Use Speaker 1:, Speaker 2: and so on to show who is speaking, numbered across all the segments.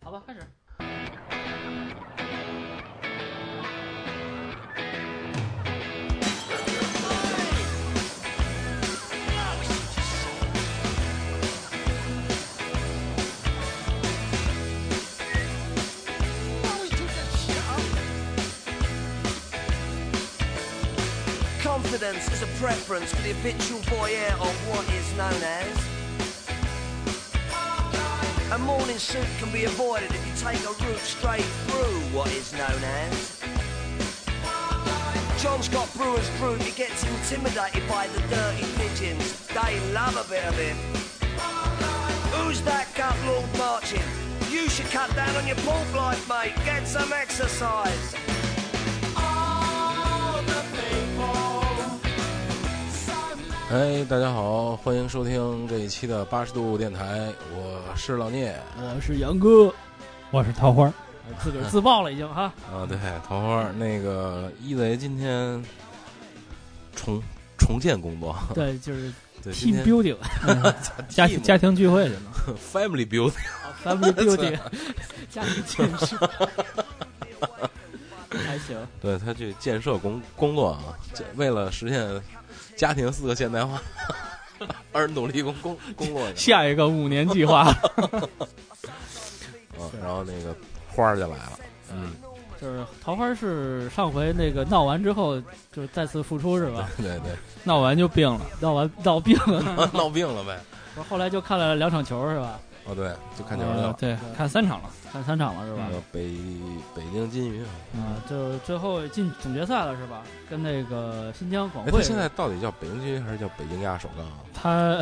Speaker 1: 吧，开始。
Speaker 2: Confidence is a preference for the habitual voyeur of what is known as. A morning suit can be avoided if you take a route straight through what is known as. John Scott Brewer's group, he gets intimidated by the dirty pigeons. They love a bit of him. Who's that cut lord marching? You should cut down on your pork life, mate. Get some exercise. All the people.
Speaker 3: 哎，大家好，欢迎收听这一期的八十度电台，我是老聂
Speaker 1: 我是杨哥，呃
Speaker 4: 我是桃花，
Speaker 1: 自个儿自爆了已经 哈。
Speaker 3: 啊，对，桃花那个一雷今天重重建工作，
Speaker 1: 对，就是
Speaker 3: 对，今
Speaker 1: team
Speaker 3: 天
Speaker 1: building，
Speaker 4: 家庭家庭聚会去了。啊
Speaker 3: family build，
Speaker 1: family building，家庭建设，还行。
Speaker 3: 对他去建设工工作啊，这为了实现家庭四个现代化 而努力工工工作 去
Speaker 4: 下一个五年计划，
Speaker 3: 啊，然后那个花儿就来了，嗯，
Speaker 1: 就是桃花是上回那个闹完之后，就是再次复出是吧？
Speaker 3: 对对，
Speaker 4: 闹完就病了。
Speaker 1: 闹完闹病了，
Speaker 3: 闹病了呗，
Speaker 1: 不是后来就看了两场球是吧？呃
Speaker 3: 哦对，就看球去了，
Speaker 4: 对，看三场了。
Speaker 1: 看三场了是吧？
Speaker 3: 那个北北京金云，
Speaker 4: 嗯
Speaker 1: 啊，就是最后进总决赛了是吧？跟那个新疆广
Speaker 3: 哎，
Speaker 1: 汇
Speaker 3: 他现在到底叫北京金还是叫北京鸭首钢啊？
Speaker 4: 他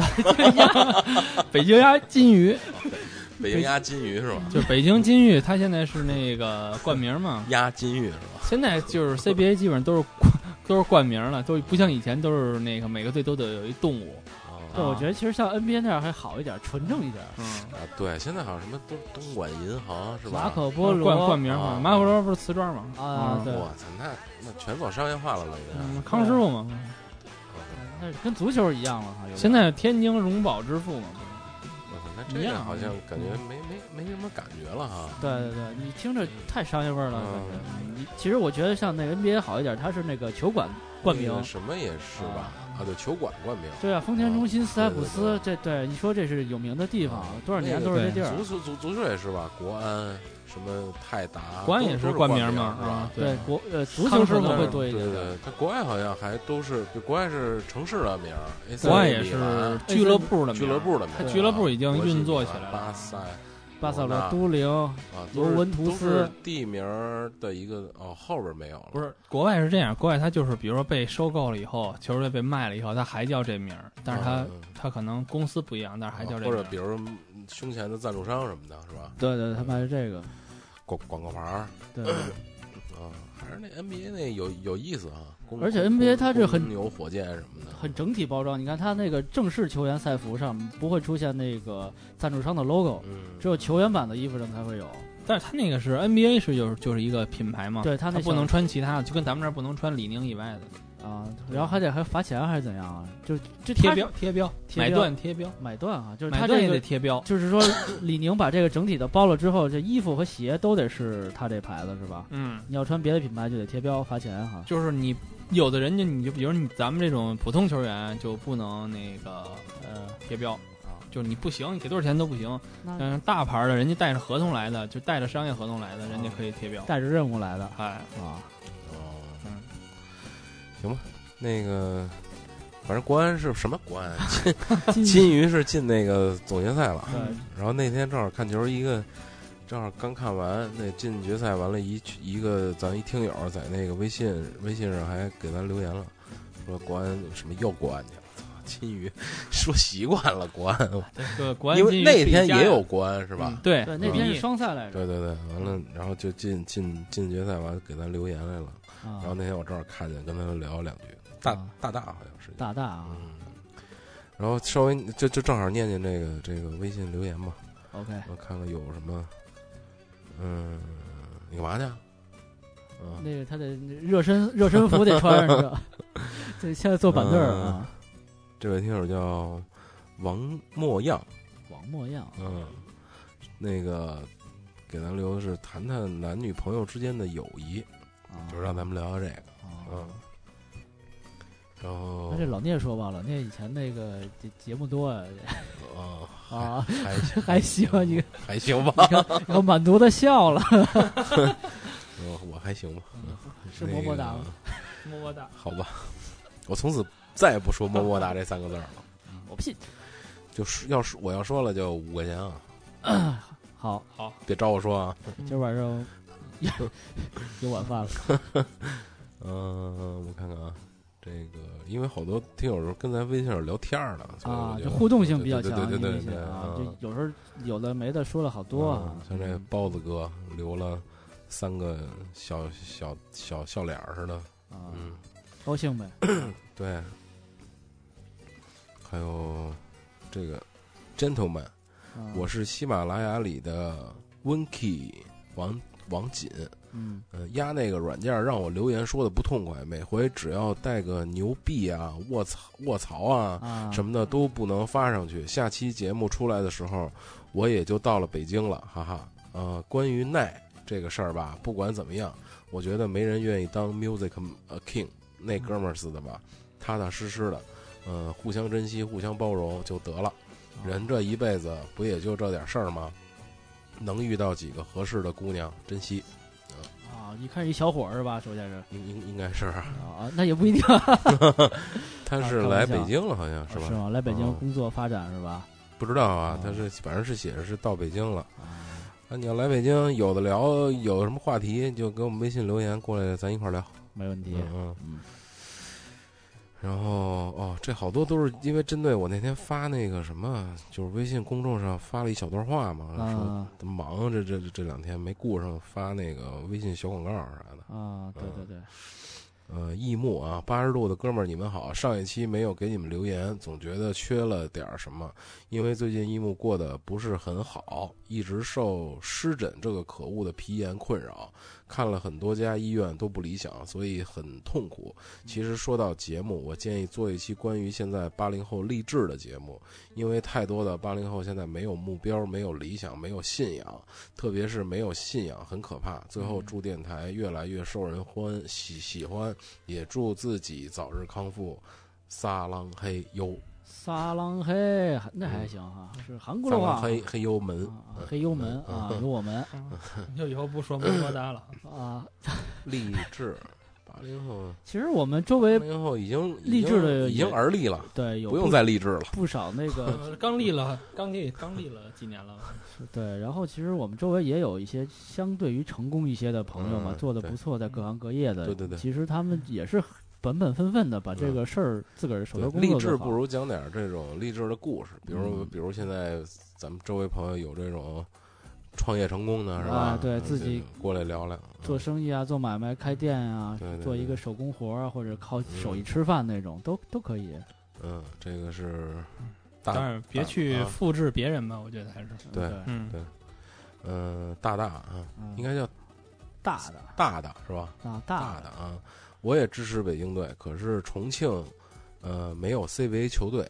Speaker 4: 北京鸭金鱼，
Speaker 3: 北京鸭金鱼是吧？
Speaker 1: 嗯
Speaker 4: 就北京金鱼，它现在是那个冠名嘛。
Speaker 3: 鸭金鱼是吧？
Speaker 4: 现在就是 CBA 基本上都是都是冠 名了，都不像以前都是那个每个队都得有一动物。
Speaker 1: 对，
Speaker 3: 啊
Speaker 1: 我觉得其实像 NBA 那样还好一点，纯正一点。
Speaker 4: 嗯，
Speaker 3: 啊，对，现在好像什么东东莞银行是吧？
Speaker 1: 马可波
Speaker 4: 冠
Speaker 1: 罗
Speaker 4: 冠名嘛，
Speaker 3: 啊
Speaker 4: 马可罗不是瓷砖嘛？
Speaker 1: 啊，对，
Speaker 3: 嗯我操，那那全走商业化了，老人。
Speaker 4: 嗯，康师傅嘛。
Speaker 1: 那跟足球一样了哈。有点
Speaker 4: 现在天津荣宝之父嘛，
Speaker 1: 嗯
Speaker 3: 我操，那这
Speaker 4: 一
Speaker 3: 个
Speaker 4: 样
Speaker 3: 好像感觉没没没什么感觉了哈。
Speaker 1: 对对对，你听着太商业味儿了。
Speaker 3: 嗯
Speaker 1: 感觉你其实我觉得像那个 NBA 好一点，它是那个球馆冠名
Speaker 3: 那。个什么也是吧？啊，对，球馆冠名。
Speaker 1: 对啊，丰田中心、斯台普斯
Speaker 3: 对，
Speaker 1: 这对你说这是有名的地方
Speaker 3: 啊，
Speaker 1: 多少年
Speaker 3: 那个
Speaker 1: 都是这
Speaker 4: 对
Speaker 1: 地儿
Speaker 3: 足。球足足球也是吧？国安什么泰达，
Speaker 4: 国安也
Speaker 3: 都
Speaker 4: 是
Speaker 3: 是
Speaker 4: 冠
Speaker 3: 名
Speaker 4: 名嘛，
Speaker 3: 是吧
Speaker 4: 啊？，
Speaker 1: 对国呃足
Speaker 4: 康
Speaker 1: 球
Speaker 4: 师
Speaker 1: 可
Speaker 4: 傅
Speaker 1: 能会
Speaker 4: 嘛
Speaker 1: 多一
Speaker 3: 对
Speaker 1: 点。
Speaker 3: 对对，它国外好像还都是，国外是城市的名儿，AC
Speaker 4: 国外也
Speaker 3: 米
Speaker 4: 是
Speaker 3: 兰
Speaker 4: 俱乐部的名儿
Speaker 3: 俱乐部的名儿，啊
Speaker 4: 它俱乐部已经
Speaker 3: 国际
Speaker 4: 运作
Speaker 3: 米
Speaker 4: 起
Speaker 3: 兰
Speaker 4: 来了
Speaker 3: 巴萨
Speaker 1: 巴塞罗
Speaker 3: 那
Speaker 1: 那、都灵，
Speaker 3: 啊，
Speaker 1: 尤
Speaker 3: 都是
Speaker 1: 文图斯
Speaker 3: 都是地名儿的一个哦，后边没有了，
Speaker 4: 不是国外是这样，国外它就是比如说被收购了以后，球队被卖了以后，它还叫这名儿，但是它、
Speaker 3: 嗯
Speaker 4: 它可能公司不一样，但是还叫这
Speaker 3: 或
Speaker 4: 名
Speaker 3: 者
Speaker 4: 儿。
Speaker 3: 比如嗯胸前的赞助商什么的，是吧？
Speaker 1: 对对，他卖的这个，
Speaker 3: 广广告牌儿
Speaker 1: 对对。对
Speaker 3: 啊，还是那 NBA 那有有意思啊，公
Speaker 1: 而且
Speaker 3: 公
Speaker 1: NBA 它是很
Speaker 3: 公牛、火箭什么的，
Speaker 1: 很整体包装。你看它那个正式球员赛服上不会出现那个赞助商的 logo，
Speaker 3: 嗯，
Speaker 1: 只有球员版的衣服上才会有。
Speaker 4: 但是它那个是 NBA 是就是就是一个品牌嘛，
Speaker 1: 对它
Speaker 4: 它
Speaker 1: 那
Speaker 4: 不能穿其他的，就跟咱们这儿不能穿李宁以外的
Speaker 1: 小啊，然后还得还罚钱还是怎样啊？就这
Speaker 4: 贴
Speaker 1: 它
Speaker 4: 标贴标
Speaker 1: 贴标
Speaker 4: 买断贴标，
Speaker 1: 买断啊，就是
Speaker 4: 买
Speaker 1: 它
Speaker 4: 断
Speaker 1: 这
Speaker 4: 也得
Speaker 1: 个。
Speaker 4: 贴标。
Speaker 1: 就是说，李宁把这个整体的包了之后，这衣服和鞋都得是他这牌子是吧？
Speaker 4: 嗯，
Speaker 1: 你要穿别的品牌就得贴标罚钱哈。
Speaker 4: 就是你有的人家你就比如你咱们这种普通球员就不能那个
Speaker 1: 呃，
Speaker 4: 贴标
Speaker 1: 啊。
Speaker 4: 就是你不行，你给多少钱都不行。
Speaker 1: 那
Speaker 4: 但是大牌儿的，人家带着合同来的，就带着商业合同来的，人家可以贴标。
Speaker 1: 带着任务来的
Speaker 4: 哎，
Speaker 1: 啊，
Speaker 3: 哦
Speaker 4: 嗯，
Speaker 3: 行吧，那个。反正国安是什么国安？啊
Speaker 1: 金
Speaker 3: 金鱼是进那个总决赛了，
Speaker 1: 对
Speaker 3: 然后那天正好看球，一个正好刚看完那进决赛完了一，一个咱一听友在那个微信微信上还给咱留言了，说国安什么又国安去了，操金鱼说习惯了国安，
Speaker 4: 这个国安
Speaker 3: 因
Speaker 4: 金
Speaker 3: 为
Speaker 4: 鱼
Speaker 3: 那
Speaker 4: 比
Speaker 3: 天
Speaker 4: 加
Speaker 3: 也有国安是
Speaker 4: 嗯
Speaker 3: 吧？
Speaker 4: 对
Speaker 1: 对，那天是双赛来着
Speaker 3: 对对对，完
Speaker 1: 嗯
Speaker 3: 了，然后就进进进决赛完了给咱留言来了，然后
Speaker 1: 啊，
Speaker 3: 那天我正好看见，跟他聊了两句，大
Speaker 1: 啊
Speaker 3: 大大好像是，
Speaker 1: 大大啊
Speaker 3: 嗯，然后稍微就就正好念念这个这个微信留言吧。
Speaker 1: ，OK，
Speaker 3: 我看看有什么，嗯，你干嘛去啊？嗯，
Speaker 1: 那个他得热身热身服得穿上，是吧？ 对，现在坐板凳儿啊，
Speaker 3: 这位听友叫王墨样，
Speaker 1: 王墨样，
Speaker 3: 嗯，那个给咱留的是谈谈男女朋友之间的友谊，
Speaker 4: 啊
Speaker 3: 就是让咱们聊聊这个，
Speaker 1: 啊
Speaker 3: 嗯。然后
Speaker 1: 那这老聂说吧，老聂以前那个节节目多啊，
Speaker 3: 啊，
Speaker 1: 啊
Speaker 3: 还 行
Speaker 1: 还行一个
Speaker 3: 还行吧，
Speaker 1: 我满足的笑 了，
Speaker 3: 我我还行吧，嗯
Speaker 1: 是么么哒吗？
Speaker 4: 么么哒。
Speaker 3: 好吧，我从此再也不说么么哒这三个字儿了。
Speaker 1: 我不信。
Speaker 3: 就是要是我要说了，就五块钱啊，
Speaker 1: 好，
Speaker 4: 好，
Speaker 3: 别找我说啊。
Speaker 1: 今儿晚 上有晚饭了，
Speaker 3: 嗯、我看看啊，这个因为好多听友是跟咱微信上聊天儿的所以我
Speaker 1: 啊，
Speaker 3: 觉
Speaker 1: 这
Speaker 3: 得
Speaker 1: 互动性比较
Speaker 3: 对
Speaker 1: 强，
Speaker 3: 对对对
Speaker 1: 一
Speaker 3: 对
Speaker 1: 些啊，
Speaker 3: 嗯
Speaker 1: 就有时候有的没的说了好多啊
Speaker 3: 嗯，像这包子哥留了三个小小小笑脸儿似的，
Speaker 1: 啊，
Speaker 3: 嗯，
Speaker 1: 高兴呗，
Speaker 3: 对，还有这个 gentleman，
Speaker 1: 啊
Speaker 3: 我是喜马拉雅里的 Winky 王王锦，
Speaker 1: 嗯
Speaker 3: 呃，压那个软件儿让我留言说的不痛快，每回只要带个牛逼啊、卧槽、卧槽啊
Speaker 1: 啊
Speaker 3: 什么的都不能发上去。下期节目出来的时候，我也就到了北京了，哈哈。呃，关于耐这个事儿吧，不管怎么样，我觉得没人愿意当 music a king 那哥们儿似的吧，踏踏实实的，呃，互相珍惜、互相包容就得了。
Speaker 1: 啊
Speaker 3: 人这一辈子不也就这点事儿吗？能遇到几个合适的姑娘，珍惜，
Speaker 1: 啊，一看一小伙儿是吧？首先是
Speaker 3: 应应应 该是啊。
Speaker 1: 啊，那也不一定
Speaker 3: 他是
Speaker 1: 啊开玩
Speaker 3: 来
Speaker 1: 笑
Speaker 3: 北京了，好像是吧？
Speaker 1: 是吗？来北京
Speaker 3: 嗯
Speaker 1: 工作发展是吧？
Speaker 3: 不知道
Speaker 1: 啊，
Speaker 3: 啊他是反正是写着是到北京了。
Speaker 1: 啊，
Speaker 3: 那你要来北京，有的聊，有什么话题就给我们微信留言过来，咱一块儿聊。
Speaker 1: 没问题
Speaker 3: 嗯。嗯。
Speaker 1: 嗯
Speaker 3: 然后哦，这好多都是因为针对我那天发那个什么，就是微信公众上发了一小段话嘛，
Speaker 1: 啊
Speaker 3: 嗯说忙这这这两天没顾上发那个微信小广告啥的。
Speaker 1: 啊，对
Speaker 3: 嗯
Speaker 1: 对对，
Speaker 3: 呃，易木啊，八十度的哥们儿，你们好。上一期没有给你们留言，总觉得缺了点儿什么，因为最近易木过得不是很好，一直受湿疹这个可恶的皮炎困扰，看了很多家医院都不理想，所以很痛苦。其实说到节目，我建议做一期关于现在八零后励志的节目，因为太多的八零后现在没有目标、没有理想、没有信仰，特别是没有信仰很可怕。最后祝电台越来越受人欢喜喜欢。也祝自己早日康复。撒浪嘿呦，
Speaker 1: 撒浪嘿，那还行哈，是韩国
Speaker 3: 撒
Speaker 1: 的话
Speaker 3: 浪，嘿嘿呦门
Speaker 1: 啊，啊黑幽门啊，
Speaker 3: 嗯
Speaker 1: 有我们
Speaker 4: 嗯就以后不说么么哒了。
Speaker 1: 啊。
Speaker 3: 励志。八零后，
Speaker 1: 其实我们周
Speaker 3: 八
Speaker 1: 围
Speaker 3: 零后已经
Speaker 1: 励志的
Speaker 3: 已经已经而立了，
Speaker 1: 对有
Speaker 3: 不用再励志了。
Speaker 1: 不少那个
Speaker 4: 呃刚立了，刚立刚立了几年了，
Speaker 1: 对，然后其实我们周围也有一些相对于成功一些的朋友嘛，
Speaker 3: 嗯
Speaker 1: 做的
Speaker 3: 对
Speaker 1: 不错，在各行各业的，
Speaker 3: 对对对
Speaker 1: 其实他们也是本本分分的把这个事儿自个儿手头
Speaker 3: 对
Speaker 1: 工
Speaker 3: 励
Speaker 1: 作
Speaker 3: 志
Speaker 1: 做好
Speaker 3: 不如讲点儿这种励志的故事，比如
Speaker 1: 嗯
Speaker 3: 比如现在咱们周围朋友有这种创业成功的，是
Speaker 1: 啊
Speaker 3: 吧？
Speaker 1: 对
Speaker 3: 嗯
Speaker 1: 自己
Speaker 3: 就过来聊聊。
Speaker 1: 做生意啊，做买卖、开店啊，
Speaker 3: 对对对
Speaker 1: 做一个手工活儿啊，或者靠手艺吃饭那种，都都可以。
Speaker 3: 嗯，这个是大
Speaker 4: 但是别去
Speaker 3: 啊
Speaker 4: 复制别人吧，我觉得还是，
Speaker 3: 对
Speaker 4: 嗯
Speaker 3: 对，嗯大大啊，
Speaker 1: 嗯
Speaker 3: 应该叫
Speaker 1: 大的
Speaker 3: 大大是吧？
Speaker 1: 啊，
Speaker 3: 大
Speaker 1: 大
Speaker 3: 的啊，我也支持北京队，可是重庆，呃，没有 CBA 球队，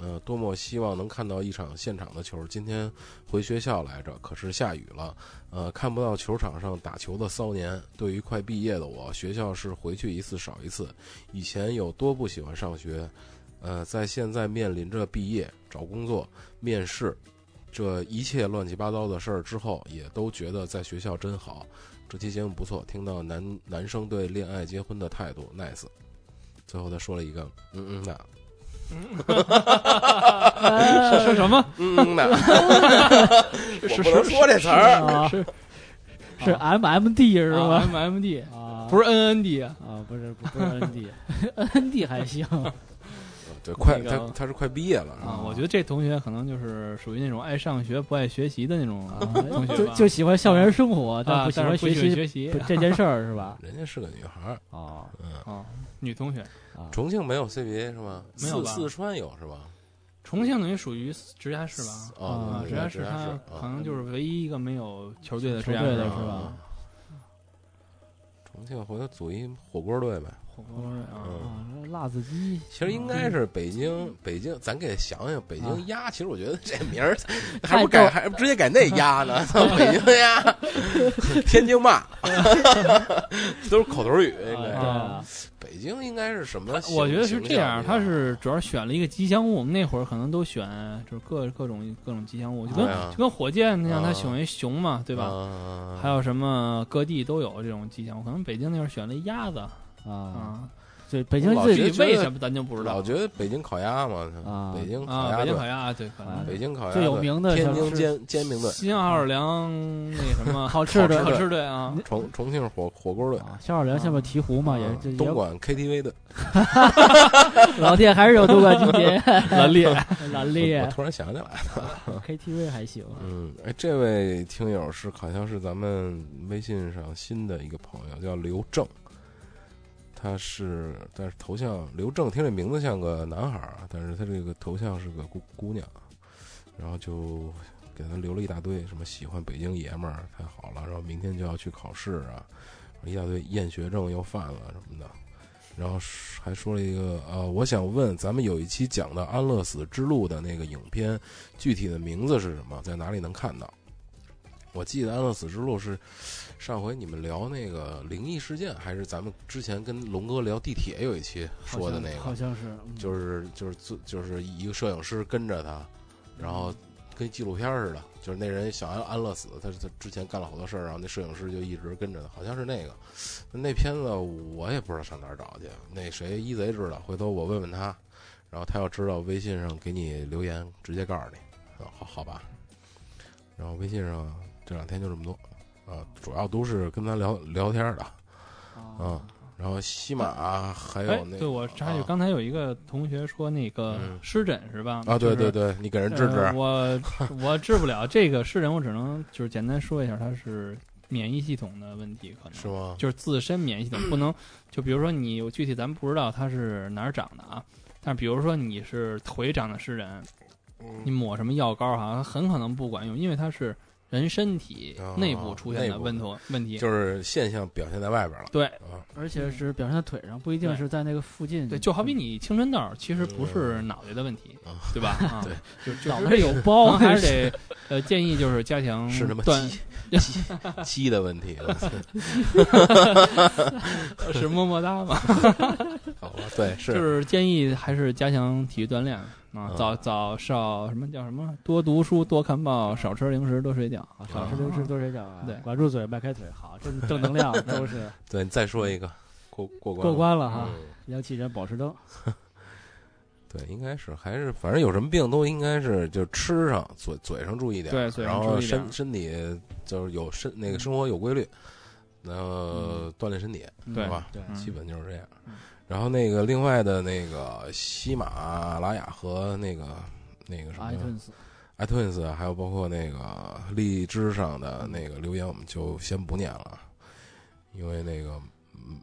Speaker 3: 呃，多么希望能看到一场现场的球。今天回学校来着，可是下雨了，呃，看不到球场上打球的骚年。对于快毕业的我，学校是回去一次少一次。以前有多不喜欢上学，呃，在现在面临着毕业、找工作、面试。这一切乱七八糟的事儿之后，也都觉得在学校真好。这期节目不错，听到男男生对恋爱、结婚的态度，nice。最后他说了一个嗯嗯的，
Speaker 4: 是是什么？
Speaker 3: 嗯嗯的， 我不能说这词儿。
Speaker 1: 啊
Speaker 4: 是
Speaker 1: 是 M M D 是吗？
Speaker 4: ？M M D
Speaker 1: 啊，
Speaker 4: 不是 N N D 啊？
Speaker 1: 啊，不是不是 N D，N D 还行
Speaker 3: 对，快，
Speaker 4: 那
Speaker 3: 他
Speaker 4: 个
Speaker 3: 他是快毕业了，是吧
Speaker 4: 嗯啊，我觉得这同学可能就是属于那种爱上学不爱学习的那种
Speaker 1: 啊
Speaker 4: 同学
Speaker 1: 就
Speaker 4: 吧，
Speaker 1: 就喜欢校园生活，但
Speaker 4: 啊，
Speaker 1: 不喜欢
Speaker 4: 但是不
Speaker 1: 学
Speaker 4: 喜欢
Speaker 1: 习
Speaker 4: 学习
Speaker 1: 不这件事儿是 吧？
Speaker 3: 人家是个女孩儿。
Speaker 1: 哦
Speaker 3: 嗯，
Speaker 4: 啊，女同学。
Speaker 1: 啊，
Speaker 3: 重庆没有 CBA 是吗？
Speaker 4: 没有
Speaker 3: 四
Speaker 4: 吧
Speaker 3: 四川有是吧？
Speaker 4: 重庆等于属于直辖市吧？
Speaker 1: 啊
Speaker 3: 哦，
Speaker 4: 啊，
Speaker 3: 对
Speaker 4: 直
Speaker 3: 对
Speaker 4: 辖
Speaker 3: 直
Speaker 4: 市
Speaker 3: 辖市
Speaker 4: 它可
Speaker 3: 啊。
Speaker 4: 能就是唯一一个没有球队的
Speaker 1: 球
Speaker 4: 直
Speaker 1: 队
Speaker 4: 辖市
Speaker 1: 的
Speaker 3: 啊
Speaker 1: 是吧？
Speaker 3: 啊重庆回头组一火锅队呗。
Speaker 4: 火锅儿啊，啊辣子鸡，
Speaker 3: 嗯其实应
Speaker 1: 啊
Speaker 3: 该是北京，北京，咱给想想，北京鸭，其实我觉得这名儿还
Speaker 1: 太
Speaker 3: 不
Speaker 1: 逗
Speaker 3: 改，还不直接改那鸭呢，操北京鸭，天津骂，都是口头语。应
Speaker 1: 对
Speaker 3: 该
Speaker 4: 啊
Speaker 3: 是
Speaker 1: 啊，
Speaker 3: 北京应该是什么形？
Speaker 4: 我觉得是
Speaker 3: 形
Speaker 4: 这
Speaker 3: 象啊
Speaker 4: 样，
Speaker 3: 比较
Speaker 4: 他是主要选了一个吉祥物。我们那会儿可能都选就是各各种各种吉祥物，就跟、
Speaker 3: 哎呀
Speaker 4: 就跟火箭那样，他
Speaker 3: 啊
Speaker 4: 选一熊嘛，对吧？
Speaker 3: 啊
Speaker 4: 还有什么各地都有这种吉祥物，可能北京那会儿选了一鸭子
Speaker 1: 啊，
Speaker 4: 啊，
Speaker 1: 就北京
Speaker 3: 老
Speaker 1: 最
Speaker 3: 觉
Speaker 4: 至于
Speaker 3: 得
Speaker 4: 为什么咱就不知道
Speaker 3: 老觉得北京烤鸭嘛
Speaker 1: 啊，
Speaker 3: 北京烤
Speaker 4: 啊。
Speaker 3: 鸭
Speaker 4: 北京烤
Speaker 3: 队，
Speaker 4: 鸭啊，对，可能
Speaker 1: 鸭
Speaker 3: 北京烤鸭
Speaker 1: 最有
Speaker 3: 队
Speaker 1: 名的
Speaker 3: 天
Speaker 1: 像
Speaker 3: 津
Speaker 1: 是
Speaker 3: 煎煎饼队，
Speaker 4: 新奥尔良那什么
Speaker 1: 好吃的
Speaker 4: 好吃 的啊，
Speaker 3: 重重庆火火锅队，
Speaker 1: 啊，香二良下面鹈鹕嘛，啊也这
Speaker 3: 嗯东莞 KTV 队。
Speaker 1: 老店还是有东莞 经典，
Speaker 4: 蓝烈
Speaker 1: 蓝
Speaker 3: 我
Speaker 1: 烈
Speaker 3: 突然想起来了，
Speaker 1: KTV 还行，
Speaker 3: 嗯，哎，这位听友是好像是咱们微信上新的一个朋友，叫刘正，他是但是头像刘正，听这名字像个男孩儿啊，但是他这个头像是个姑姑娘，然后就给他留了一大堆什么喜欢北京爷们儿太好了，然后明天就要去考试啊，一大堆厌学症又犯了什么的。然后还说了一个，呃，我想问，咱们有一期讲到安乐死之路的那个影片，具体的名字是什么，在哪里能看到？我记得《安乐死之路》是上回你们聊那个灵异事件，还是咱们之前跟龙哥聊地铁有一期说的那
Speaker 1: 好
Speaker 3: 个，
Speaker 1: 像是，嗯
Speaker 3: 就是就是最就是一个摄影师跟着他，然后跟纪录片似的，就是那人想要安乐死，他他之前干了好多事儿，然后那摄影师就一直跟着他，好像是那个。那片子我也不知道上哪儿找去，那谁一贼知道，回头我问问他，然后他要知道微信上给你留言，直接告诉你，啊好好吧。然后微信上这两天就这么多，啊，主要都是跟咱聊聊天的，啊，然后西马、还
Speaker 4: 哎
Speaker 3: 有那，个，
Speaker 4: 对我插一句，
Speaker 3: 啊
Speaker 4: 刚才有一个同学说那个
Speaker 3: 嗯
Speaker 4: 湿疹是吧？
Speaker 3: 啊，对
Speaker 4: 就是
Speaker 3: 对对，你给人治治，
Speaker 4: 呃我我治不了这个湿疹，我只能就是简单说一下，它是免疫系统的问题，可能
Speaker 3: 是吗？
Speaker 4: 就是自身免疫系统不能，就比如说你有具体咱们不知道它是哪儿长的啊，但比如说你是腿长的湿疹，你抹什么药膏好像很可能不管用，因为它是人身体
Speaker 3: 哦
Speaker 4: 内部出现
Speaker 3: 内
Speaker 4: 的
Speaker 3: 部
Speaker 4: 问题问题。
Speaker 3: 就是现象表现在外边了
Speaker 4: 对
Speaker 3: 啊。
Speaker 1: 而且是表现在腿上，不一定是在那个附近，
Speaker 4: 对，就好比你青春痘，其实不是脑袋的问题，
Speaker 3: 嗯
Speaker 4: 对吧？啊、
Speaker 3: 对，
Speaker 4: 就就
Speaker 1: 脑
Speaker 4: 是
Speaker 1: 袋有
Speaker 4: 可
Speaker 1: 包
Speaker 4: 能还是得呃建议就是加强
Speaker 3: 是他妈
Speaker 4: 锻
Speaker 3: 鸡鸡鸡的问题了，
Speaker 4: 是么么哒嘛，
Speaker 3: 好吧？对，是
Speaker 4: 就是建议还是加强体育锻炼啊
Speaker 3: 嗯，
Speaker 4: 早早少什么叫什么？多读书，多看报，少吃零食，多睡觉。
Speaker 1: 啊，少吃零食，多睡觉啊，
Speaker 4: 对
Speaker 1: 管住嘴，迈开腿，好，正正能 量都是
Speaker 3: 对，你再说一个过过关
Speaker 1: 过关了
Speaker 4: 啊
Speaker 1: 哈。
Speaker 3: 嗯
Speaker 1: 央企人保持灯，
Speaker 3: 对，应该是还是反正有什么病都应该是就吃上嘴嘴上注意点，
Speaker 4: 对嘴上
Speaker 3: 然后
Speaker 4: 注意点嗯
Speaker 3: 身身体就是有身那个生活有规律，然后锻炼身体，
Speaker 4: 对
Speaker 3: 好吧？
Speaker 1: 对
Speaker 4: 嗯
Speaker 3: 基本就是这样
Speaker 1: 嗯。
Speaker 3: 然后那个另外的那个喜马拉雅和那个那个什
Speaker 4: 啊
Speaker 3: 么
Speaker 1: iTunes
Speaker 3: iTunes，还有包括那个荔枝上的那个留言，我们就先不念了，因为那个嗯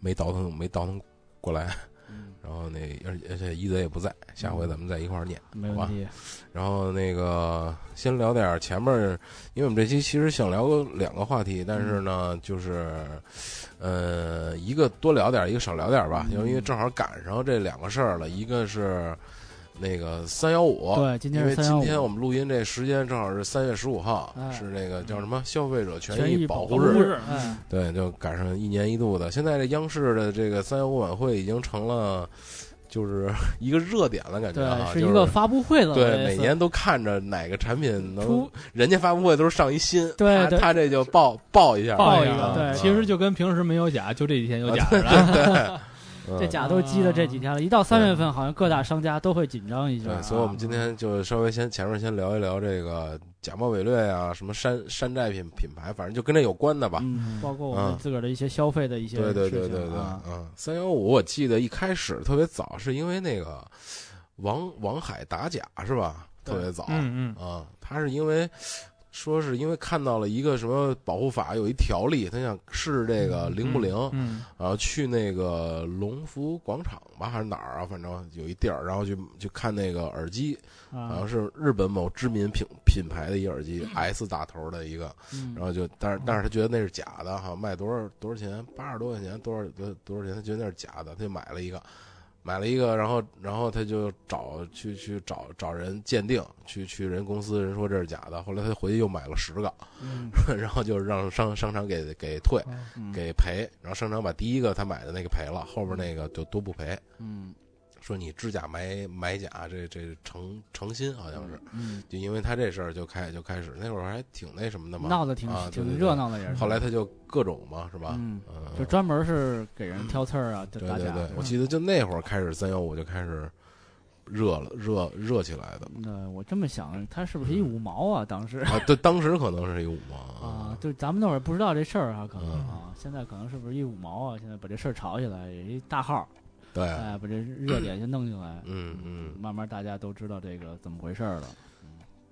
Speaker 3: 没倒腾没倒腾过来，
Speaker 1: 嗯
Speaker 3: 然后那而且而且一泽也不在，下回咱们在一块儿念。
Speaker 1: 没问题，
Speaker 3: 然后那个先聊点儿前面儿，因为我们这期其实想聊两个话题，但
Speaker 1: 嗯
Speaker 3: 是呢，就是呃，一个多聊点儿，一个少聊点儿吧，因
Speaker 1: 嗯
Speaker 3: 为因为正好赶上这两个事儿了，一个是那个三幺五，
Speaker 1: 对，今
Speaker 3: 因
Speaker 1: 天
Speaker 3: 为
Speaker 1: 是三
Speaker 3: 今天
Speaker 1: 幺
Speaker 3: 我
Speaker 1: 五，
Speaker 3: 们录音这时间正好是三月十五号，
Speaker 1: 哎
Speaker 3: 是那个叫什么消费者权
Speaker 1: 权益
Speaker 3: 保
Speaker 1: 护
Speaker 3: 日，
Speaker 4: 日
Speaker 1: 哎
Speaker 3: 对，就赶上一年一度的。现在这央视的这个三幺五晚会已经成了就是 一个热点了，感觉
Speaker 1: 对，
Speaker 3: 啊，
Speaker 1: 是
Speaker 3: 就
Speaker 1: 一个发布会了，
Speaker 3: 对，
Speaker 1: 类
Speaker 3: 每
Speaker 1: 似
Speaker 3: 年都看着哪个产品能
Speaker 1: 出，
Speaker 3: 人家发布会都是上一新，
Speaker 1: 对
Speaker 3: 他
Speaker 1: 对
Speaker 3: 他这就爆爆一下，啊
Speaker 1: 爆
Speaker 4: 报
Speaker 1: 一
Speaker 4: 一
Speaker 1: 个
Speaker 4: 个，
Speaker 1: 对
Speaker 4: 其实就跟平时没有假，就这几天有假是吧？
Speaker 3: 嗯
Speaker 1: 这假都积了这几天了，一到三月份，好像各大商家都会紧张一下啊。
Speaker 3: 对，所以我们今
Speaker 4: 嗯
Speaker 3: 天就稍微先前面先聊一聊这个假冒伪劣啊，什么山山寨品品牌，反正就跟这有关的吧。
Speaker 1: 嗯，包括我们自个儿的一些消费的一些
Speaker 3: 对对
Speaker 1: 事情
Speaker 3: 对对对，
Speaker 1: 啊
Speaker 3: 嗯，三幺五我记得一开始特别早，是因为那个王王海打假是吧？特别早，
Speaker 4: 嗯嗯，
Speaker 3: 啊，他是因为说是因为看到了一个什么保护法有一条例，他想试这个灵不灵，
Speaker 4: 嗯，
Speaker 3: 然后去那个龙福广场吧，还是哪儿啊？反正有一地儿，然后去去看那个耳机，好
Speaker 1: 啊
Speaker 3: 像，是日本某知名品品牌的一耳
Speaker 1: 嗯
Speaker 3: 机，S 打头的一个，然后就，但是但是他觉得那是假的，哈，卖多少多少钱，八十多块钱，多少多多少钱，他觉得那是假的，他就买了一个，买了一个，然后然后他就找去去找找人鉴定，去去人公司人说这是假的，后来他回去又买了十个，
Speaker 1: 嗯
Speaker 3: 然后就让商商场给给退
Speaker 1: 嗯
Speaker 3: 给赔，然后商场把第一个他买的那个赔了，后边那个就都不赔，
Speaker 1: 嗯
Speaker 3: 说你知假买买假，这这成成心好像是，
Speaker 1: 嗯，
Speaker 3: 就因为他这事儿就开就开始那会儿还挺那什么的嘛，
Speaker 1: 闹得挺
Speaker 3: 啊对
Speaker 1: 挺
Speaker 3: 对
Speaker 1: 热
Speaker 3: 对
Speaker 1: 闹的也是。
Speaker 3: 后来他就各种嘛，是吧？
Speaker 1: 嗯，
Speaker 3: 嗯，
Speaker 1: 就专门是给人挑刺儿啊，就
Speaker 3: 对
Speaker 1: 打
Speaker 3: 对
Speaker 1: 架。
Speaker 3: 对，我记得就那会儿开始三幺五就开始热了，热热起来的
Speaker 1: 那嗯我这么想，他是不
Speaker 3: 嗯
Speaker 1: 是一五毛啊？当时
Speaker 3: 啊。对，当时可能是一五毛
Speaker 1: 啊，，对，咱们那会儿不知道这事儿啊，可能
Speaker 3: 嗯
Speaker 1: 啊，现在可能是不是一五毛啊？现在把这事儿炒起来，也一大号儿，
Speaker 3: 对，
Speaker 1: 哎，把这热点先弄进来，
Speaker 3: 嗯嗯，
Speaker 1: 慢慢大家都知道这个怎么回事儿了。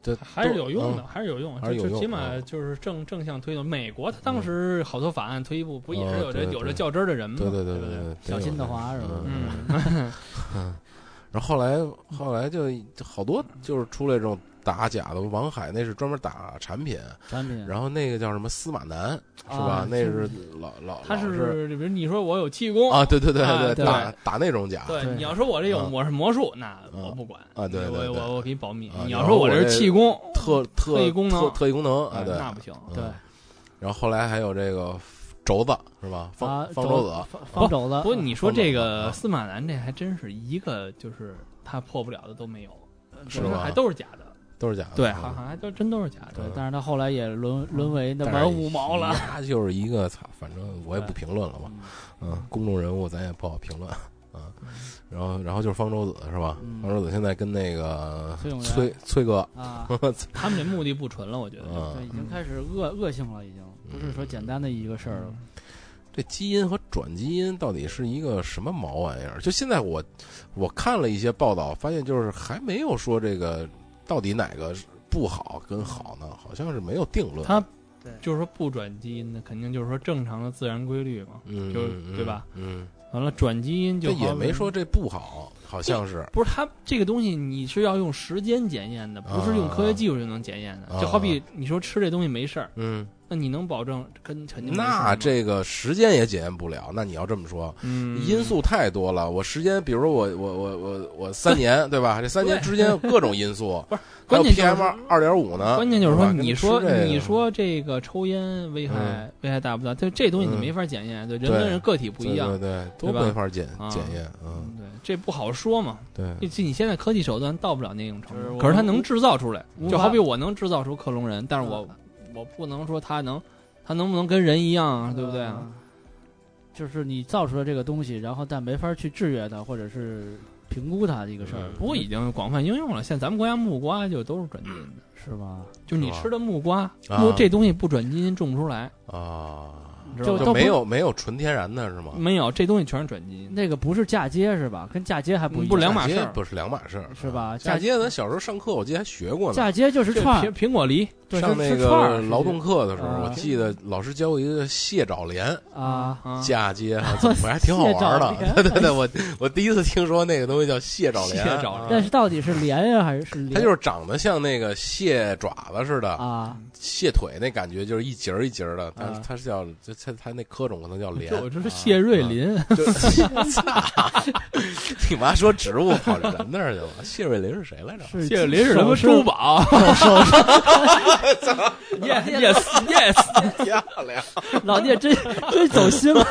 Speaker 3: 这
Speaker 4: 还是有用
Speaker 1: 嗯
Speaker 4: 的，还是有用，
Speaker 3: 还是有
Speaker 4: 就
Speaker 3: 用
Speaker 4: 就起码
Speaker 3: 嗯
Speaker 4: 就是正正向推动。美国它当时好多法案推一步，不也是有
Speaker 3: 哦对
Speaker 4: 这
Speaker 3: 对
Speaker 4: 有这较真儿的人吗？
Speaker 1: 嗯
Speaker 3: 对对
Speaker 4: 对
Speaker 3: 对
Speaker 4: 不
Speaker 3: 对，
Speaker 1: 小心的话是吧
Speaker 3: 嗯
Speaker 4: 嗯，
Speaker 3: 然后后来后来就好多就是出来这种打假的，王海那是专门打产品，
Speaker 1: 产品
Speaker 3: 然后那个叫什么司马南是吧
Speaker 1: 啊？
Speaker 3: 那
Speaker 1: 就是
Speaker 3: 老老
Speaker 4: 他
Speaker 3: 老
Speaker 4: 是比如你说我有气 功，
Speaker 3: 啊，对对对
Speaker 4: 啊对
Speaker 3: 打打那种假，
Speaker 4: 对
Speaker 1: 对
Speaker 4: 你要说我这有
Speaker 3: 嗯
Speaker 4: 我是魔术，那
Speaker 3: 嗯
Speaker 4: 我不管
Speaker 3: 啊对对对
Speaker 4: 我我我给你保密
Speaker 3: 啊。
Speaker 4: 你
Speaker 3: 然
Speaker 4: 要
Speaker 3: 后
Speaker 4: 说我
Speaker 3: 我
Speaker 4: 这
Speaker 3: 这
Speaker 4: 是气功，
Speaker 3: 特特
Speaker 4: 特异功能
Speaker 3: 特特异功能啊，对，
Speaker 4: 那不行。
Speaker 3: 嗯
Speaker 1: 对
Speaker 3: 然后后来还有这个轴子是吧？
Speaker 1: 啊
Speaker 3: 方方舟子，
Speaker 1: 方方肘子，
Speaker 4: 不过你说这
Speaker 3: 啊
Speaker 4: 个司马南这还真是一个就是他破不了的都没有，
Speaker 1: 啊
Speaker 3: 是
Speaker 4: 吧？
Speaker 3: 吧
Speaker 4: 还都是假的，
Speaker 3: 都是假的，
Speaker 4: 对，
Speaker 3: 嗯
Speaker 4: 好像还都真都是假的。
Speaker 1: 对，但是他后来也沦沦为那
Speaker 3: 但
Speaker 1: 玩
Speaker 3: 是
Speaker 1: 五毛了。
Speaker 3: 他嗯就是一个操，反正我也不评论了吧，嗯，公众人物咱也不好评论 啊。
Speaker 4: 嗯
Speaker 3: 然后，然后就是方舟子是吧？
Speaker 1: 嗯
Speaker 3: 方舟子现在跟那个
Speaker 1: 崔永元
Speaker 3: 崔崔哥，
Speaker 1: 啊，
Speaker 4: 他们这目的不纯了，我觉得。
Speaker 1: 对，
Speaker 3: 嗯，
Speaker 1: 已经开始恶恶性了，已经不是说简单的一个事儿了。
Speaker 3: 这基因和转基因到底是一个什么毛玩意儿？就现在我我看了一些报道，发现就是还没有说这个到底哪个是不好跟好呢，好像是没有定论。
Speaker 4: 他
Speaker 1: 对
Speaker 4: 就是说不转基因的，肯定就是说正常的自然规律嘛。
Speaker 3: 嗯，
Speaker 4: 就
Speaker 3: 嗯
Speaker 4: 对吧？
Speaker 3: 嗯，
Speaker 4: 完了，转基因就
Speaker 3: 这也
Speaker 4: 好比
Speaker 3: 没说这不好，好像是
Speaker 4: 不是它这个东西，你是要用时间检验的，不是用科学技术就能检验的。
Speaker 3: 啊
Speaker 4: 就好比你说吃这东西没事儿，
Speaker 3: 嗯，
Speaker 4: 那你能保证跟肯定没事儿吗
Speaker 3: 那这个时间也检验不了。那你要这么说，
Speaker 4: 嗯
Speaker 3: 因素太多了。我时间，比如我我我我我三年，对吧？这三年
Speaker 4: 对
Speaker 3: 之间有各种因素，
Speaker 4: 不是
Speaker 3: 还有
Speaker 4: 关键就是
Speaker 3: PM 二点五呢。
Speaker 4: 嗯关键就
Speaker 3: 对
Speaker 4: 是说，
Speaker 3: 吧跟
Speaker 4: 你
Speaker 3: 吃
Speaker 4: 说
Speaker 3: 这个
Speaker 4: 你说这个抽烟危害危害大不大？就这东西你
Speaker 3: 嗯
Speaker 4: 没法检验，对人
Speaker 3: 对
Speaker 4: 跟人个体不一样
Speaker 3: 对，对对，
Speaker 4: 对
Speaker 3: 都
Speaker 4: 吧
Speaker 3: 没法检
Speaker 4: 啊
Speaker 3: 检验。嗯，
Speaker 4: 对，这不好说嘛。
Speaker 1: 嗯
Speaker 3: 对，
Speaker 4: 就你现在科技手段到不了那种程
Speaker 1: 就是
Speaker 4: 度，
Speaker 1: 我
Speaker 4: 可是它能制造出来
Speaker 1: 无，法
Speaker 4: 就好比我能制造出克隆人，但是我我不能说他能，他能不能跟人一样啊，对不对？
Speaker 1: 嗯就是你造出了这个东西，然后但没法去制约它，或者是评估它的一个事儿。
Speaker 3: 嗯
Speaker 4: 不过已经广泛应用了，现在咱们国家木瓜就都是转基因的，
Speaker 1: 是吧？
Speaker 4: 就你
Speaker 3: 是吧
Speaker 4: 吃的木瓜，
Speaker 3: 啊
Speaker 4: 如果这东西不转基因种不出来，
Speaker 3: 啊，
Speaker 4: 你知道
Speaker 1: 就都
Speaker 4: 吧
Speaker 3: 就
Speaker 1: 不
Speaker 3: 没有没有纯天然的是吗？
Speaker 4: 没有这东西全是转基因的，
Speaker 1: 那个不是嫁接是吧？跟嫁接还不一样
Speaker 4: 不两码
Speaker 3: 嫁接
Speaker 4: 事儿
Speaker 3: 不是两码事儿，
Speaker 1: 是吧
Speaker 3: 嫁接咱小时候上课，我记得还学过呢。
Speaker 1: 嫁接就是
Speaker 4: 这
Speaker 1: 串
Speaker 4: 苹
Speaker 1: 儿，
Speaker 4: 苹果梨
Speaker 1: 对，
Speaker 3: 上
Speaker 1: 是
Speaker 3: 那
Speaker 1: 是串儿
Speaker 3: 个劳动课的时候，
Speaker 1: 啊
Speaker 3: 我记得老师教我一个蟹爪莲
Speaker 1: 啊，
Speaker 4: 啊，
Speaker 3: 嫁接，啊怎么回事还挺好玩
Speaker 1: 蟹爪
Speaker 3: 的。对对对，我我第一次听说那个东西叫蟹爪莲，
Speaker 4: 蟹爪
Speaker 1: 但
Speaker 4: 莲
Speaker 1: 是到底是连呀还是是连？
Speaker 3: 它就是长得像那个蟹爪子似的，
Speaker 1: 啊，
Speaker 3: 蟹腿那感觉就是一节儿一节儿的，但是
Speaker 1: 啊
Speaker 3: 它是叫就它它那科种可能叫莲
Speaker 4: 这。我这是谢瑞麟，
Speaker 3: 就你妈说植物跑人那儿去了？谢瑞麟是谁来着？
Speaker 1: 是哦
Speaker 4: 谢瑞麟是什么
Speaker 1: 手
Speaker 4: 珠宝 ？Yes yes yes，
Speaker 3: 漂亮。
Speaker 1: 老聂真真走心了。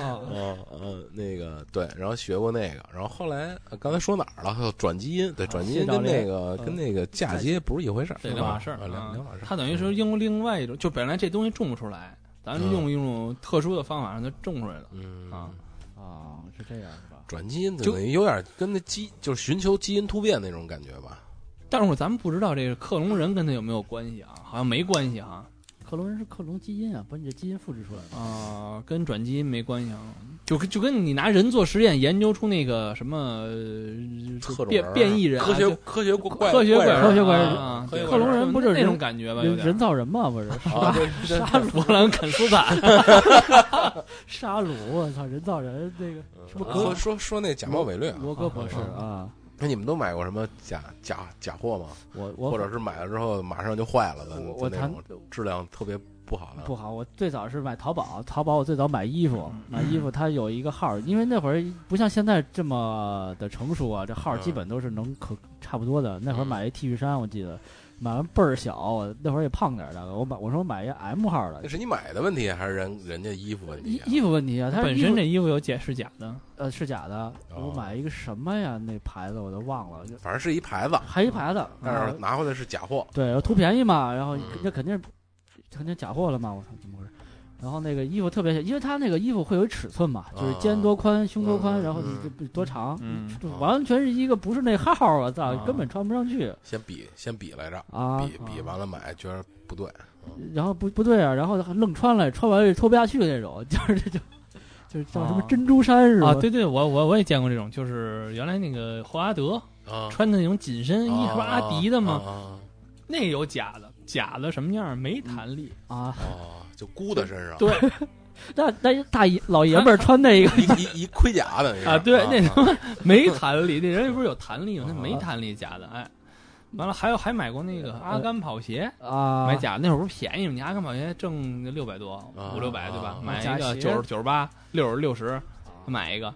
Speaker 1: 啊
Speaker 3: 嗯嗯，那个对，然后学过那个，然后后来呃刚才说哪儿了？转基因，对，转基因
Speaker 1: 是找
Speaker 3: 跟那
Speaker 1: 这
Speaker 3: 个
Speaker 1: 嗯
Speaker 3: 跟那个嫁接不是一回事儿，
Speaker 4: 哦这
Speaker 3: 是
Speaker 4: 两
Speaker 3: 吧
Speaker 4: 码事儿
Speaker 3: 啊，两两码事儿。
Speaker 4: 它等于是用另外一种，就本来这东西种不出来，咱们用一种特殊的方法让它种出来了
Speaker 3: 嗯
Speaker 4: 啊。
Speaker 1: 啊，是这样是吧？
Speaker 3: 转基因
Speaker 4: 就
Speaker 3: 等于有点跟那基就是寻求基因突变那种感觉吧？
Speaker 4: 但是咱们不知道这个克隆人跟他有没有关系啊？好像没关系啊。
Speaker 1: 克隆人是克隆基因啊，把你的基因复制出来了。
Speaker 4: 啊、跟转基因没关系啊，就跟就跟你拿人做实验研究出那个什么呃
Speaker 3: 特种
Speaker 4: 变
Speaker 3: 人
Speaker 4: 变异人啊、
Speaker 5: 科学
Speaker 4: 就
Speaker 5: 科学怪
Speaker 4: 科学
Speaker 5: 人
Speaker 4: 人
Speaker 5: 啊
Speaker 1: 科学怪人
Speaker 4: 啊，
Speaker 5: 科学
Speaker 1: 克
Speaker 5: 怪
Speaker 1: 隆
Speaker 5: 人
Speaker 1: 人不就是
Speaker 4: 那种
Speaker 1: 人
Speaker 4: 感觉吧？有
Speaker 1: 人
Speaker 4: 点
Speaker 1: 人造人嘛，不是
Speaker 5: 啊， 对
Speaker 1: 杀
Speaker 4: 弗兰肯斯坦，
Speaker 1: 杀戮，我操，人造人那个什么
Speaker 3: 说
Speaker 1: 格
Speaker 3: 说说那假冒伪呃劣啊，
Speaker 1: 罗格博士啊，
Speaker 3: 那你们都买过什么假假假货吗？
Speaker 1: 我我
Speaker 3: 或者是买了之后马上就坏了的，
Speaker 1: 我
Speaker 3: 就
Speaker 1: 我
Speaker 3: 那
Speaker 1: 谈
Speaker 3: 种质量特别不好的。
Speaker 1: 不好，我最早是买淘宝，淘宝我最早买衣服，
Speaker 4: 嗯
Speaker 1: 买衣服它有一个号儿，因为那会儿不像现在这么的成熟啊，这号儿基
Speaker 3: 嗯
Speaker 1: 本都是能可差不多的。那会儿买一 T 恤衫，我记得买完倍儿小，我那会儿也胖点儿的，我买我说我买一 M 号儿
Speaker 3: 那
Speaker 1: 的
Speaker 3: 是你买的问题，还是人人家衣服问题
Speaker 1: 衣
Speaker 3: 啊？
Speaker 1: 衣服问题啊，它
Speaker 4: 本
Speaker 1: 衣
Speaker 4: 身
Speaker 1: 服
Speaker 4: 这衣服有假是假的，
Speaker 1: 呃是假的，
Speaker 3: 哦
Speaker 1: 我买一个什么呀？那牌子我都忘了，就
Speaker 3: 反正是一牌子，
Speaker 1: 还一牌子，嗯
Speaker 3: 但
Speaker 1: 然
Speaker 3: 是
Speaker 1: 后
Speaker 3: 拿回来是假货。
Speaker 1: 对，图便宜嘛，然后
Speaker 3: 嗯
Speaker 1: 那肯定肯定假货了嘛，我操，怎么回事？然后那个衣服特别小，因为它那个衣服会有尺寸嘛，就是肩多宽，胸多宽，
Speaker 3: 啊嗯
Speaker 1: 然后
Speaker 3: 嗯
Speaker 1: 你这多长，
Speaker 4: 嗯
Speaker 1: 就完全是一个不是那号儿，我操，
Speaker 4: 啊
Speaker 1: 根本穿不上去
Speaker 3: 先比先比来着，
Speaker 1: 啊。
Speaker 3: 比比
Speaker 1: 啊
Speaker 3: 完了买，觉得不对，
Speaker 1: 然后不不对啊，然后还愣穿了，穿完也脱不下去那种， 就是这就就是叫什么
Speaker 4: 啊
Speaker 1: 珍珠衫是吧？
Speaker 4: 啊，对对，我我我也见过这种，就是原来那个霍华德
Speaker 3: 啊，
Speaker 4: 穿的那种紧身衣，
Speaker 5: 啊
Speaker 4: 是吧阿迪的嘛，
Speaker 3: 嘛，
Speaker 4: 那有假的，假的什么样儿没弹力，
Speaker 1: 啊，
Speaker 3: 哦，就箍在身上，
Speaker 4: 对
Speaker 1: 那那大爷老爷们儿穿那个
Speaker 3: 一一一盔甲
Speaker 5: 嗯
Speaker 3: 等于是
Speaker 4: 啊对那
Speaker 3: 啊
Speaker 4: 没弹力，那人不是有弹力吗？那
Speaker 3: 啊
Speaker 4: 没弹力，假的，哎，完了还有还买过那
Speaker 1: 呃
Speaker 4: 个阿甘跑鞋。
Speaker 1: 啊，
Speaker 4: 买假的那会儿不是便宜吗？你阿甘跑鞋挣六百多
Speaker 3: 啊，
Speaker 4: 五六百对吧
Speaker 3: 啊？
Speaker 4: 买
Speaker 1: 假
Speaker 4: 一个
Speaker 1: 鞋
Speaker 4: 九十九十八，六十六十，买一个，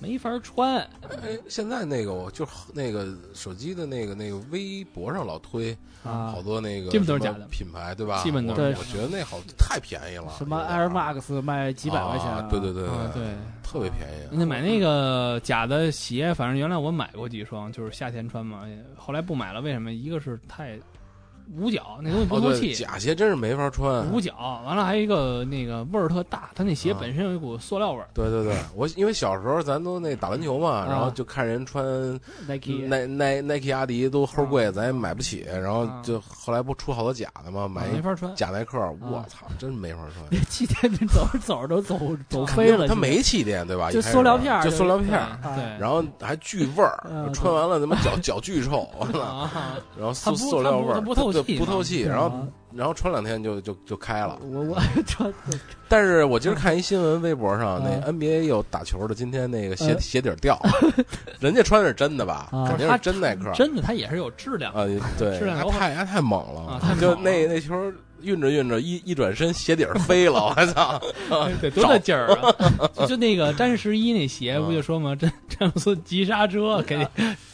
Speaker 4: 没法穿。
Speaker 3: 哎，现在那个我就是那个手机的那个那个微博上老推
Speaker 1: 啊
Speaker 3: 好多那个
Speaker 4: 基本都是
Speaker 3: 什么
Speaker 4: 假的
Speaker 3: 品牌，对吧？
Speaker 4: 基本都是
Speaker 3: 我
Speaker 1: 假的
Speaker 3: 我觉得那好太便宜了，
Speaker 1: 什么
Speaker 3: 有点
Speaker 1: Air Max 卖几百块钱
Speaker 3: 啊
Speaker 1: 啊，
Speaker 3: 对对对
Speaker 4: 啊，对，嗯
Speaker 3: 特别便宜。
Speaker 4: 那买那个假的鞋，反正原来我买过几双，就是夏天穿嘛，后来不买了。为什么？一个是太捂脚，那东西不
Speaker 3: 哦，
Speaker 4: 透
Speaker 3: 对，
Speaker 4: 气，
Speaker 3: 假鞋真是没法穿。
Speaker 4: 捂脚。完了还有一个那个味儿特大，它那鞋
Speaker 3: 啊
Speaker 4: 本身有一股塑料味儿。
Speaker 3: 对对对，我因为小时候咱都那打篮球嘛，
Speaker 1: 啊
Speaker 3: 然后就看人穿
Speaker 1: Nike 啊
Speaker 3: 耐耐 Nike、阿迪都齁贵，咱也买不起，然后
Speaker 4: 啊
Speaker 3: 就后来不出好多假的嘛，买
Speaker 4: 没
Speaker 3: 一
Speaker 4: 法穿，啊
Speaker 3: 假耐克，我操，真没法穿。
Speaker 1: 那气垫那走着走着都 走走飞了，
Speaker 3: 它没气垫对吧？
Speaker 1: 就
Speaker 3: 一开始
Speaker 1: 塑料片儿
Speaker 3: 就
Speaker 1: 就
Speaker 3: 塑料
Speaker 1: 是
Speaker 3: 片儿，
Speaker 1: 啊
Speaker 4: 对，
Speaker 3: 然后还巨味
Speaker 1: 啊
Speaker 3: 儿，
Speaker 1: 对
Speaker 3: 穿完了他妈脚 脚巨臭，完了，
Speaker 4: 啊，
Speaker 3: 然后塑
Speaker 4: 它不
Speaker 3: 塑料味
Speaker 4: 它
Speaker 3: 儿，
Speaker 4: 不它不透
Speaker 3: 对
Speaker 4: 气
Speaker 3: 不
Speaker 4: 嘛嗯
Speaker 3: 透气，
Speaker 1: 对啊
Speaker 3: 然后然后穿两天就就就开了。
Speaker 1: 我我穿
Speaker 3: 但是我
Speaker 4: 嗯
Speaker 3: 今儿看一新闻，微博上那
Speaker 1: 啊
Speaker 3: NBA 有打球的，今天那个鞋
Speaker 4: 嗯
Speaker 1: 呃
Speaker 3: 鞋底儿掉，人家穿的是真的吧？
Speaker 1: 啊
Speaker 3: 肯定是真耐克。
Speaker 4: 真的它也是有质量的。
Speaker 3: 啊，对，
Speaker 4: 质量
Speaker 3: 他
Speaker 4: 高
Speaker 3: 太他太猛
Speaker 4: 啊
Speaker 3: 了
Speaker 4: 太，猛
Speaker 3: 就
Speaker 4: 了
Speaker 3: 那那球运着运着，一一转身鞋底儿飞了，我操！
Speaker 4: 得多大劲儿啊！ 就就那个詹十一那鞋
Speaker 3: 啊
Speaker 4: 不就说嘛，詹詹姆斯急刹车，给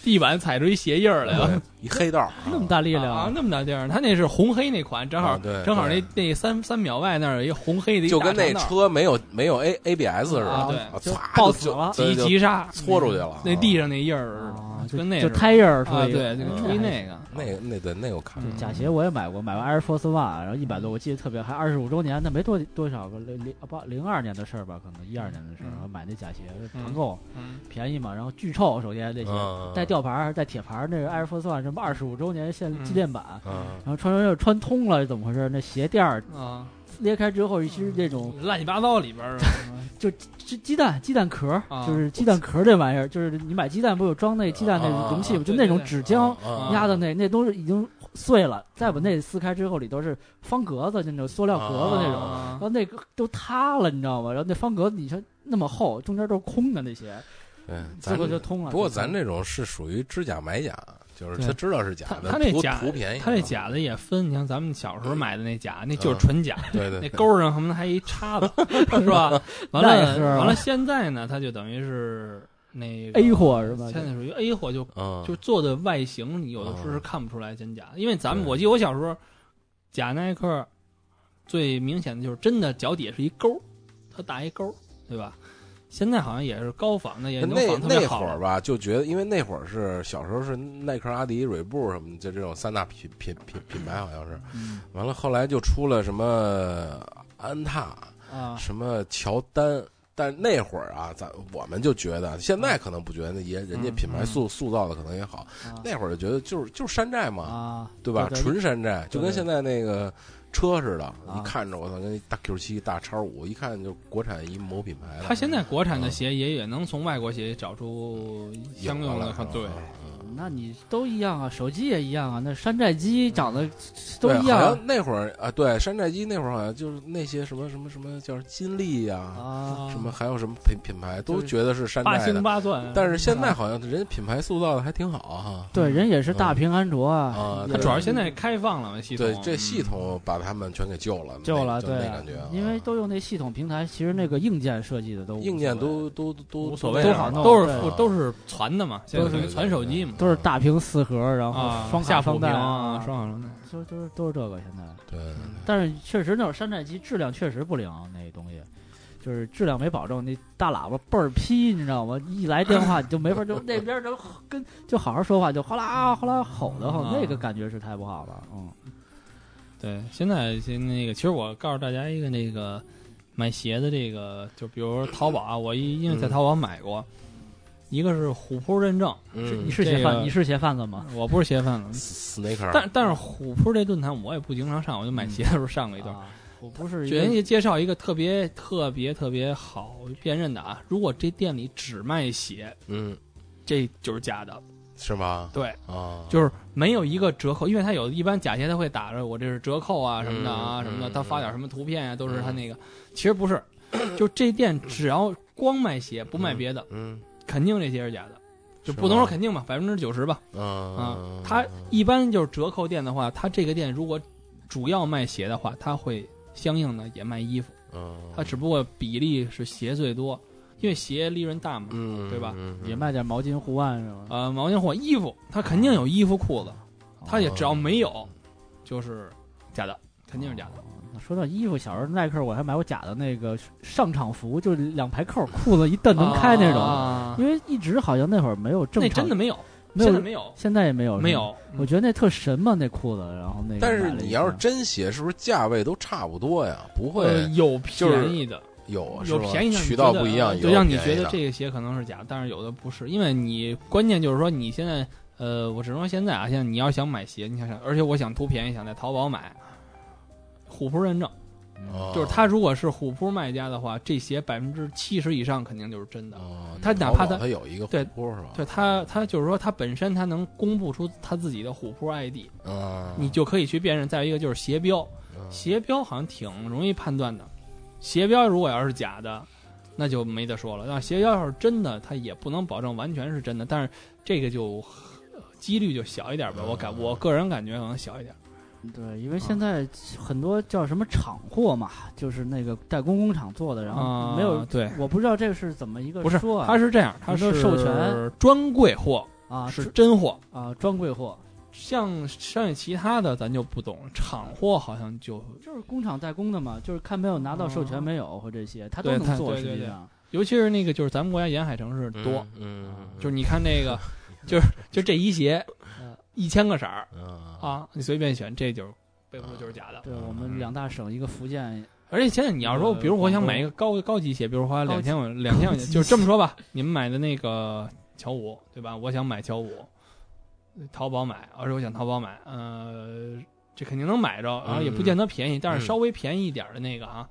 Speaker 4: 地板踩出一鞋印儿来了。
Speaker 3: 一黑道儿啊，
Speaker 1: 那么大力
Speaker 4: 啊
Speaker 1: 量，，
Speaker 4: 那么大地儿，他那是红黑那款，正
Speaker 3: 啊
Speaker 4: 好
Speaker 3: 对
Speaker 4: 正好那
Speaker 3: 对
Speaker 4: 那三三秒外那儿有一红黑的一
Speaker 3: 就
Speaker 4: 大
Speaker 3: 跟
Speaker 4: 长道
Speaker 3: 那
Speaker 4: 儿，
Speaker 3: 车没有没有 A A B S 似的，
Speaker 1: 啊
Speaker 4: 对
Speaker 3: 啊
Speaker 1: 就
Speaker 3: 唰
Speaker 1: 爆
Speaker 3: 就
Speaker 1: 死了
Speaker 3: 对
Speaker 4: 急
Speaker 3: 就
Speaker 4: 急刹
Speaker 3: 搓出去了
Speaker 4: 那地上那印儿
Speaker 1: 啊
Speaker 4: 似的，跟那
Speaker 1: 就是胎印儿出
Speaker 4: 啊，
Speaker 1: 来一
Speaker 4: 对，
Speaker 1: 个
Speaker 4: 就
Speaker 1: 嗯
Speaker 4: 出一那个
Speaker 3: 那个那对那我看了
Speaker 4: 嗯
Speaker 1: 假鞋我也买过，买完 Air Force One，然后一百多，我记得特别，还二十五周年，那没多多少个零零啊不零二年的事儿吧，可能一二年的事儿，
Speaker 4: 嗯
Speaker 1: 然后买那假鞋
Speaker 4: 嗯
Speaker 1: 团购
Speaker 4: 嗯
Speaker 1: 便宜嘛，然后巨臭，首先那鞋
Speaker 3: 嗯
Speaker 1: 带吊牌儿带铁牌儿，那个 Air Force One 什么二十五周年限
Speaker 4: 嗯
Speaker 1: 纪念版，
Speaker 3: 嗯
Speaker 1: 然后穿穿穿穿通了，怎么回事？那鞋垫儿
Speaker 4: 啊，
Speaker 1: 裂开之后是那种
Speaker 4: 乱七八糟里边
Speaker 1: 啊
Speaker 4: 儿
Speaker 1: 就鸡鸡蛋鸡蛋壳儿，
Speaker 4: 啊
Speaker 1: 就是鸡蛋壳儿这玩意儿，就是你买鸡蛋不有装那鸡蛋那容器吗？
Speaker 4: 啊
Speaker 1: 就
Speaker 4: 对
Speaker 1: 那
Speaker 4: 对
Speaker 1: 种
Speaker 4: 对
Speaker 1: 纸浆
Speaker 3: 嗯
Speaker 1: 压的那那都是已经碎了，再把那撕开之后里头是方格子那种塑料格子那种，然
Speaker 4: 啊
Speaker 1: 后那个都塌了，你知道吗？然后那方格子你说那么厚，中间都是空的那些，
Speaker 3: 对，
Speaker 1: 最
Speaker 3: 咱
Speaker 1: 后就通了。
Speaker 3: 不过咱这种是属于知假买假，就是
Speaker 4: 啊对
Speaker 3: 他知道是假的，
Speaker 4: 他他那
Speaker 3: 图
Speaker 4: 假
Speaker 3: 图便宜，啊
Speaker 4: 他那假的也分，你像咱们小时候买的那假，
Speaker 3: 嗯
Speaker 4: 那就是纯假，
Speaker 3: 对对
Speaker 4: 那
Speaker 3: 对
Speaker 4: 钩儿上恨不得还一 叉子，是吧？完
Speaker 1: 那也
Speaker 4: 了，
Speaker 1: 是啊
Speaker 4: 完了，现在呢，它就等于是那个
Speaker 1: A 货是吧？
Speaker 4: 现在属于 A 货，就
Speaker 3: 嗯
Speaker 4: 就做的外形，你有的时候是
Speaker 3: 嗯
Speaker 4: 看不出来真假的，因为咱们
Speaker 3: 对
Speaker 4: 我记得我小时候，假耐克最明显的就是真的脚底下是一钩儿，它打一钩儿，对吧？现在好像也是高仿的，也能
Speaker 3: 那
Speaker 4: 仿特别
Speaker 3: 那
Speaker 4: 好
Speaker 3: 会儿
Speaker 4: 了。
Speaker 3: 吧，就觉得，因为那会儿是小时候是耐克、阿迪、锐步什么，就这种三大品品品品牌好像是。
Speaker 4: 嗯
Speaker 3: 完了，后来就出了什么安踏，
Speaker 1: 啊，
Speaker 3: 什么乔丹。但那会儿啊，咱我们就觉得，现
Speaker 4: 嗯
Speaker 3: 在可能不觉得，也人家品牌塑塑造的可能也
Speaker 4: 啊
Speaker 3: 好。那会儿就觉得就是就是山寨嘛，
Speaker 1: 啊，
Speaker 3: 对吧？
Speaker 1: 对
Speaker 3: 纯山寨，就跟现在那个车似的，
Speaker 1: 啊
Speaker 3: 一看着我操，跟一大 Q 七、大叉五，一看就国产一某品牌的。
Speaker 4: 它现在
Speaker 3: 嗯
Speaker 4: 国产的鞋也也能从外国鞋找出相应的
Speaker 3: 了，
Speaker 4: 对，
Speaker 3: 嗯
Speaker 1: 那你都一样啊，手机也一样啊，那山寨机长得都
Speaker 3: 对
Speaker 1: 一
Speaker 3: 好
Speaker 1: 样
Speaker 3: 像那会儿啊，对山寨机那会儿好像就是那些什么什么什么叫金立呀、
Speaker 1: 啊。
Speaker 3: 什么还有什么品品牌都
Speaker 1: 就是
Speaker 3: 觉得是山
Speaker 4: 八
Speaker 3: 寨
Speaker 4: 星
Speaker 3: 的，
Speaker 4: 八钻。
Speaker 3: 但是现在好像人家品牌塑造的还挺好哈。
Speaker 1: 对，人也是大屏安卓
Speaker 3: 啊
Speaker 1: 啊，
Speaker 3: 它
Speaker 4: 它
Speaker 1: 也
Speaker 4: 主要是现在开放了系统，
Speaker 3: 对，这
Speaker 4: 嗯
Speaker 3: 系统把他们全给救了，
Speaker 1: 救
Speaker 3: 那
Speaker 1: 了，
Speaker 3: 就
Speaker 1: 对
Speaker 3: 那
Speaker 1: 啊
Speaker 3: 感觉啊，，嗯
Speaker 1: 因为都用那系统平台，其实那个硬件设计的都无
Speaker 3: 硬件
Speaker 1: 所谓啊
Speaker 3: 都都都
Speaker 4: 无所谓
Speaker 1: 都
Speaker 4: 了，
Speaker 1: 好弄
Speaker 4: 嗯都
Speaker 1: 对
Speaker 4: 是附都是传的嘛，现在
Speaker 3: 对
Speaker 4: 属于
Speaker 3: 对
Speaker 4: 传手机嘛，
Speaker 1: 都是大屏四核，然
Speaker 4: 啊
Speaker 1: 后，双卡
Speaker 4: 下
Speaker 1: 双
Speaker 4: 浮
Speaker 1: 待
Speaker 4: 屏啊，双卡双待。
Speaker 1: 就就是都是这个现在。
Speaker 3: 对，
Speaker 1: 但是确实那种山寨机质量确实不灵，那东西就是质量没保证。那大喇叭倍儿劈，你知道吗？一来电话你就没法就那边 就跟就好好说话，就哗啦啊哗啦吼的吼，
Speaker 4: 啊
Speaker 1: 那个感觉是太不好了。嗯，
Speaker 4: 对，现在现那个，其实我告诉大家一个那个买鞋的这个，就比如淘宝啊，我一因为在淘宝买过，一个是虎扑认证，
Speaker 1: 你
Speaker 3: 嗯
Speaker 1: 是
Speaker 4: 这
Speaker 1: 鞋贩，
Speaker 4: 个
Speaker 1: 你是鞋贩子吗？
Speaker 4: 我不是鞋贩子，
Speaker 3: ，Snaker，
Speaker 4: 但但是虎扑这论坛我也不经常上，我就买鞋的时候上过一段。
Speaker 1: 啊，我不是一
Speaker 4: 给人
Speaker 1: 个
Speaker 4: 家介绍一个特别特别特别好辨认的啊，如果这店里只卖鞋，
Speaker 3: 嗯，
Speaker 4: 这就是假的，
Speaker 3: 是吗？
Speaker 4: 对，
Speaker 3: 啊，
Speaker 4: 就是没有一个折扣，因为它有一般假鞋它会打着我这是折扣啊什么的啊
Speaker 3: 嗯
Speaker 4: 什么的，
Speaker 3: 嗯
Speaker 4: 它发点什么图片啊，都是它那个，其 实不是，就这店只要光卖鞋不卖别的，
Speaker 3: 嗯
Speaker 4: 肯定这鞋是假的，就是不能说
Speaker 3: 吗
Speaker 4: 肯定吧，百分之九十吧，
Speaker 3: 嗯，
Speaker 4: 它啊一般就是折扣店的话，它这个店如果主要卖鞋的话，它会相应的也卖衣服。
Speaker 3: 嗯，
Speaker 4: 它只不过比例是鞋最多，因为鞋利润大嘛。
Speaker 3: 嗯，
Speaker 4: 对吧
Speaker 3: 嗯？嗯
Speaker 1: 也卖点毛巾护腕是吧？
Speaker 4: 呃，毛巾或衣服，它肯定有衣服裤子，它也只要没有
Speaker 3: 哦，
Speaker 4: 就是假的，肯定是假的。
Speaker 1: 那说到衣服，小时候耐克我还买过假的那个上场服，就是两排扣，裤子一蹬能开那种。
Speaker 4: 啊
Speaker 1: 因为一直好像那会儿没有正
Speaker 4: 那
Speaker 1: 常，
Speaker 4: 真的没有，
Speaker 1: 没有
Speaker 4: 现在没有，
Speaker 1: 现在也没有，
Speaker 4: 没
Speaker 1: 是吗。
Speaker 4: 有。嗯
Speaker 1: 我觉得那特神嘛，那裤子，然后那个
Speaker 3: 但是
Speaker 1: 买了一
Speaker 3: 你要是
Speaker 1: 件
Speaker 3: 真鞋，是不是价位都差不多呀？不会
Speaker 4: 呃有
Speaker 3: 就是
Speaker 4: 便宜的，
Speaker 3: 有啊是
Speaker 4: 有
Speaker 3: 吧
Speaker 4: 便宜的
Speaker 3: 渠道不一样，
Speaker 4: 就让你
Speaker 3: 有
Speaker 4: 觉
Speaker 3: 便宜
Speaker 4: 得
Speaker 3: 的
Speaker 4: 这个鞋可能是假的，但是有的不是，因为你关键就是说你现在，呃，我只能说现在啊，现在你要想买鞋，你想想，而且我想图便宜，想在淘宝买，虎扑认证。
Speaker 3: 哦
Speaker 4: 就是他如果是虎扑卖家的话，这鞋百分之七十以上肯定就是真的。
Speaker 3: 哦
Speaker 4: 他哪怕
Speaker 3: 淘宝
Speaker 4: 他
Speaker 3: 他有一个
Speaker 4: 对
Speaker 3: 虎扑是吧？
Speaker 4: 对他，他就是说他本身他能公布出他自己的虎扑 ID，
Speaker 3: 嗯，
Speaker 4: 你就可以去辨认。再一个就是鞋标，
Speaker 3: 嗯
Speaker 4: 鞋标好像挺容易判断的。鞋标如果要是假的，那就没得说了。那鞋标要是真的，它也不能保证完全是真的，但是这个就呃几率就小一点吧。我感
Speaker 1: 嗯
Speaker 4: 我个人感觉可能小一点。
Speaker 1: 对，因为
Speaker 3: 啊
Speaker 1: 现在很多叫什么厂货嘛，就是那个代工工厂做的，然后
Speaker 4: 啊
Speaker 1: 没有，
Speaker 4: 对，
Speaker 1: 我不知道这个是怎么一个
Speaker 4: 不是
Speaker 1: 说，啊，
Speaker 4: 它是这样，它
Speaker 1: 你说
Speaker 4: 是
Speaker 1: 授权
Speaker 4: 专柜货，
Speaker 1: 啊
Speaker 4: 是
Speaker 1: 专
Speaker 4: 真货。
Speaker 1: 啊专柜货，
Speaker 4: 像剩下其他的咱就不懂，厂货好像就
Speaker 1: 就是工厂代工的嘛，就是看没有拿到授权没有或这些，他都
Speaker 4: 啊对
Speaker 1: 能
Speaker 4: 它
Speaker 1: 做，
Speaker 4: 对
Speaker 1: 实
Speaker 4: 对
Speaker 1: 际
Speaker 4: 对
Speaker 1: 上
Speaker 4: 尤其是那个就是咱们国家沿海城市多，，
Speaker 3: 嗯，嗯
Speaker 4: 就是你看那个，就是就这一鞋
Speaker 1: 嗯，
Speaker 4: 一千个色儿
Speaker 3: 嗯
Speaker 4: 啊，你随便选，这就是背不住就是假的。
Speaker 1: 对我们两大省一个福建
Speaker 4: 而且现在你要说，
Speaker 1: 呃
Speaker 4: 比如我想买一个高高级鞋，比如花
Speaker 1: 高
Speaker 4: 两
Speaker 1: 级
Speaker 4: 千块两千
Speaker 1: 高
Speaker 4: 块钱，
Speaker 1: 级
Speaker 4: 就这么说吧，你们买的那个乔五对吧？我想买乔五，淘宝买，而且我想淘宝买，呃，这肯定能买着，然后也不见得便宜，但是稍微便宜一点的那个啊，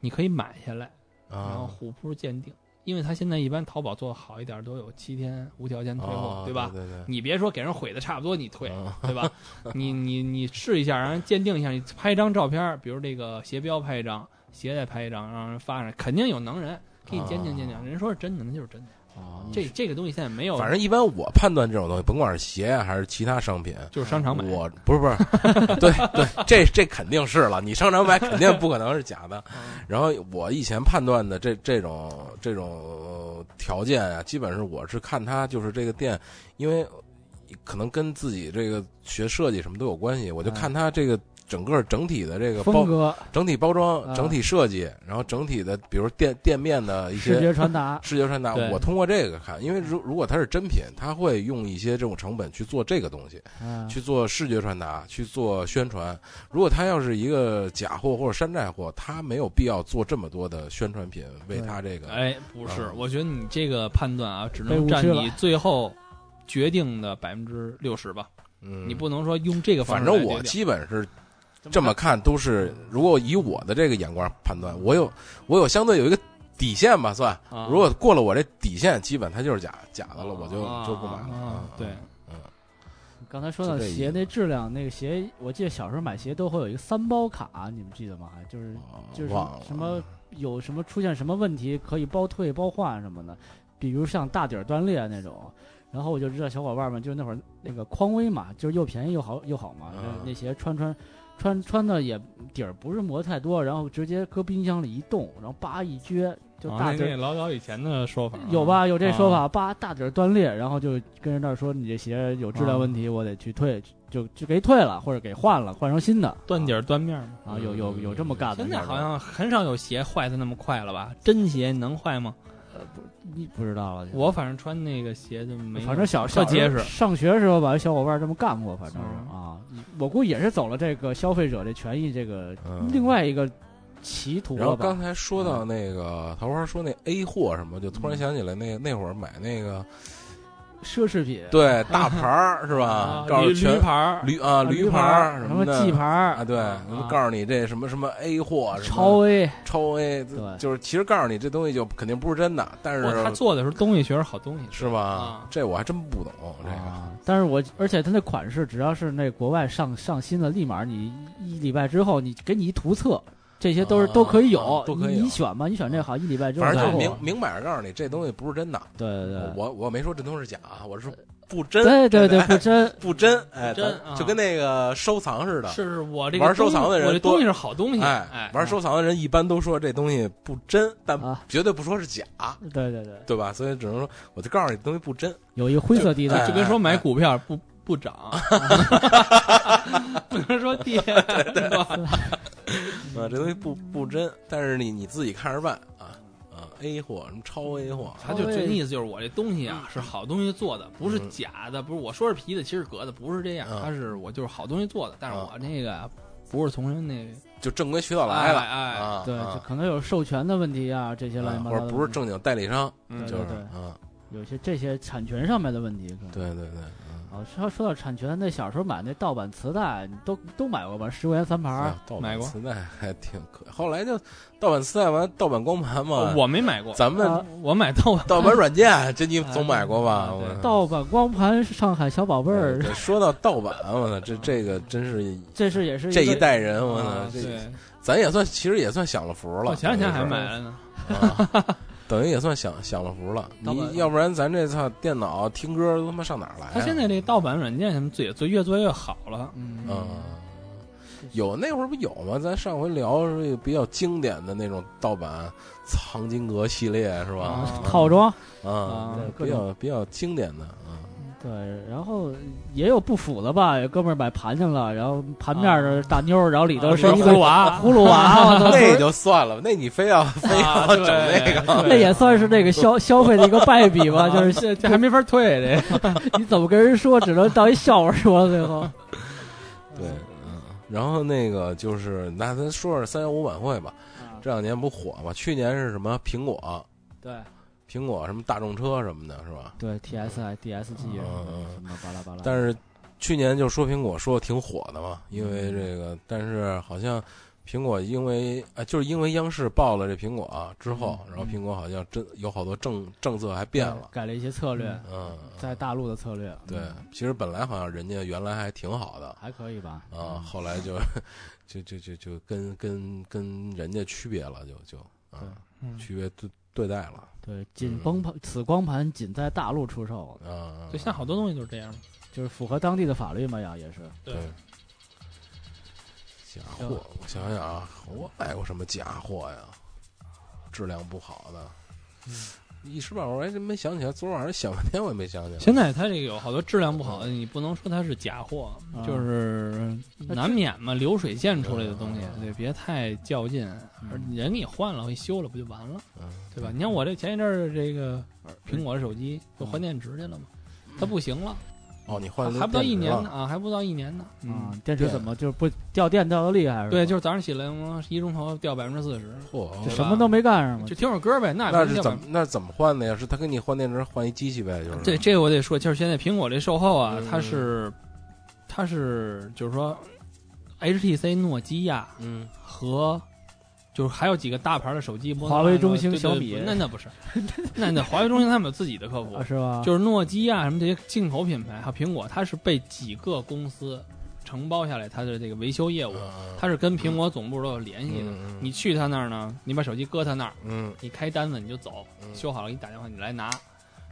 Speaker 4: 你可以买下来，然后
Speaker 3: 啊，
Speaker 4: 虎扑鉴定，因为它现在一般淘宝做的好一点都有七天无条件退
Speaker 3: 哦
Speaker 4: 货，对吧？
Speaker 3: 对对，
Speaker 4: 你别说给人毁的差不多，你退，
Speaker 3: 啊
Speaker 4: 对吧？你你你试一下，让人鉴定一下，你拍一张照片儿，比如这个鞋标拍一张，鞋带拍一张，让人发上，肯定有能人给你鉴定
Speaker 3: 啊
Speaker 4: 鉴定。人说是真的，那就是真的。
Speaker 3: 哦
Speaker 4: 这这个东西现在没有，
Speaker 3: 反正一般我判断这种东西，甭管是鞋啊还是其他商品，
Speaker 4: 就是商场买。
Speaker 3: 我不是不是，对对，这这肯定是了。你上场买肯定不可能是假的。然后我以前判断的这这种这种呃条件啊，基本是我是看它就是这个店，因为可能跟自己这个学设计什么都有关系，我就看它这个整个整体的这个
Speaker 1: 嗯
Speaker 3: 包
Speaker 1: 风格、
Speaker 3: 整体包装、
Speaker 1: 啊
Speaker 3: 整体设计，然后整体的比如店店面的一
Speaker 1: 视
Speaker 3: 些
Speaker 1: 觉传 达，
Speaker 3: 视觉传达
Speaker 4: 对，
Speaker 3: 我通过这个看，因为如如果它是真品，它会用一些这种成本去做这个东西。
Speaker 1: 嗯
Speaker 3: 去做视觉传达，去做宣传。如果他要是一个假货或者山寨货，他没有必要做这么多的宣传品为他这个。
Speaker 4: 哎，不是
Speaker 3: 啊，
Speaker 4: 我觉得你这个判断啊，只
Speaker 1: 被
Speaker 4: 能
Speaker 1: 误
Speaker 4: 占
Speaker 1: 区
Speaker 4: 你
Speaker 1: 了
Speaker 4: 最后决定的百分之六十吧。
Speaker 3: 嗯，
Speaker 4: 你不能说用这个方
Speaker 3: 反
Speaker 4: 式
Speaker 3: 正
Speaker 4: 来
Speaker 3: 我
Speaker 4: 决定
Speaker 3: 基本是这么看都是，
Speaker 4: 嗯
Speaker 3: 如果以我的这个眼光判断，我有我有相对有一个底线吧，算。
Speaker 4: 啊
Speaker 3: 如果过了我这底线，基本它就是假假的了，我就
Speaker 4: 啊
Speaker 3: 就不买了。
Speaker 4: 啊
Speaker 3: 啊
Speaker 4: 对，
Speaker 1: 刚才说到鞋那质量，那个鞋，我记得小时候买鞋都会有一个三包卡，啊你们记得吗？还就是就是
Speaker 3: 哦啊忘了嗯
Speaker 1: 什么有什么出现什么问题可以包退包换什么的，比如像大底儿断裂那种。然后我就知道小伙伴们就是那会儿那个匡威嘛，就是又便宜又好又好嘛，
Speaker 3: 嗯
Speaker 1: 那那鞋穿穿穿穿的也底儿不是磨太多，然后直接搁冰箱里一冻，然后叭一撅就
Speaker 4: 啊
Speaker 1: 大
Speaker 4: 那
Speaker 1: 底儿
Speaker 4: 那老早以前的说法
Speaker 1: 有？吧？有这说
Speaker 4: 啊
Speaker 1: 法，叭、大底儿断裂，然后就跟人那儿说你这鞋有
Speaker 4: 嗯
Speaker 1: 质量问题，我得去退，就就给退了，或者给换了，换成新的。
Speaker 4: 断底儿断面嘛。
Speaker 1: 啊，有有有这么干的。
Speaker 4: 现在好像很少有鞋坏的那么快了吧？真鞋能坏吗？
Speaker 1: 你不知道了。啊
Speaker 4: 我反正穿那个鞋就没有，
Speaker 1: 反正小
Speaker 4: 特
Speaker 1: 小
Speaker 4: 结
Speaker 1: 时候
Speaker 4: 实。
Speaker 1: 上学的时候吧，小伙伴这么干过，反正是
Speaker 4: 嗯
Speaker 1: 啊，我估计也是走了这个消费者这权益这个
Speaker 3: 嗯
Speaker 1: 另外一个歧途
Speaker 3: 然后
Speaker 1: 了
Speaker 3: 刚
Speaker 1: 吧？嗯
Speaker 3: 才说到那个桃花说那 A 货什么，就突然想起来那那会儿买那个
Speaker 1: 奢侈品
Speaker 3: 对大牌儿是吧
Speaker 4: 啊？
Speaker 3: 告诉
Speaker 4: 驴
Speaker 3: 全
Speaker 4: 驴牌儿
Speaker 3: 驴啊
Speaker 1: 啊
Speaker 3: 驴牌
Speaker 1: 儿
Speaker 3: 儿
Speaker 1: 什
Speaker 3: 什么的
Speaker 1: 记牌儿
Speaker 3: 啊，对，什么告诉你这什么什么 A 货什么
Speaker 1: 超 A
Speaker 3: 超 A，
Speaker 1: 对
Speaker 3: 就是其实告诉你这东西就肯定不是真的，但
Speaker 4: 不，他
Speaker 3: 是
Speaker 4: 做的时候东西确实好东西。
Speaker 3: 是吧
Speaker 4: 啊？
Speaker 3: 这我还真不懂这个。
Speaker 1: 啊，但是我而且它那款式只要是那国外上上新了，立马你一礼拜之后，你给你一图册，这些都是、
Speaker 3: 啊
Speaker 1: 都可以有，
Speaker 3: 都可以
Speaker 1: 你
Speaker 3: 有
Speaker 1: 你选吧，你选这好，一礼拜之后
Speaker 3: 反正
Speaker 1: 再
Speaker 3: 就
Speaker 1: 过
Speaker 3: 明明摆着告诉你这东西不是真的，
Speaker 1: 对对对。
Speaker 3: 我我没说这都是假，啊我是说不真，
Speaker 1: 对对对，
Speaker 3: 哎
Speaker 1: 不真，
Speaker 3: 不真，哎，
Speaker 4: 不真
Speaker 3: 咱
Speaker 4: 啊
Speaker 3: 就跟那个收藏似的，
Speaker 4: 是是，我这个
Speaker 3: 玩收
Speaker 4: 东
Speaker 3: 藏的人
Speaker 4: 我这
Speaker 3: 多
Speaker 4: 东西是好东西。
Speaker 3: 哎
Speaker 4: 哎，，
Speaker 3: 玩收藏的人一般都说这东西不真，但
Speaker 1: 啊
Speaker 3: 绝对不说是假，
Speaker 1: 对对对，
Speaker 3: 对吧？所以只能说，我就告诉你东西不真，
Speaker 1: 有一灰色地带
Speaker 3: 哎
Speaker 4: 就跟说买股票不 不涨，不能说跌，对吧？
Speaker 3: 啊，这东西不不真，但是你你自己看着办啊啊，A 货什么超 A 货，
Speaker 4: 他就这意思就是我这东西啊是好东西做的，不是假的，不是我说是皮的，其实是革的，不是这样
Speaker 3: 嗯。
Speaker 4: 它是我就是好东西做的，但是我那个不是从人那个
Speaker 3: 就正规渠道来了
Speaker 4: 哎哎
Speaker 3: 啊，
Speaker 1: 对，就
Speaker 3: 啊
Speaker 1: 可能有授权的问题啊，这些乱
Speaker 3: 啊
Speaker 1: 七八糟的
Speaker 3: 或者
Speaker 1: 问题，
Speaker 3: 不是正经代理商，
Speaker 4: 嗯
Speaker 1: 对
Speaker 3: 就是
Speaker 1: 对对，
Speaker 3: 啊，
Speaker 1: 有些这些产权上面的问题可能。
Speaker 3: 对对对，
Speaker 1: 啊，说说到产权，那小时候买那盗版磁带，你都都买过吧？十块钱三盘儿
Speaker 3: 啊，盗
Speaker 4: 买
Speaker 3: 版
Speaker 4: 过
Speaker 3: 磁带还挺可，后来就盗版磁带完，盗版光盘嘛，
Speaker 4: 哦我没买过，
Speaker 3: 呃咱们
Speaker 1: 啊
Speaker 4: 我买盗版
Speaker 3: 盗版软件，这你
Speaker 4: 哎
Speaker 3: 总买过吧？
Speaker 4: 啊对
Speaker 3: 我
Speaker 1: 盗版光盘，上海小宝贝儿
Speaker 3: 对，对说到盗版，我操，这这个真是
Speaker 1: 这是也是
Speaker 3: 这
Speaker 1: 个
Speaker 3: 一代人，我
Speaker 4: 啊
Speaker 3: 操，这
Speaker 4: 对，
Speaker 3: 咱也算其实也算享了福了。
Speaker 4: 我前两天还
Speaker 3: 等于
Speaker 4: 买了呢。
Speaker 3: 是，啊 等于也算享享了福了。
Speaker 4: 盗版
Speaker 3: 你要不然咱这操电脑听歌都他妈上哪儿来啊？
Speaker 4: 他现在这盗版软件什么做也做越做越好了，嗯
Speaker 3: 嗯。有那会儿不有吗？咱上回聊是比较经典的那种盗版藏经阁系列是吧？
Speaker 4: 啊
Speaker 1: 套装，
Speaker 3: 啊
Speaker 4: 啊，
Speaker 3: 比
Speaker 1: 各种
Speaker 3: 较比较经典的啊。
Speaker 1: 对，然后也有不腐的吧，有哥们儿买盘去了，然后盘面儿
Speaker 3: 啊
Speaker 1: 是大妞儿，然
Speaker 4: 啊
Speaker 1: 后里头是一
Speaker 4: 葫芦
Speaker 1: 个
Speaker 4: 娃，
Speaker 1: 葫芦娃，我操，
Speaker 3: 那也就算了，那你非要非
Speaker 4: 啊哎
Speaker 3: 要整那个，
Speaker 4: 个
Speaker 1: 那也算是那个消消费的一个败笔吧，就是
Speaker 4: 这这还没法退这。
Speaker 1: 你怎么跟人说，只能当一笑话说，最后
Speaker 3: 啊对，嗯。然后那个就是，那咱说说三幺五晚会吧，这两年不火吗？去年是什么苹果，
Speaker 1: 对
Speaker 3: 苹果什么大众车什么的，是吧？
Speaker 1: 对，T S I D S G 什
Speaker 3: 嗯
Speaker 1: 么巴拉巴拉，
Speaker 3: 但是去年就说苹果说挺火的嘛，因为这个，但是好像苹果因为啊、就是因为央视报了这苹果、之后，然后苹果好像真有好多政政策还变了，
Speaker 1: 改了一些策略，
Speaker 3: 嗯，
Speaker 1: 在大陆的策略，
Speaker 3: 对，其实本来好像人家原来还挺好的，
Speaker 1: 还可以吧？
Speaker 3: 啊，后来就 就就就就跟跟跟人家区别了，就就啊，
Speaker 4: 嗯
Speaker 3: 区别对对待了
Speaker 1: 对，
Speaker 3: 嗯
Speaker 1: 仅光盘，此光盘仅在大陆出售，
Speaker 3: 啊啊，
Speaker 4: 对，现在好多东西都是这样。
Speaker 1: 就是符合当地的法律嘛，呀，也是。
Speaker 3: 对。假
Speaker 1: 行
Speaker 3: 货，我想想啊，我买过什么假货呀？质量不好的，一时半会儿我还真没想起来。昨晚上想半天我也没想起来。
Speaker 4: 现在它这个有好多质量不好的，你不能说它是假货，
Speaker 1: 啊
Speaker 4: 就是难免嘛，流水线出来的东西
Speaker 3: 嗯，
Speaker 4: 对，别太较劲。而人给换了，给修了，不就完了，
Speaker 3: 嗯
Speaker 4: 对吧？你看我这前一阵儿这个苹果的手机不换电池去了吗？
Speaker 3: 嗯
Speaker 4: 它不行了，
Speaker 3: 哦，你换了
Speaker 4: 还不到一年呢
Speaker 3: 呢。
Speaker 4: 啊，还不到一年呢。
Speaker 1: 啊
Speaker 4: 嗯，，
Speaker 1: 电池怎么就是不掉电掉的厉害？是吧
Speaker 4: 对，就是早上起来嘛，一钟头掉百分之四十，
Speaker 3: 嚯、哦
Speaker 1: 就
Speaker 4: 对
Speaker 1: 什
Speaker 4: 吧
Speaker 1: 么都没干是吗？
Speaker 4: 就听会儿歌呗，那也不
Speaker 3: 那是
Speaker 4: 叫
Speaker 3: 怎
Speaker 4: 百
Speaker 3: 么那是怎么换的呀？是他给你换电池，换一机器呗，就是
Speaker 4: 对，这个我得
Speaker 1: 嗯
Speaker 4: 说，就是现在苹果这售后啊
Speaker 3: 嗯，
Speaker 4: 它是，它是就是说 HTC、诺基亚
Speaker 3: 嗯，
Speaker 4: 和就是还有几个大牌的手机，摩托
Speaker 1: 华
Speaker 4: 罗
Speaker 1: 为
Speaker 4: 拉
Speaker 1: 中兴
Speaker 4: 对对
Speaker 1: 小
Speaker 4: 对
Speaker 1: 米
Speaker 4: 不那那不是， 那那华为、中兴他们有自己的客服
Speaker 1: 啊，，是吧？
Speaker 4: 就是诺基亚什么这些进口品牌，还有苹果，它是被几个公司承包下来它的这个维修业务，它是跟苹果总部都有联系的。
Speaker 3: 嗯
Speaker 4: 嗯你去他那儿呢，你把手机搁他那儿，
Speaker 3: 嗯
Speaker 4: 你开单子你就走，
Speaker 3: 嗯
Speaker 4: 修好了给你打电话，你来拿。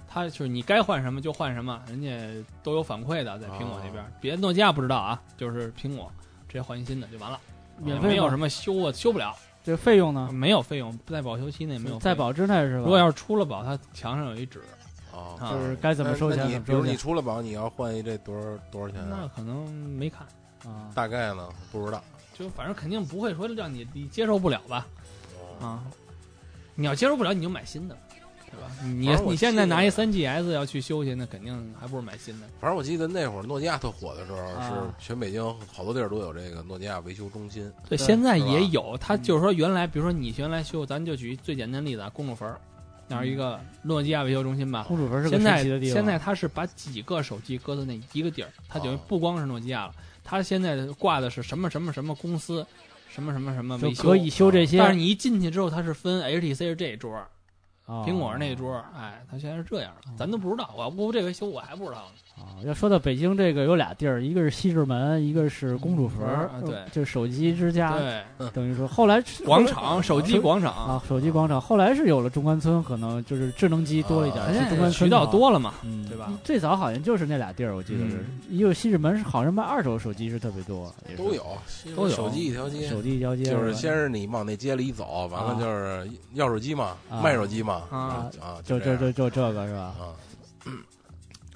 Speaker 4: 他就是你该换什么就换什么，人家都有反馈的，在苹果那
Speaker 3: 哦
Speaker 4: 边。别诺基亚不知道啊，就是苹果直接换一新的就完了，
Speaker 1: 免
Speaker 4: 没
Speaker 1: 费
Speaker 4: 有
Speaker 1: 吗
Speaker 4: 什么修啊，修不了，
Speaker 1: 这费用呢？
Speaker 4: 没有费用，在保修期内没有费用
Speaker 1: 在。保之内是吧？
Speaker 4: 如果要是出了保，它墙上有一纸，
Speaker 3: 哦
Speaker 4: 啊
Speaker 1: 就是该怎么收
Speaker 3: 那
Speaker 1: 钱
Speaker 3: 你
Speaker 1: 怎么
Speaker 3: 比如
Speaker 1: 收
Speaker 3: 你
Speaker 1: 钱
Speaker 3: 出了保，你要换一这多少多少钱
Speaker 4: 那
Speaker 3: 啊？
Speaker 4: 可能没看，
Speaker 1: 啊，
Speaker 3: 大概呢？不知道。
Speaker 4: 就反正肯定不会说让你你接受不了吧？
Speaker 3: 哦
Speaker 4: 啊，你要接受不了，你就买新的，对吧？你
Speaker 3: 反正我
Speaker 4: 你现在
Speaker 3: 记得
Speaker 4: 拿一三 GS 要去修去，那肯定还不如买新的。
Speaker 3: 反正我记得那会儿诺基亚特火的时候，
Speaker 1: 啊
Speaker 3: 是全北京好多地儿都有这个诺基亚维修中心。
Speaker 4: 对，
Speaker 1: 对嗯
Speaker 4: 现在
Speaker 3: 是吧
Speaker 4: 也有，它就是说原来，比如说你原来修，咱就举最简单的例子啊，公主坟儿那儿一个诺基亚维修中心吧。
Speaker 1: 公主嗯坟是个
Speaker 4: 现在
Speaker 1: 神奇的地方。
Speaker 4: 现在它是把几个手机搁在那一个地儿，它等于
Speaker 3: 哦
Speaker 4: 不光是诺基亚了，它现在挂的是什么什么什么公司，什么什么什么
Speaker 1: 就
Speaker 4: 维修啊
Speaker 1: 可以修这些，
Speaker 4: 但是你一进去之后，它是分 HTC 是这一桌，
Speaker 1: 啊
Speaker 4: 苹果是那桌，哎，它现在是这样的，咱都不知道。我要不这回修，我还不知道
Speaker 1: 啊。
Speaker 4: 呢。
Speaker 1: 要说到北京这个有俩地儿，一个是西直门，一个是公主坟
Speaker 4: 啊，对
Speaker 1: 就是手机之家，
Speaker 4: 对，
Speaker 1: 等于说后来是
Speaker 4: 广场手机广场，
Speaker 1: 嗯啊，手机广场后来是有了中关村，可能就是智能机多了一点，
Speaker 3: 啊
Speaker 4: 它
Speaker 1: 是
Speaker 4: 现
Speaker 1: 中
Speaker 4: 在
Speaker 1: 关
Speaker 4: 哎渠
Speaker 1: 村
Speaker 4: 道
Speaker 1: 嘛，
Speaker 4: 多了嘛，
Speaker 1: 嗯，
Speaker 4: 对吧？
Speaker 1: 最早好像就是那俩地儿，我记得是，一个西直门是好像卖二手手机是特别多，也是
Speaker 3: 嗯都有，
Speaker 4: 都有
Speaker 3: 手机一条街，
Speaker 1: 手机一啊条街，
Speaker 3: 就是
Speaker 1: 吧
Speaker 3: 先是你往那街里一走，完
Speaker 1: 啊
Speaker 3: 了就是要手机嘛，
Speaker 1: 啊
Speaker 3: 卖手机嘛，
Speaker 4: 啊
Speaker 3: 啊，
Speaker 1: 就
Speaker 3: 这
Speaker 1: 就
Speaker 3: 样
Speaker 1: 就就这个是吧？
Speaker 3: 啊。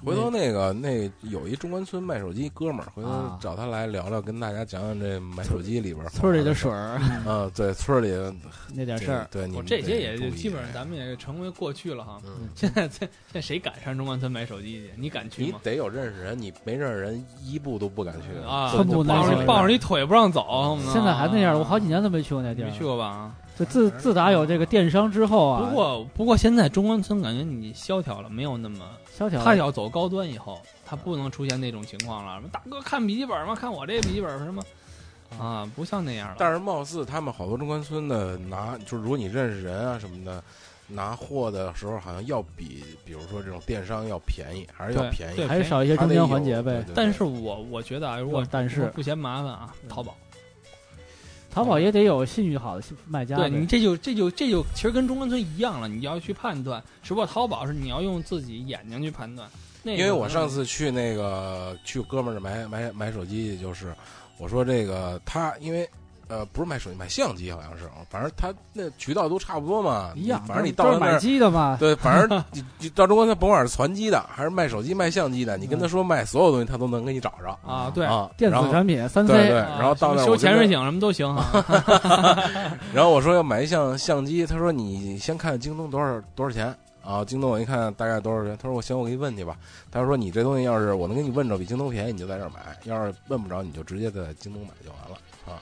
Speaker 3: 回头那个那有一中关村卖手机哥们儿，回头
Speaker 1: 啊
Speaker 3: 找他来聊聊，跟大家讲讲这买手机里边儿
Speaker 1: 村里的水 儿
Speaker 3: 啊，对村里的
Speaker 1: 那点事儿，
Speaker 3: 对，啊你
Speaker 4: 我
Speaker 3: 们
Speaker 4: 这
Speaker 3: 得
Speaker 4: 些也
Speaker 3: 注
Speaker 4: 就
Speaker 3: 意
Speaker 4: 基本上咱们也成为过去了哈。
Speaker 3: 嗯
Speaker 4: 现在现在谁敢上中关村买手机去？你敢去
Speaker 3: 你
Speaker 4: 吗？
Speaker 3: 得有认识人，你没认识人一步都不敢去
Speaker 4: 啊，
Speaker 1: 寸步难
Speaker 4: 抱
Speaker 1: 行嗯
Speaker 4: 着抱着你腿不让走。
Speaker 1: 现在还那样，我好几
Speaker 4: 年
Speaker 1: 年都没去过那地儿
Speaker 4: 没
Speaker 1: 了
Speaker 4: 去。过吧？啊
Speaker 1: 就自自打有这个电商之后啊，
Speaker 4: 不过不过现在中关村感觉你萧条了，没有那么。
Speaker 1: 萧条
Speaker 4: 他要走高端以后，他不能出现那种情况了。什么大哥看笔记本吗？看我这笔记本什么？啊，不像那样了。
Speaker 3: 但是貌似他们好多中关村的拿，就是如果你认识人啊什么的，拿货的时候好像要比，比如说这种电商要便宜，还是要
Speaker 4: 对
Speaker 3: 便宜
Speaker 4: 对，
Speaker 1: 还是少一些中间环节
Speaker 3: 还
Speaker 1: 呗
Speaker 3: 得。有。
Speaker 4: 但是我我觉得啊，如果
Speaker 1: 但是嗯
Speaker 4: 不嫌麻烦啊，淘宝，
Speaker 1: 淘宝也得有信誉好的卖家呗，
Speaker 4: 对你这就这就这就其实跟中关村一样了，你要去判断，只不过淘宝是你要用自己眼睛去判断。那个
Speaker 3: 因为我
Speaker 4: 可能
Speaker 3: 上次去那个去哥们儿那买买买手机，就是我说这个他因为。呃，不是买手机，买相机好像是，啊反正他那渠道都差不多嘛。
Speaker 1: 一样，
Speaker 3: 反正你
Speaker 1: 都
Speaker 3: 到
Speaker 1: 是
Speaker 3: 了那
Speaker 1: 买
Speaker 3: 儿，
Speaker 1: 机的嘛，
Speaker 3: 对，反正你你到中关村，甭管是传机的，还是卖手机、卖相机的，你跟他说卖所有东西，他都能给你找着
Speaker 4: 啊，对，
Speaker 3: 啊。
Speaker 1: 嗯电
Speaker 3: 然
Speaker 1: 子
Speaker 3: 后
Speaker 1: 产品三
Speaker 3: 对
Speaker 1: C
Speaker 3: 对，
Speaker 4: 啊
Speaker 3: 然后到那儿
Speaker 4: 什么
Speaker 3: 我
Speaker 4: 修
Speaker 3: 跟
Speaker 4: 潜
Speaker 3: 他
Speaker 4: 水艇什么都行啊。
Speaker 3: 然后我说要买一相相机，他说你先看京东多少多少钱啊？京东我一看大概多少钱，他说我行，我给你问去吧。他说你这东西要是我能给你问着比京东便宜，你就在这儿买；要是问不着，你就直接在京东买就完了啊，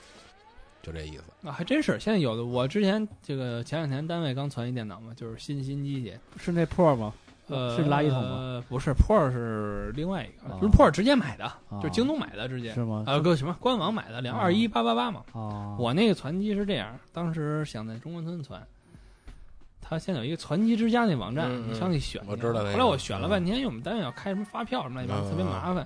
Speaker 3: 就这意思。
Speaker 4: 啊，还真是，现在有的我之前这个前两天单位刚传一电脑嘛，就是新新机器，
Speaker 1: 是那破吗？
Speaker 4: 呃，
Speaker 1: 是垃圾桶吗？
Speaker 4: 呃，不是，Pro 是另外一个，
Speaker 1: 啊
Speaker 4: 就是 Pro 直接买的，
Speaker 1: 啊
Speaker 4: 就是京东买的直接
Speaker 1: 是，吗？
Speaker 3: 呃
Speaker 4: 啊，个什么官网买的，两二一八八八嘛。
Speaker 1: 啊，
Speaker 4: 我那个传机是这样，当时想在中关村传，它现在有一个传机之家那网站，
Speaker 3: 嗯嗯
Speaker 4: 你上去选去。
Speaker 3: 我知道那个
Speaker 4: 后来我选了半天，因为我们单位要开什么发票什么乱七八糟，
Speaker 3: 嗯
Speaker 4: 特别麻烦。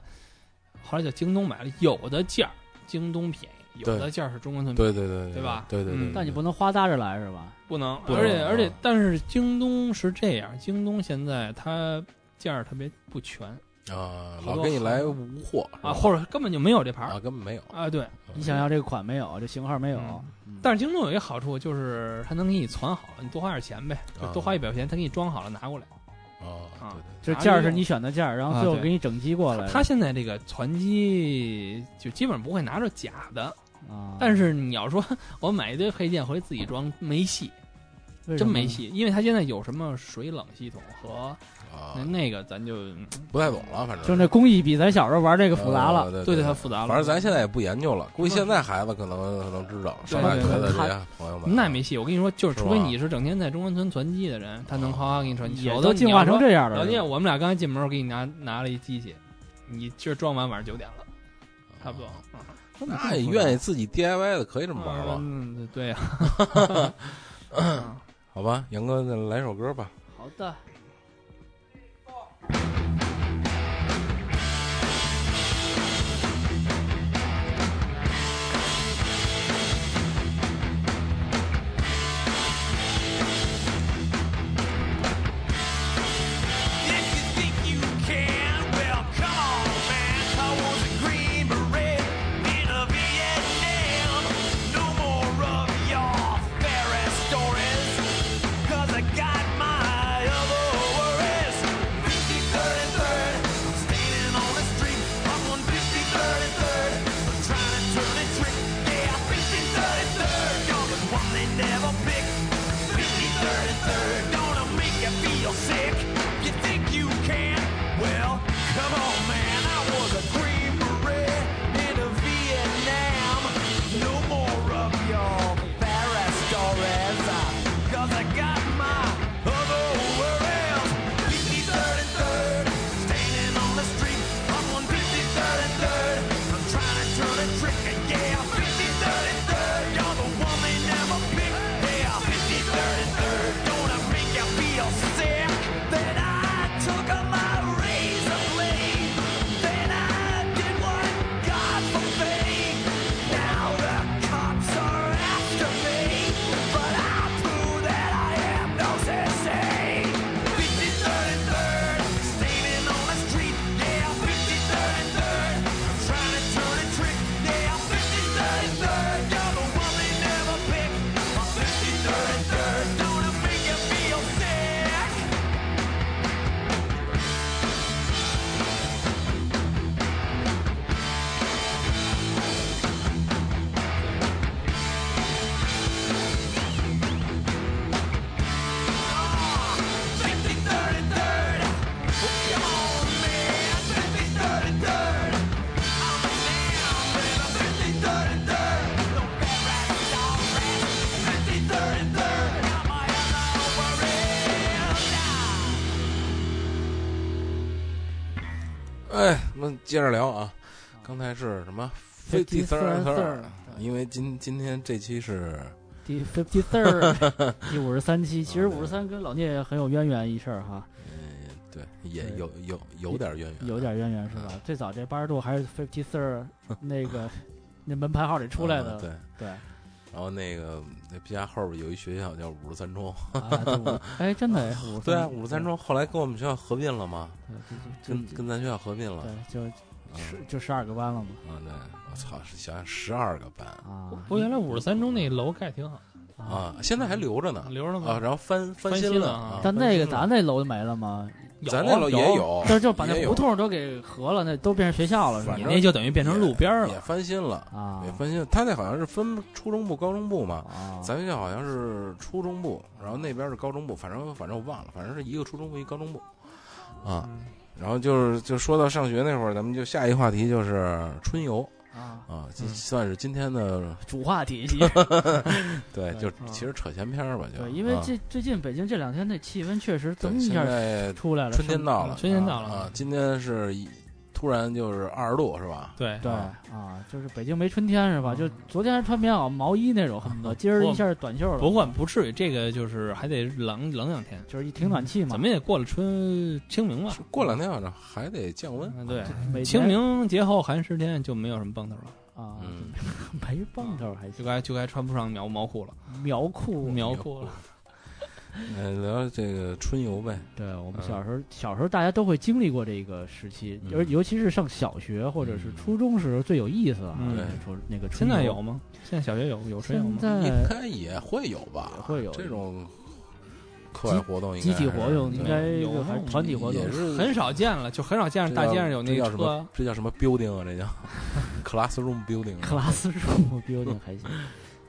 Speaker 4: 后来就京东买了，有的价儿京东便宜，有的价儿是中关村便宜，
Speaker 3: 对对对
Speaker 4: 对吧
Speaker 3: 对对对
Speaker 4: 嗯。
Speaker 1: 但你不能花搭着来是吧？
Speaker 4: 不能。
Speaker 3: 不能
Speaker 4: 而且
Speaker 3: 嗯
Speaker 4: 而且，但是京东是这样，京东现在它价儿特别不全
Speaker 3: 能啊，
Speaker 4: 好多
Speaker 3: 老给你来无货是吧
Speaker 4: 啊，或者根本就没有这牌
Speaker 3: 啊
Speaker 4: 儿
Speaker 3: 根本没有。
Speaker 4: 啊，对。
Speaker 1: 你想要这个款没有，这型号没有，
Speaker 4: 嗯
Speaker 1: 嗯
Speaker 4: 但是京东有一个好处就是它能给你攒好了，你多花点钱呗，就
Speaker 1: 啊
Speaker 4: 多花一百块钱，它给你装好了拿过来。
Speaker 3: 啊，
Speaker 1: 这价儿是你选的价儿，然后最
Speaker 4: 啊
Speaker 1: 后
Speaker 4: 对
Speaker 1: 给你整机过来。
Speaker 4: 它现在这个传机就基本上不会拿着假的，
Speaker 1: 啊，
Speaker 4: 但是你要说 我买一堆配件回去自己装没戏，
Speaker 1: 为什
Speaker 4: 真
Speaker 1: 么
Speaker 4: 没
Speaker 1: 呢。
Speaker 4: 戏，因为它现在有什么水冷系统和
Speaker 3: 对啊
Speaker 4: 那，那个咱就嗯
Speaker 3: 不太懂了，反正
Speaker 1: 就是那工艺比咱小时候玩这个复杂了，
Speaker 3: 呃
Speaker 4: 对
Speaker 3: 对
Speaker 4: 对它。复杂了。
Speaker 3: 反正咱现在也不研究了，估计现在孩子可能能知道，上大学的这些朋友们，啊
Speaker 4: 那也没戏，我跟你说，就是
Speaker 3: 是吧
Speaker 4: 除非你是整天在中关村传机的人，他能夸夸给你传
Speaker 1: 啊也
Speaker 4: 机。有
Speaker 1: 都
Speaker 4: 的
Speaker 1: 进化成这
Speaker 3: 嗯
Speaker 1: 样了
Speaker 4: 老
Speaker 1: 是
Speaker 4: 聂，
Speaker 1: 吧。
Speaker 4: 我们俩刚才进
Speaker 3: 啊
Speaker 4: 门，我给你拿拿了一机器，你今儿装完晚上九点了，差不多。嗯根本
Speaker 3: 那
Speaker 4: 不
Speaker 3: 也
Speaker 4: 知
Speaker 3: 愿意
Speaker 4: 道
Speaker 3: 自己 DIY 的可以这么玩儿吧？
Speaker 4: 嗯，对呀、
Speaker 3: 好吧，杨哥，那来首歌吧。
Speaker 1: 好的，
Speaker 2: If you think you can, well, come on, man. I was a green beret in a Vietnam. No more of your fairy stories, 'cause I got my other worries. 53rd and 3rd, I'm standing on the street. I'm on 53rd and 3rd. I'm trying to turn a trick. Yeah, 53rd and 3rd, y'all the one they never pick. 53rd and 3rd, gonna make you feel sick. You think you can? Well, come on, man. I was a Green Beret in a Vietnam. No more of your Paris stories. uh, Cause I got my other worries. 53rd and 3rd, standing on the street. I'm on 53rd and 3rd. I'm trying to turn a trick. and Yeah, 53rd and 3rd, you're the one they never pick. Yeah, 53rd and 3rd, gonna make you feel sick. Then I took a my razor blade. Then I did what God forbade. Now the cops are after me, but I prove that I am no sensei. 53rd and 3rd, standing on the street. Yeah, 53rd and 3rd, I'm trying to turn a trick. Yeah, 53rd and 3rd, you're the one they never pick. I'm 53rd and 3rd, gonna make you feel sick.
Speaker 3: 哎，那接着聊啊。刚才是什么？Fifty Third Third，因啊为今今天这期是
Speaker 1: 第 fifty third，第 五十三期，其实五十三跟老聂很有渊源一事儿哈，
Speaker 3: 呃对，也
Speaker 1: 对
Speaker 3: 有有有点渊源，啊
Speaker 1: 有点渊源是吧？最早这八十度还是 fifty third 那个那门牌号里出来
Speaker 3: 嗯
Speaker 4: 哦
Speaker 1: 的，
Speaker 3: 对，
Speaker 1: 对
Speaker 3: 然后那个那皮家后边有一学校叫五十三中，
Speaker 1: 啊，对五哎，真 的哎，五
Speaker 3: 对啊，五十三，中后来跟我们学校合并了嘛，
Speaker 1: 对
Speaker 3: 跟跟咱学校合并了。
Speaker 1: 嗯对，就
Speaker 3: 嗯
Speaker 1: 十就十二个班了嘛
Speaker 3: 啊，对，我操，是想想十二个班
Speaker 1: 啊，
Speaker 4: 不过原来五十三中那楼盖挺好，
Speaker 1: 啊，
Speaker 3: 啊，现在还留着呢
Speaker 4: 留着了
Speaker 3: 啊，
Speaker 4: 吗？
Speaker 3: 然后翻翻
Speaker 4: 翻
Speaker 3: 新
Speaker 4: 新了
Speaker 3: 啊
Speaker 4: 啊，
Speaker 1: 但那个
Speaker 4: 翻新了
Speaker 1: 咱那楼没了吗？
Speaker 4: 有
Speaker 3: 咱那楼也有，
Speaker 1: 但是就把那
Speaker 3: 哦也有
Speaker 1: 胡同都给合了，那都变成学校了是吧
Speaker 3: 反
Speaker 4: 你
Speaker 3: 正？
Speaker 4: 那就等于变成路边儿
Speaker 3: 也
Speaker 4: 了。
Speaker 3: 翻新了，
Speaker 1: 啊
Speaker 3: 也翻新了。他那好像是分初中部、高中部嘛，
Speaker 1: 啊，
Speaker 3: 咱学校好像是初中部，然后那边是高中部，反正反正我忘了，反正是一个初中部一个高中部，
Speaker 1: 嗯
Speaker 3: 啊，然后就是就说到上学那会儿，咱们就下一话题就是春游
Speaker 1: 啊，
Speaker 3: 啊，这
Speaker 4: 嗯
Speaker 3: 算是今天的
Speaker 1: 主话题。
Speaker 3: 对，
Speaker 1: 对
Speaker 3: 就
Speaker 4: 嗯
Speaker 3: 其实扯闲篇儿吧，就
Speaker 1: 对，因为
Speaker 3: 啊
Speaker 1: 这最近北京这两天那气温确实
Speaker 3: 对
Speaker 1: 噔一
Speaker 3: 现
Speaker 1: 下
Speaker 3: 在
Speaker 1: 出来了，
Speaker 3: 春天到了
Speaker 4: 春天到了
Speaker 1: 嗯
Speaker 3: 啊，今天是一突然就是二十度是吧？
Speaker 4: 对，
Speaker 1: 对啊，就是北京没春天是吧？
Speaker 4: 嗯
Speaker 1: 就昨天还穿棉袄毛衣那种，恨
Speaker 3: 嗯
Speaker 1: 不得今儿一下短袖了。
Speaker 4: 不过不至于，这个就是还得冷冷两天，
Speaker 1: 就是一停暖气嘛
Speaker 4: 怎。么也过了春清明
Speaker 1: 啊
Speaker 3: 嗯
Speaker 4: 吧
Speaker 3: 是。过两天好像还得降温，
Speaker 4: 嗯，对，
Speaker 1: 每年
Speaker 4: 清明节后寒十天就没有什么蹦头了，
Speaker 1: 啊，
Speaker 3: 嗯
Speaker 1: 就 没蹦头还
Speaker 4: 就
Speaker 1: 行，
Speaker 4: 该就该穿不上苗毛裤了，
Speaker 1: 苗
Speaker 3: 哦
Speaker 1: 裤。
Speaker 4: 苗裤了。
Speaker 3: 嗯，聊聊这个春游呗，
Speaker 1: 对我们
Speaker 3: 嗯
Speaker 1: 小时候，小时候大家都会经历过这个时期，
Speaker 3: 嗯
Speaker 1: 尤尤其是上小学或者是
Speaker 3: 嗯
Speaker 1: 初中时候最有意思啊。
Speaker 4: 嗯
Speaker 1: 那个春那个
Speaker 4: 现
Speaker 1: 春
Speaker 3: 哦
Speaker 4: 在
Speaker 1: 游
Speaker 4: 有吗？现在小学有有春
Speaker 1: 现
Speaker 4: 游吗？
Speaker 1: 在
Speaker 3: 应该也会有吧，
Speaker 1: 嗯也会有
Speaker 3: 这种课外活动应该
Speaker 1: 集
Speaker 3: 是，
Speaker 1: 体活动应该
Speaker 4: 有
Speaker 1: 就还
Speaker 4: 那种
Speaker 1: 团体活动
Speaker 3: 也是
Speaker 4: 很少见了，就很少见
Speaker 3: 这
Speaker 4: 着大街上
Speaker 3: 叫
Speaker 4: 有那
Speaker 3: 这
Speaker 4: 个
Speaker 3: 叫什
Speaker 4: 车
Speaker 3: 么，这 叫什么 building 啊？这叫 classroom building 啊。
Speaker 1: ，classroom building 还行。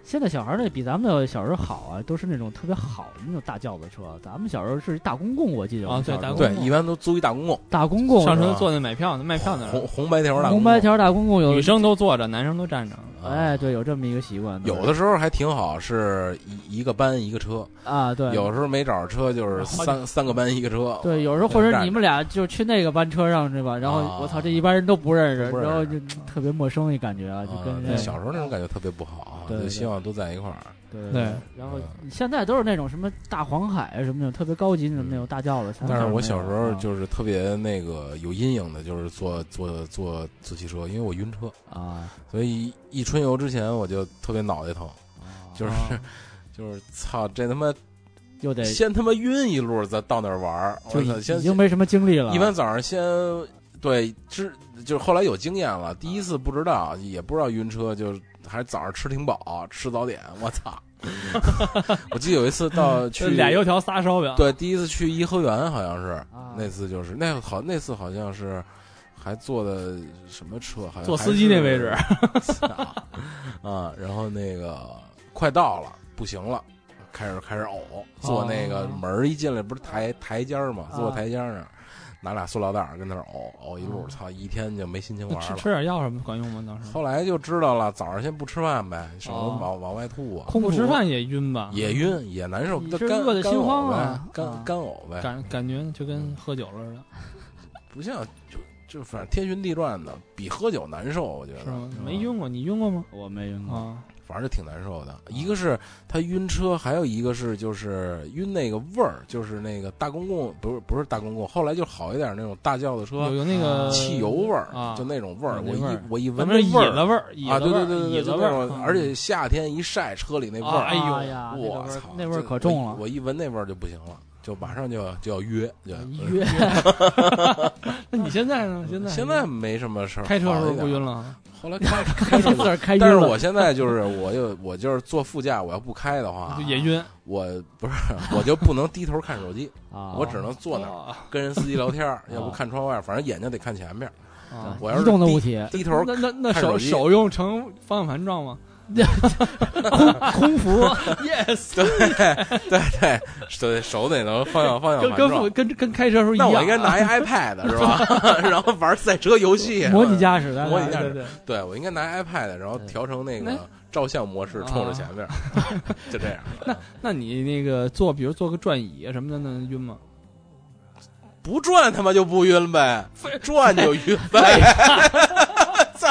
Speaker 1: 现在小孩儿那比咱们的小时候好啊，都是那种特别好的那种大轿子车。咱们小时候是一大公共，我记得
Speaker 4: 啊
Speaker 1: 我们小时候
Speaker 4: 大公
Speaker 3: 对
Speaker 4: 共，
Speaker 3: 一般都租一大公共，
Speaker 1: 大公共
Speaker 4: 上
Speaker 3: 车
Speaker 4: 车坐那买票那卖票那
Speaker 3: 啊红
Speaker 4: 儿，
Speaker 3: 红白条大
Speaker 1: 红
Speaker 3: 公
Speaker 1: 白
Speaker 3: 共，
Speaker 1: 条大公共有
Speaker 4: 女生都坐着，男生都站着。
Speaker 3: 啊
Speaker 1: 哎，对，有这么一个习惯。
Speaker 3: 有的时候还挺好，是一一个班一个车，
Speaker 1: 啊，对，
Speaker 3: 有时候没找着车就是
Speaker 4: 好几
Speaker 3: 三三个班一个车，
Speaker 1: 对，有时候或者你们俩就去那个班车上是吧？然
Speaker 3: 啊
Speaker 1: 后我操，这一般人都不认识，
Speaker 3: 都不认识嗯
Speaker 1: 然后就特别陌生一感觉啊，
Speaker 3: 啊
Speaker 1: 就跟
Speaker 3: 对
Speaker 1: 人
Speaker 3: 小时嗯候那种感觉特别不好啊，
Speaker 1: 对
Speaker 3: 就
Speaker 1: 对
Speaker 3: 希望都在一块儿。
Speaker 1: 对
Speaker 4: 对
Speaker 1: 然后现在都是那种什么大黄海啊什么那种特别高级那种
Speaker 3: 嗯
Speaker 1: 那种大轿子。
Speaker 3: 但是我小
Speaker 1: 小
Speaker 3: 时候就是特别那个有阴影的，就是坐坐坐坐汽车，因为我晕车，
Speaker 1: 啊，
Speaker 3: 所以一春游之前我就特别脑袋疼， 就是
Speaker 4: 啊
Speaker 3: 就是操这他妈
Speaker 1: 又得
Speaker 3: 先他妈晕一路，再到那儿玩儿，
Speaker 1: 就
Speaker 3: 我操
Speaker 1: 已
Speaker 3: 先
Speaker 1: 已经没什么精力了。啊
Speaker 3: 一般早上先对之，就是后来有经验了，第一次不知道，也不知道晕车，就是还是早上吃挺饱，吃早点，我操！ 我记得有一次到去
Speaker 4: 俩油条仨烧饼，
Speaker 3: 对，第一次去颐和园好像是
Speaker 1: 啊
Speaker 3: 那次，就是那好那次好像是还坐的什么车，好像
Speaker 4: 坐司机那位置
Speaker 3: 还是啊 啊，然后那个快到了，不行了。开始开始呕，坐那个
Speaker 1: 哦
Speaker 3: 门儿一进来不是台台阶儿嘛，坐
Speaker 1: 啊
Speaker 3: 台阶儿那儿，拿俩塑料袋儿跟那儿呕呕一路，操，一天就没心情
Speaker 4: 那
Speaker 3: 玩儿
Speaker 4: 吃
Speaker 3: 了。
Speaker 4: 吃点药什么管用吗？当时
Speaker 3: 后来就知道了，早上先不吃饭呗，省得
Speaker 4: 哦啊
Speaker 3: 往往外吐啊，
Speaker 1: 空
Speaker 4: 不吃饭也晕吧？
Speaker 3: 也晕也难受，
Speaker 1: 你
Speaker 3: 那
Speaker 1: 这
Speaker 3: 干
Speaker 1: 饿得
Speaker 3: 干
Speaker 1: 心
Speaker 3: 呕
Speaker 1: 慌
Speaker 3: 呗
Speaker 1: 啊啊
Speaker 3: 干干呕呗，
Speaker 4: 感感觉就
Speaker 3: 嗯
Speaker 4: 跟喝酒了似的，
Speaker 3: 不像就就反正天旋地转的，比喝酒难受，我觉得
Speaker 4: 是吗
Speaker 3: 嗯是？吧嗯
Speaker 4: 没晕过，你晕过吗？
Speaker 1: 我没晕过，
Speaker 4: 啊，
Speaker 3: 反正就挺难受的。一个是他晕车，还有一个是就是晕那个味儿，就是那个大公共不是不是大公共，后来就好一点那种大轿子
Speaker 4: 有
Speaker 3: 车，
Speaker 4: 有那个
Speaker 3: 汽油味儿
Speaker 4: 啊，
Speaker 3: 就那种味儿，我
Speaker 4: 有那味
Speaker 3: 一
Speaker 4: 儿
Speaker 3: 我一闻
Speaker 4: 咱
Speaker 3: 那
Speaker 4: 们是椅
Speaker 3: 味儿
Speaker 4: 子味儿，椅
Speaker 3: 啊，
Speaker 4: 子
Speaker 3: 对
Speaker 4: 味
Speaker 3: 对
Speaker 4: 儿，
Speaker 3: 对
Speaker 4: 椅
Speaker 3: 对，
Speaker 4: 子
Speaker 3: 就
Speaker 4: 味
Speaker 3: 那
Speaker 4: 儿，
Speaker 3: 种，
Speaker 4: 嗯
Speaker 3: 而且夏天一晒车里那味
Speaker 4: 哎
Speaker 3: 儿，啊
Speaker 4: 呦
Speaker 1: 哎呀，那
Speaker 3: 我
Speaker 1: 个味儿
Speaker 3: 操，
Speaker 1: 那味儿
Speaker 3: 这
Speaker 1: 可重
Speaker 3: 我
Speaker 1: 了
Speaker 3: 一。我一闻那味儿就不行了，就马上就就要约，
Speaker 4: 哎
Speaker 3: 就
Speaker 1: 约
Speaker 4: 那你现在呢？现在
Speaker 3: 嗯现在没什么事儿，
Speaker 4: 开车时
Speaker 3: 好
Speaker 4: 候
Speaker 3: 一
Speaker 4: 不
Speaker 3: 点
Speaker 4: 晕了？
Speaker 3: 后来开
Speaker 1: 开始自个儿开晕
Speaker 3: 但是
Speaker 1: 了，
Speaker 3: 我现在就是，我就我就是坐副驾，我要不开的话
Speaker 4: 就，也晕，
Speaker 3: 我不是我就不能低头看手机，
Speaker 1: 啊，
Speaker 3: 我只能坐那儿
Speaker 4: 哦
Speaker 3: 跟人司机聊天儿，要不看窗外，反正眼睛得看前面。
Speaker 4: 啊
Speaker 3: 我要是
Speaker 1: 移动的
Speaker 3: 低
Speaker 1: 物 体，
Speaker 3: 低头
Speaker 4: 那那那
Speaker 3: 看
Speaker 4: 手
Speaker 3: 手机
Speaker 4: 手用成方向盘撞吗？
Speaker 1: 空 服
Speaker 4: yes，
Speaker 3: 对对对，手手得能方向方向
Speaker 4: 跟
Speaker 3: 盘
Speaker 4: 跟副
Speaker 3: 转。
Speaker 4: 跟跟开车时候一
Speaker 3: 那
Speaker 4: 样啊。
Speaker 3: 我应该拿一 iPad 是吧？ 然后玩赛车游戏，
Speaker 1: 模拟。驾驶的，啊
Speaker 3: 模
Speaker 4: 对
Speaker 3: 拟驾驶
Speaker 4: 对对，
Speaker 3: 对，我应该拿 iPad，然后调成那
Speaker 4: 那
Speaker 3: 个照相模式，冲着前面， 就这样。
Speaker 4: 那你那个坐，比如坐个转椅啊什么的，那晕吗？
Speaker 3: 不转他妈就不晕呗，转就晕呗。 操！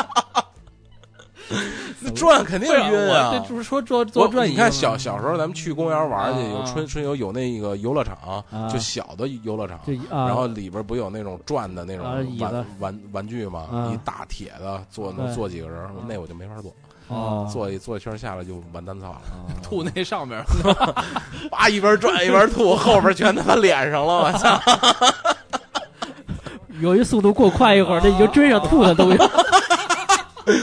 Speaker 3: 那转肯定
Speaker 4: 对啊，
Speaker 3: 晕
Speaker 4: 我
Speaker 3: 啊
Speaker 4: 这！不是说坐
Speaker 3: 我
Speaker 4: 坐转椅
Speaker 3: 你
Speaker 4: 吗。
Speaker 3: 看小小时候咱们去公园玩去，
Speaker 4: 啊
Speaker 3: 有春春游有那个游乐场，
Speaker 1: 啊
Speaker 3: 就小的游乐场，
Speaker 1: 就啊，
Speaker 3: 然后里边不有那种转的那种
Speaker 1: 啊椅子
Speaker 3: 玩玩玩具吗
Speaker 1: 啊？
Speaker 3: 一大铁的，坐能
Speaker 1: 对
Speaker 3: 坐几个人，那我就没法坐，
Speaker 1: 哦
Speaker 3: 坐一坐一圈下来就完蛋操了，
Speaker 1: 啊
Speaker 4: 吐那上 面，
Speaker 3: 叭一边转一边吐，后边全他妈脸上了，我操！
Speaker 1: 由于速度过快，一会儿这已经追上吐的都有。
Speaker 4: 啊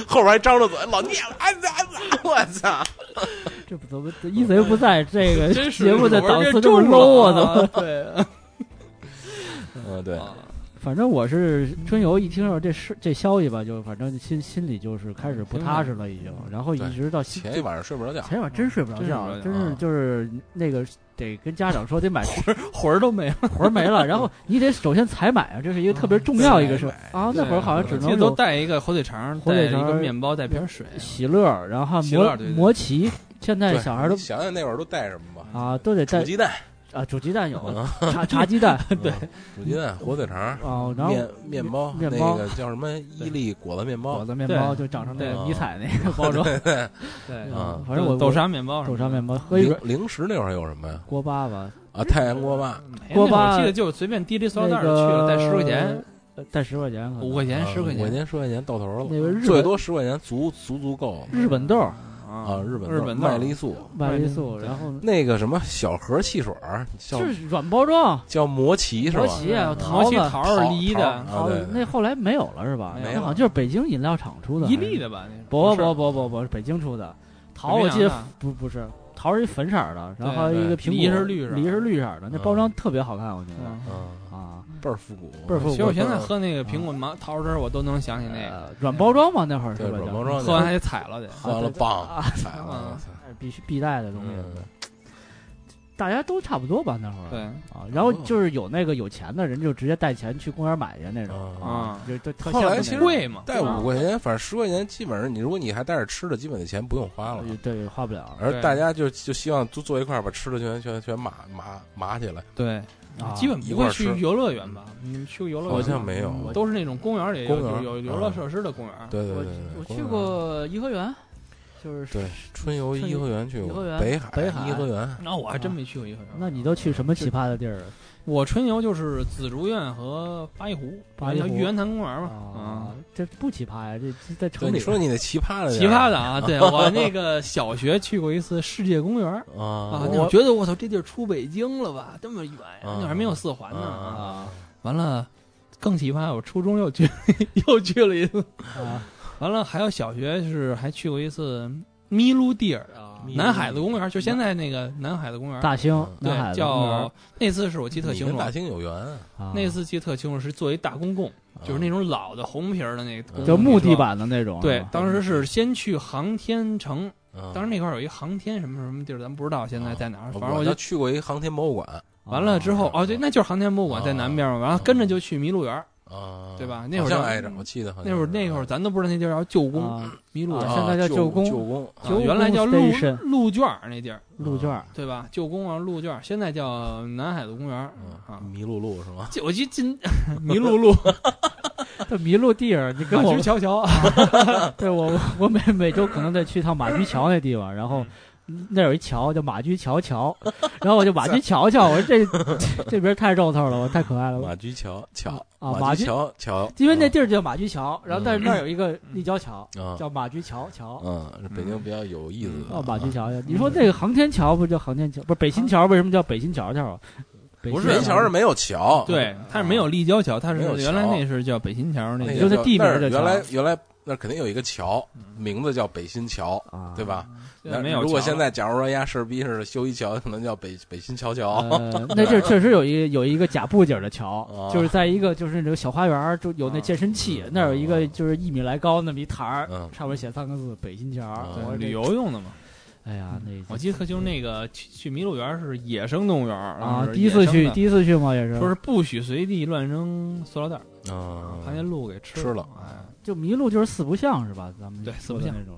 Speaker 3: 后边还张着嘴，老念了，哎呀哎呀，我操！
Speaker 1: 这不怎么一贼不在这个
Speaker 4: 真是
Speaker 1: 节目的档
Speaker 4: 我
Speaker 1: 次这
Speaker 4: 说
Speaker 1: 么
Speaker 4: 这么
Speaker 1: low 啊？怎么？
Speaker 4: 么对？
Speaker 3: 嗯，对，
Speaker 1: 啊反正我是春游一听到这事这消息吧，就反正心心里就是开始不踏实了，已经。然后一直到前
Speaker 3: 前一晚上睡不着觉，
Speaker 1: 前一晚真睡不着觉，
Speaker 4: 嗯真睡不着觉啊
Speaker 1: 真是就是那个得跟家长说得买
Speaker 4: 魂儿都没了，
Speaker 1: 活儿没 了，然后你得首先采买啊，这是一个特别重要一个事儿
Speaker 3: 采买
Speaker 1: 啊。那会儿好像只
Speaker 4: 嗯对
Speaker 1: 能
Speaker 4: 我记得都
Speaker 1: 有
Speaker 4: 带一个火腿肠，
Speaker 1: 火腿肠
Speaker 4: 带一个面包，带瓶 水。
Speaker 1: 喜乐儿，然后还
Speaker 4: 喜乐
Speaker 1: 魔
Speaker 4: 儿对对嗯对
Speaker 1: 魔奇，现在
Speaker 3: 对
Speaker 1: 小孩都
Speaker 3: 你想想那会儿都带什么吧？
Speaker 1: 啊都得带
Speaker 3: 煮鸡 蛋，
Speaker 1: 啊煮鸡蛋有
Speaker 4: 嗯
Speaker 1: 茶茶鸡蛋
Speaker 3: 对，煮鸡蛋、火腿肠、
Speaker 1: 啊，然后
Speaker 3: 面面包，
Speaker 1: 面
Speaker 3: 那
Speaker 1: 包
Speaker 3: 个叫什么伊利果子面
Speaker 1: 果
Speaker 3: 包，
Speaker 1: 子面包
Speaker 4: 对
Speaker 1: 就长成那
Speaker 4: 对
Speaker 1: 个迷彩 那个包装，
Speaker 4: 对
Speaker 3: 啊
Speaker 1: 反正我
Speaker 4: 嗯豆沙面嗯包什
Speaker 1: 豆
Speaker 4: 么的，
Speaker 1: 沙面包，喝一嗯
Speaker 3: 零
Speaker 1: 水
Speaker 3: 零食那会儿有什么呀？
Speaker 1: 锅巴吧，
Speaker 3: 啊，太阳锅巴，
Speaker 4: 哎
Speaker 1: 锅
Speaker 4: 那会儿
Speaker 1: 巴
Speaker 4: 我记得就是随便提了一塑料
Speaker 1: 那
Speaker 4: 袋儿就去了，
Speaker 1: 个
Speaker 4: 带十块钱，，
Speaker 1: 呃带嗯十块钱可能，
Speaker 4: 五块钱，
Speaker 3: 啊
Speaker 4: 十块
Speaker 3: 五块
Speaker 4: 钱。
Speaker 3: 钱、十块钱到头
Speaker 1: 那
Speaker 3: 了，
Speaker 1: 个日
Speaker 3: 最
Speaker 1: 本嗯
Speaker 3: 多十块钱足足足够了
Speaker 1: 日本豆儿、
Speaker 4: 啊
Speaker 3: 啊！日本
Speaker 4: 日
Speaker 3: 豆
Speaker 4: 本
Speaker 3: 麦
Speaker 4: 豆
Speaker 3: 丽素，
Speaker 1: 麦丽素，
Speaker 4: 麦丽素对
Speaker 1: 然后
Speaker 3: 那个什么小盒汽水儿叫
Speaker 1: 就是软包装，
Speaker 3: 叫魔奇是吧
Speaker 1: 魔？奇啊，
Speaker 4: 嗯
Speaker 1: 桃
Speaker 4: 毛奇
Speaker 1: 子。
Speaker 4: 桃儿
Speaker 3: 桃
Speaker 4: 梨
Speaker 3: 桃
Speaker 4: 的，
Speaker 1: 桃
Speaker 3: 啊对
Speaker 1: 子那后来没有了是吧？
Speaker 4: 没
Speaker 1: 那
Speaker 3: 有
Speaker 1: 好像就是北京饮料厂出的，
Speaker 4: 一粒的吧？那是
Speaker 1: 不
Speaker 4: 是
Speaker 1: 不不不不，是北京出的。桃
Speaker 4: 北
Speaker 1: 我
Speaker 4: 冰
Speaker 1: 记得
Speaker 4: 洋的
Speaker 1: 不不是，桃儿一粉色儿的，然后还有一个苹
Speaker 4: 对
Speaker 1: 果，
Speaker 4: 梨是绿色的
Speaker 1: 梨是绿色儿的，那
Speaker 3: 嗯
Speaker 1: 包装特别好看，我觉得
Speaker 4: 嗯
Speaker 3: 啊，
Speaker 1: 啊，
Speaker 3: 倍儿复古，
Speaker 1: 倍儿复古
Speaker 4: 其实我现在喝那个苹果
Speaker 3: 嗯
Speaker 4: 芒桃汁儿，我都能想起那个，
Speaker 1: 呃软包装嘛，那会儿是
Speaker 3: 对
Speaker 1: 吧？
Speaker 3: 软
Speaker 1: 叫
Speaker 3: 包装
Speaker 4: 喝完还得踩了得。
Speaker 3: 喝完了棒，
Speaker 1: 啊
Speaker 3: 踩了，我操
Speaker 1: 对必须必带的东西，
Speaker 3: 嗯
Speaker 1: 大家都差不多吧那会儿。
Speaker 4: 对
Speaker 1: 啊，然后就是有那个有钱的人就直接带钱去公园买去那种
Speaker 3: 啊
Speaker 1: 啊，就就特
Speaker 3: 后来
Speaker 1: 羡慕
Speaker 3: 其实
Speaker 1: 那种
Speaker 4: 贵嘛，
Speaker 3: 带五块钱，反正十块钱，基本上你如果你还带着吃的，基本的钱不用花了。
Speaker 1: 呃对花不了，
Speaker 3: 而大家就就希望都坐一块儿，把吃的全全全码码码起来。
Speaker 4: 对，
Speaker 1: 啊
Speaker 4: 基本
Speaker 3: 一
Speaker 4: 不
Speaker 3: 块
Speaker 4: 会
Speaker 3: 儿
Speaker 4: 去
Speaker 3: 吃
Speaker 4: 游乐园吧？你们去过游乐园
Speaker 3: 好
Speaker 4: 吗
Speaker 3: 像没有
Speaker 1: 嗯
Speaker 4: 都是那种公园里有
Speaker 3: 公园啊
Speaker 4: 有有游乐设施的公园。
Speaker 3: 对对
Speaker 1: 我
Speaker 3: 对对，
Speaker 1: 我
Speaker 3: 公
Speaker 1: 去
Speaker 3: 园
Speaker 1: 过呃颐和园，就是
Speaker 3: 对春游颐和园去
Speaker 1: 颐和
Speaker 3: 过，
Speaker 1: 园
Speaker 3: 北海
Speaker 1: 北海
Speaker 3: 颐和园，
Speaker 4: 那我还真没去过颐和园。
Speaker 1: 那你都去什么奇葩的地儿
Speaker 4: 我春游就是紫竹院和八一湖，
Speaker 1: 八一湖
Speaker 4: 叫玉渊潭公园
Speaker 1: 啊？
Speaker 4: 嘛。
Speaker 1: 啊
Speaker 4: 嗯，，
Speaker 1: 这不奇葩呀，这这在
Speaker 3: 对
Speaker 1: 城
Speaker 3: 你
Speaker 1: 里。
Speaker 3: 说你那奇葩的地儿
Speaker 4: 奇葩的啊， 对我那个小学去过一次世界公园儿
Speaker 3: 啊
Speaker 4: 啊，，那我
Speaker 3: 我
Speaker 4: 觉得我操这地儿出北京了吧，这么远呀，
Speaker 3: 啊
Speaker 4: 那会儿没有四环呢
Speaker 3: 啊
Speaker 1: 啊
Speaker 4: 完了，更奇葩，我初中又去 又去了一次，
Speaker 1: 啊
Speaker 4: 完了还有小学是还去过一次麋鹿地儿，
Speaker 1: 啊！
Speaker 4: 南海子公园，就现在那个南海子公园，
Speaker 1: 大兴
Speaker 3: 嗯
Speaker 1: 南海
Speaker 4: 对，
Speaker 1: 的公园
Speaker 4: 叫那次是我记得特
Speaker 3: 你
Speaker 4: 清
Speaker 3: 跟
Speaker 4: 楚，
Speaker 3: 大兴有缘啊，
Speaker 1: 啊
Speaker 4: 那次记得特清楚是做一大公共，就是那种老的红皮儿的那个公共汽车，
Speaker 1: 就木地板的那种。
Speaker 4: 对
Speaker 1: 啊，
Speaker 4: 当时是先去航天城，
Speaker 3: 啊。
Speaker 4: 当时那块儿有一航天什么什么地儿，咱不知道现在在哪儿。
Speaker 3: 我
Speaker 4: 反正我
Speaker 3: 就
Speaker 4: 就
Speaker 3: 去过一航天博物馆
Speaker 4: 完了之后，
Speaker 3: 啊
Speaker 4: 哦对，那就是航天博物馆在南边嘛。完了跟着就去麋鹿园儿，
Speaker 3: 啊，
Speaker 4: 对吧
Speaker 3: 好
Speaker 4: 那会儿
Speaker 3: 像
Speaker 4: 咱
Speaker 3: 挨着，我记得好像
Speaker 4: 那会儿
Speaker 3: 是
Speaker 4: 那会儿咱都不知道那地儿叫旧宫
Speaker 1: 啊
Speaker 4: 麋鹿园
Speaker 1: 啊
Speaker 4: 儿，
Speaker 1: 现在叫
Speaker 3: 旧
Speaker 1: 旧宫
Speaker 3: 旧宫
Speaker 4: 啊
Speaker 1: 旧宫
Speaker 4: 原来叫鹿
Speaker 1: station
Speaker 4: 鹿圈儿那地儿，
Speaker 1: 鹿圈儿
Speaker 4: 对吧？旧宫啊，鹿圈儿，现在叫南海子公园儿
Speaker 3: 嗯
Speaker 4: 啊。
Speaker 3: 迷路路是吗？
Speaker 4: 这我记进麋鹿路，
Speaker 1: 这麋鹿地儿，你 跟
Speaker 4: 马
Speaker 1: 我
Speaker 4: 驹桥 桥，啊
Speaker 1: 对我我我每每周可能得去趟马驹桥那地方，然
Speaker 3: 嗯
Speaker 1: 后那有一桥叫马驹桥桥，然后我就马驹瞧瞧，我说这这边太肉透了，我太可爱了。
Speaker 3: 马驹桥桥
Speaker 1: 啊
Speaker 3: 马
Speaker 1: 马
Speaker 3: 驹
Speaker 1: 驹
Speaker 3: 桥桥，
Speaker 1: 因为那
Speaker 3: 嗯
Speaker 1: 地儿叫马驹桥，然后但是那儿有一个立交桥，
Speaker 3: 啊
Speaker 1: 叫马驹桥桥。
Speaker 3: 嗯，是北京比较有意思的啊
Speaker 1: 哦，马驹桥呀！你说这个航天桥不叫航天桥，不是北新桥，为什么叫北新桥桥啊？北
Speaker 3: 不
Speaker 1: 新
Speaker 3: 是人桥是没有桥，啊
Speaker 4: 对，它是没有立交桥，它是
Speaker 3: 没有桥
Speaker 4: 原来那是叫北新桥那
Speaker 3: 那
Speaker 1: 也就
Speaker 4: 个
Speaker 3: 个
Speaker 1: 是
Speaker 3: 叫
Speaker 1: 地名
Speaker 3: 那儿
Speaker 1: 叫
Speaker 3: 原
Speaker 1: 桥
Speaker 3: 来原来那儿肯定有一个桥，名字叫北新桥，
Speaker 1: 啊，
Speaker 3: 对？吧？那
Speaker 4: 没有桥了。
Speaker 3: 如果现在假如说哎丫事儿逼似的修一桥，可能叫北北新桥桥
Speaker 1: 呃，那地儿确实有一有一个假布景的桥
Speaker 3: 哦，
Speaker 1: 就是在一个就是那个小花园儿，就有那健身器
Speaker 3: 嗯，
Speaker 1: 那儿有一个就是一米来高那么一台儿
Speaker 3: 嗯，
Speaker 1: 上面写三个字“北新桥儿
Speaker 3: 嗯”。
Speaker 1: 我
Speaker 4: 对
Speaker 1: 这
Speaker 4: 旅，游用的嘛。
Speaker 1: 哎呀，那
Speaker 4: 我记得特清那个去去麋鹿园是野生动物园儿
Speaker 1: 啊，
Speaker 4: 是
Speaker 1: 第一次
Speaker 4: 野生
Speaker 1: 去，
Speaker 4: 的
Speaker 1: 第一次去嘛也
Speaker 4: 说
Speaker 1: 是，
Speaker 4: 是不许随地乱扔塑料袋儿，
Speaker 1: 呃
Speaker 3: 啊
Speaker 4: 怕那鹿给吃
Speaker 3: 吃了
Speaker 4: 哎，
Speaker 1: 就迷路就是四不像是吧？咱们
Speaker 4: 对
Speaker 1: 说
Speaker 4: 四不
Speaker 1: 的
Speaker 4: 像
Speaker 1: 那种。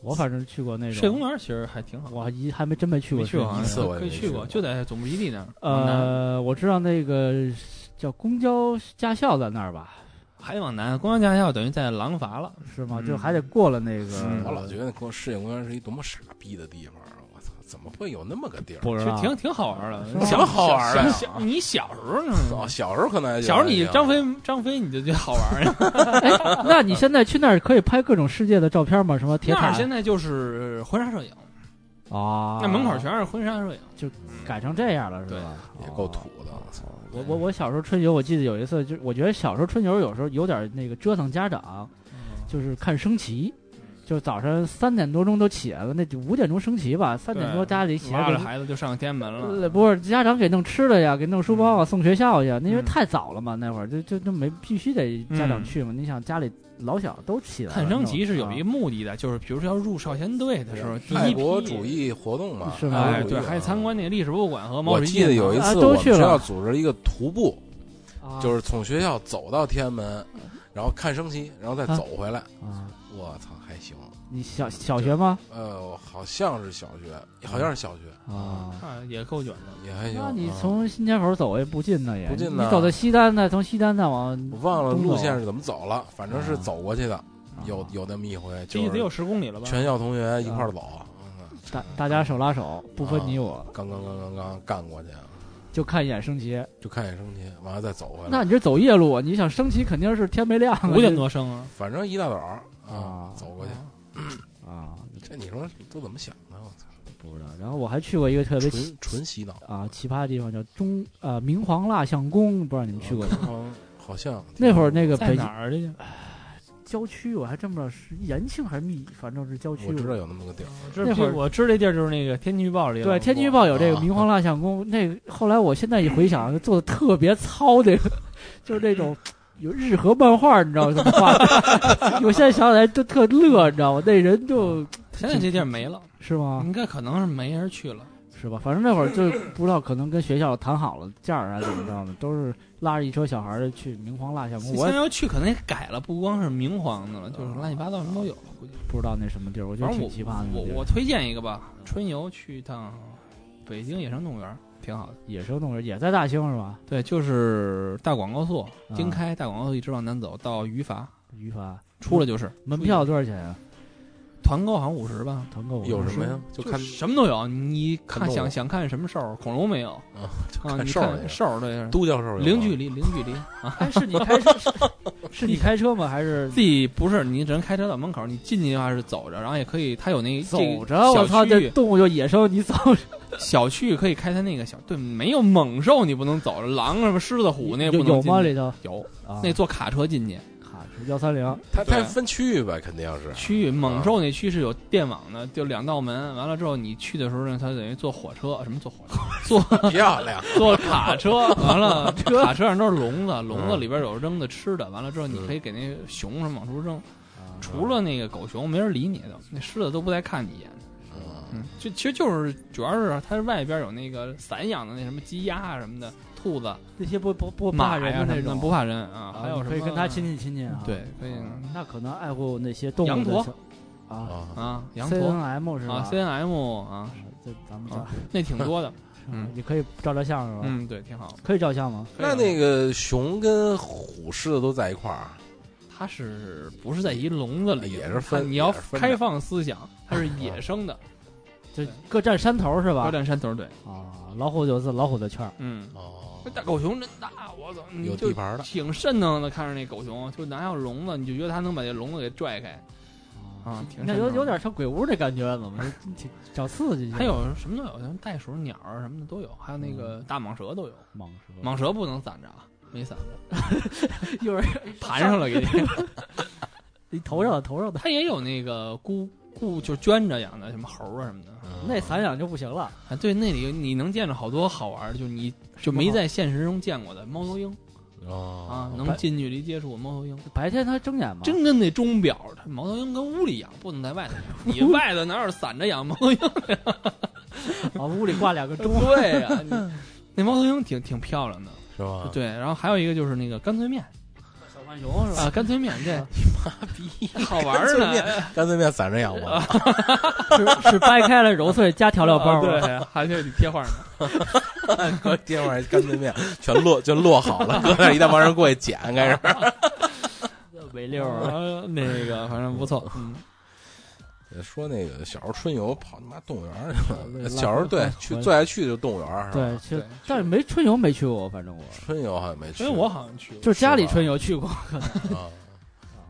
Speaker 1: 我反正去过那
Speaker 4: 世界公
Speaker 1: 种，
Speaker 4: 园其实还挺好，
Speaker 1: 我一还没真没去过
Speaker 4: 没去过
Speaker 1: 世
Speaker 4: 啊，
Speaker 1: 界
Speaker 3: 一次
Speaker 1: 公园
Speaker 3: 我也
Speaker 4: 可以
Speaker 3: 没
Speaker 4: 去
Speaker 3: 去
Speaker 4: 过，
Speaker 3: 过
Speaker 4: 就在总部基地那儿。往
Speaker 1: 呃，我知道那个叫公交驾校在那儿吧？
Speaker 4: 南，还往南，公安驾校等于在廊坊了，
Speaker 1: 是吗？
Speaker 4: 嗯
Speaker 1: 就还得过了那个，
Speaker 4: 嗯
Speaker 3: 我老觉得光世界公园是一多么傻逼的地方啊！我操，怎么会有那么个地儿？
Speaker 1: 不知
Speaker 4: 其实
Speaker 1: 道啊
Speaker 4: 挺挺好玩的。
Speaker 1: 吗
Speaker 4: 小
Speaker 3: 什么好玩的
Speaker 4: 小小小你小时候呢？
Speaker 3: 早啊小时候可能还觉得
Speaker 4: 小时候你
Speaker 3: 哎呀
Speaker 4: 张飞张飞你就觉得好玩儿，
Speaker 1: 那你现在去那儿可以拍各种世界的照片吗？什么铁
Speaker 4: 那
Speaker 1: 塔
Speaker 4: 儿现在就是婚纱摄影，
Speaker 1: 啊？
Speaker 4: 那门口全是婚纱摄影。
Speaker 1: 改成这样了，是吧？
Speaker 3: 也够
Speaker 1: 土。
Speaker 3: 土的，我操！
Speaker 1: 我我我小时候春游，我记得有一次，就我觉得小时候春游有时候有点那个折腾家长，就是看升旗，就是早上三点多钟都起来了，那就五点钟升旗吧，三点多
Speaker 4: 对
Speaker 1: 家里起来
Speaker 4: 拉
Speaker 1: 给
Speaker 4: 着孩子就上天安门了。
Speaker 1: 呃，不是家长给弄吃的呀，给弄书包啊，送学校去。那因为
Speaker 4: 嗯
Speaker 1: 太早了嘛，那会儿就就就没必须得家长去嘛。你想家里老小都起来了，
Speaker 4: 看升旗是有
Speaker 1: 啊
Speaker 4: 一目的的，就是比如说要入少先队的时候，第
Speaker 3: 爱
Speaker 4: 一
Speaker 3: 国
Speaker 4: 批
Speaker 3: 主义活动嘛，
Speaker 1: 是吗
Speaker 3: 爱
Speaker 4: 哎，
Speaker 3: 国主义
Speaker 4: 对，
Speaker 3: 啊
Speaker 4: 还参观那个历史博物馆和毛
Speaker 3: 我
Speaker 4: 主
Speaker 3: 记
Speaker 4: 席
Speaker 3: 得
Speaker 4: 纪念
Speaker 3: 有
Speaker 4: 馆
Speaker 3: 一
Speaker 1: 啊
Speaker 3: 次
Speaker 1: 都
Speaker 3: 我们
Speaker 1: 去
Speaker 3: 学
Speaker 1: 了
Speaker 3: 校组织一个徒步，
Speaker 1: 啊
Speaker 3: 就是从学校走到天安门，然后看升旗，然后再
Speaker 1: 啊
Speaker 3: 走回来。
Speaker 1: 啊，
Speaker 3: 我操，还行。
Speaker 1: 你小小学吗？
Speaker 3: 呃，我好像是小学，好像是小学，
Speaker 1: 啊。
Speaker 4: 啊，也够远的。
Speaker 3: 也还行。
Speaker 1: 那你
Speaker 3: 啊
Speaker 1: 从新街口走也不近呢，也
Speaker 3: 不近
Speaker 1: 你
Speaker 3: 呢
Speaker 1: 走到西单呢，从西单再往
Speaker 3: 我忘了
Speaker 1: 东
Speaker 3: 路
Speaker 1: 走
Speaker 3: 线是怎么走了，反正是走过去的，有
Speaker 1: 啊
Speaker 3: 有那么一回，
Speaker 4: 这
Speaker 3: 就
Speaker 4: 也得有
Speaker 3: 是
Speaker 4: 十公里了吧？
Speaker 3: 全校同学一块儿走，
Speaker 1: 啊
Speaker 3: 嗯
Speaker 1: 大大家手拉手，不分你我，
Speaker 3: 刚刚刚刚刚干过去，啊
Speaker 1: 就看一眼升旗。
Speaker 3: 就看见升旗，完了再走回来。
Speaker 1: 那你这走夜路啊，你想升旗肯定是天没亮啊，
Speaker 4: 五点多升啊，
Speaker 3: 反正一大早儿
Speaker 1: 啊
Speaker 3: 走过去，
Speaker 1: 啊，
Speaker 3: 这你说都怎么想的？我操，
Speaker 1: 不知道。然后我还去过一个特别奇
Speaker 3: 纯纯洗脑。
Speaker 1: 啊奇葩的地方，叫中呃明皇蜡像宫，不知道你们去过吗？
Speaker 3: 好像
Speaker 1: 那会儿那个
Speaker 4: 在啊
Speaker 1: 北京
Speaker 4: 哪儿这
Speaker 1: 郊区，我还真不知道是延庆还是密，反正是郊区。
Speaker 3: 我知道有那么个地儿，
Speaker 4: 这
Speaker 1: 那会儿
Speaker 4: 我知道这地儿就是那个天气预报里
Speaker 1: 对，《天气预报》有这个
Speaker 3: 啊
Speaker 1: 明皇蜡像宫，那个后来我现在一回想，做的特别糙，那个就是那种有日和漫画，你知道怎么画的？ 我现在想起来就特乐，你知道吗？那人就
Speaker 4: 现在这地儿没了，
Speaker 1: 是吗？
Speaker 4: 应该可能是没人去了。
Speaker 1: 是吧？反正那会儿就不知道，可能跟学校谈好了价儿啊，怎么着的，都是拉着一车小孩儿去明皇蜡像宫。
Speaker 4: 现
Speaker 1: 我
Speaker 4: 在
Speaker 1: 也
Speaker 4: 要去可能也改了，不光是明皇的了，就是乱七八糟什么都有了，估计。
Speaker 1: 不知道那什么地儿，我觉
Speaker 4: 反
Speaker 1: 得
Speaker 4: 正我
Speaker 1: 挺奇葩的。
Speaker 4: 我我推荐一个吧，春游去一趟北京野生动物园，挺好的。
Speaker 1: 野生动物园也在大兴是吧？
Speaker 4: 对，就是大广高速
Speaker 1: 啊
Speaker 4: 经开大广高速一直往南走到榆筏，
Speaker 1: 于凡，
Speaker 4: 出来就是
Speaker 1: 门票多少钱啊？
Speaker 4: 团购好像五十吧，
Speaker 1: 团购
Speaker 3: 有什么呀？就
Speaker 4: 就
Speaker 3: 看
Speaker 4: 什么都有，你
Speaker 3: 看
Speaker 4: 看
Speaker 3: 动物
Speaker 4: 想想看什么兽儿，恐龙没有
Speaker 3: 啊，
Speaker 4: 就
Speaker 3: 看
Speaker 4: 你
Speaker 3: 兽儿
Speaker 4: 看兽儿对，
Speaker 3: 都教授有吗
Speaker 4: 零距离零距离，
Speaker 1: 哎，是你 开车？是是你开车吗？还是
Speaker 4: 自己不是你只能开车到门口，你进去的话是走着，然后也可以，它有那这
Speaker 1: 走
Speaker 4: 个
Speaker 1: 着？我操，
Speaker 4: 小区
Speaker 1: 这
Speaker 4: 域
Speaker 1: 动物就野生，你走着
Speaker 4: 小区域可以开它那个小对，没有猛兽你不能走着，狼什么狮子虎那也
Speaker 1: 有
Speaker 4: 不能
Speaker 1: 有
Speaker 4: 进
Speaker 1: 吗？
Speaker 4: 去
Speaker 1: 里头
Speaker 4: 有，
Speaker 1: 啊，
Speaker 4: 那坐卡车进去，
Speaker 1: 卡幺三零，
Speaker 3: 它
Speaker 4: 对
Speaker 3: 它分区域呗，肯定是
Speaker 4: 区
Speaker 1: 啊
Speaker 4: 域猛兽那区是有电网的，就两道门。完了之后，你去的时候呢，它等于坐火车，什么坐火 车，坐
Speaker 3: 漂亮。
Speaker 4: 坐卡车。完了，卡车上都是笼子，笼子里边有扔的吃的。完了之后，
Speaker 1: 嗯
Speaker 4: 你可以给那熊什么往出扔。除了那个狗熊，没人理你的，那狮子都不带看你一眼的。嗯，就其实就是主要是啊它外边有那个散养的那什么鸡鸭啊什么的，兔子、
Speaker 1: 那些不不不怕
Speaker 4: 马
Speaker 1: 人
Speaker 4: 呀
Speaker 1: 的那
Speaker 4: 什么的
Speaker 1: 种，
Speaker 4: 不怕人啊。
Speaker 1: 啊
Speaker 4: 还有什么
Speaker 1: 可以跟他亲近亲近啊？
Speaker 4: 对嗯可以
Speaker 1: 啊那可能爱护那些动物
Speaker 4: 羊
Speaker 1: 的
Speaker 4: 驼
Speaker 1: 小啊
Speaker 3: 啊，
Speaker 4: 啊，羊
Speaker 1: ，C
Speaker 4: 驼
Speaker 1: N M 是
Speaker 4: 啊
Speaker 1: 吧？
Speaker 4: ，C N M 啊，
Speaker 1: 这咱们这
Speaker 4: 啊那挺多 的。嗯
Speaker 1: 你可以照照相是吧？
Speaker 4: 嗯，对，挺好。
Speaker 1: 可以照相吗？
Speaker 3: 那那个熊跟虎狮子都在一块儿，
Speaker 4: 它是不是在一笼子里？
Speaker 3: 也是分
Speaker 4: 它你要
Speaker 3: 也是分的
Speaker 4: 开放 思想，它是野生的，
Speaker 1: 就
Speaker 4: 对
Speaker 1: 各占山头是
Speaker 4: 高
Speaker 1: 吧？
Speaker 4: 占山头对，
Speaker 1: 啊，老虎有自老虎的圈儿，
Speaker 4: 嗯。
Speaker 3: 哦
Speaker 4: 那大狗熊真大，我操！你
Speaker 3: 有
Speaker 4: 就
Speaker 3: 地盘的
Speaker 4: 挺瘆得慌的，看着那狗熊，就哪有笼子，你就觉得它能把这笼子给拽开啊，挺
Speaker 1: 那
Speaker 4: 瘆
Speaker 1: 有
Speaker 4: 得慌
Speaker 1: 有。点像鬼屋那感觉，怎 么就挺找刺激去？
Speaker 4: 还有什么都有，像袋鼠、鸟儿什么的都有，还有那个大蟒蛇都有。
Speaker 1: 蟒蛇，
Speaker 4: 嗯蟒蛇不能攒着啊，没攒着，
Speaker 1: 一会儿
Speaker 4: 盘上了给你。
Speaker 1: 你头上头上的，
Speaker 4: 它也有那个孤孤，就是圈着养的，什么猴儿啊什么的。
Speaker 3: 哦
Speaker 1: 那散养就不行了。
Speaker 4: 啊，对，那里你能见着好多好玩的，就是你就没在现实中见过的猫头鹰啊
Speaker 3: 哦，
Speaker 4: 能近距离接触猫头鹰，
Speaker 1: 白天它睁眼吗？
Speaker 4: 真跟那钟表似的。猫头鹰跟屋里养，不能在外头养。 你外头哪有散着养猫头鹰？
Speaker 1: 啊，屋里挂两个钟，
Speaker 4: 对呀、你 嗯那猫头鹰挺挺漂亮的。
Speaker 3: 是吧？
Speaker 4: 对，然后还有一个就是那个干脆面
Speaker 1: 小浣熊是吧？
Speaker 4: 啊，干脆面这你 妈逼 好玩儿
Speaker 3: 干脆
Speaker 4: 呢。
Speaker 3: 干脆面散着养吧。
Speaker 1: 啊是是掰开了揉碎加调料包
Speaker 4: 啊
Speaker 1: 吗，
Speaker 4: 对，还得你贴画 呢。
Speaker 3: 搁电话干脆面全落就落好了，搁那儿一大帮人过去捡，开始。
Speaker 1: 围溜儿啊
Speaker 4: 啊，那个反正不错。嗯，
Speaker 3: 说那个小时候春游跑他妈动物园儿 去了，
Speaker 1: 对
Speaker 3: 小时候对去啊最爱去的就动物园儿，是吧
Speaker 1: 对，去
Speaker 4: 对，
Speaker 1: 但是没春游没去过，反正我
Speaker 3: 春游好像没去
Speaker 4: 因为
Speaker 3: 过，
Speaker 4: 我好像去过。
Speaker 1: 就是家里春游去过，
Speaker 3: 啊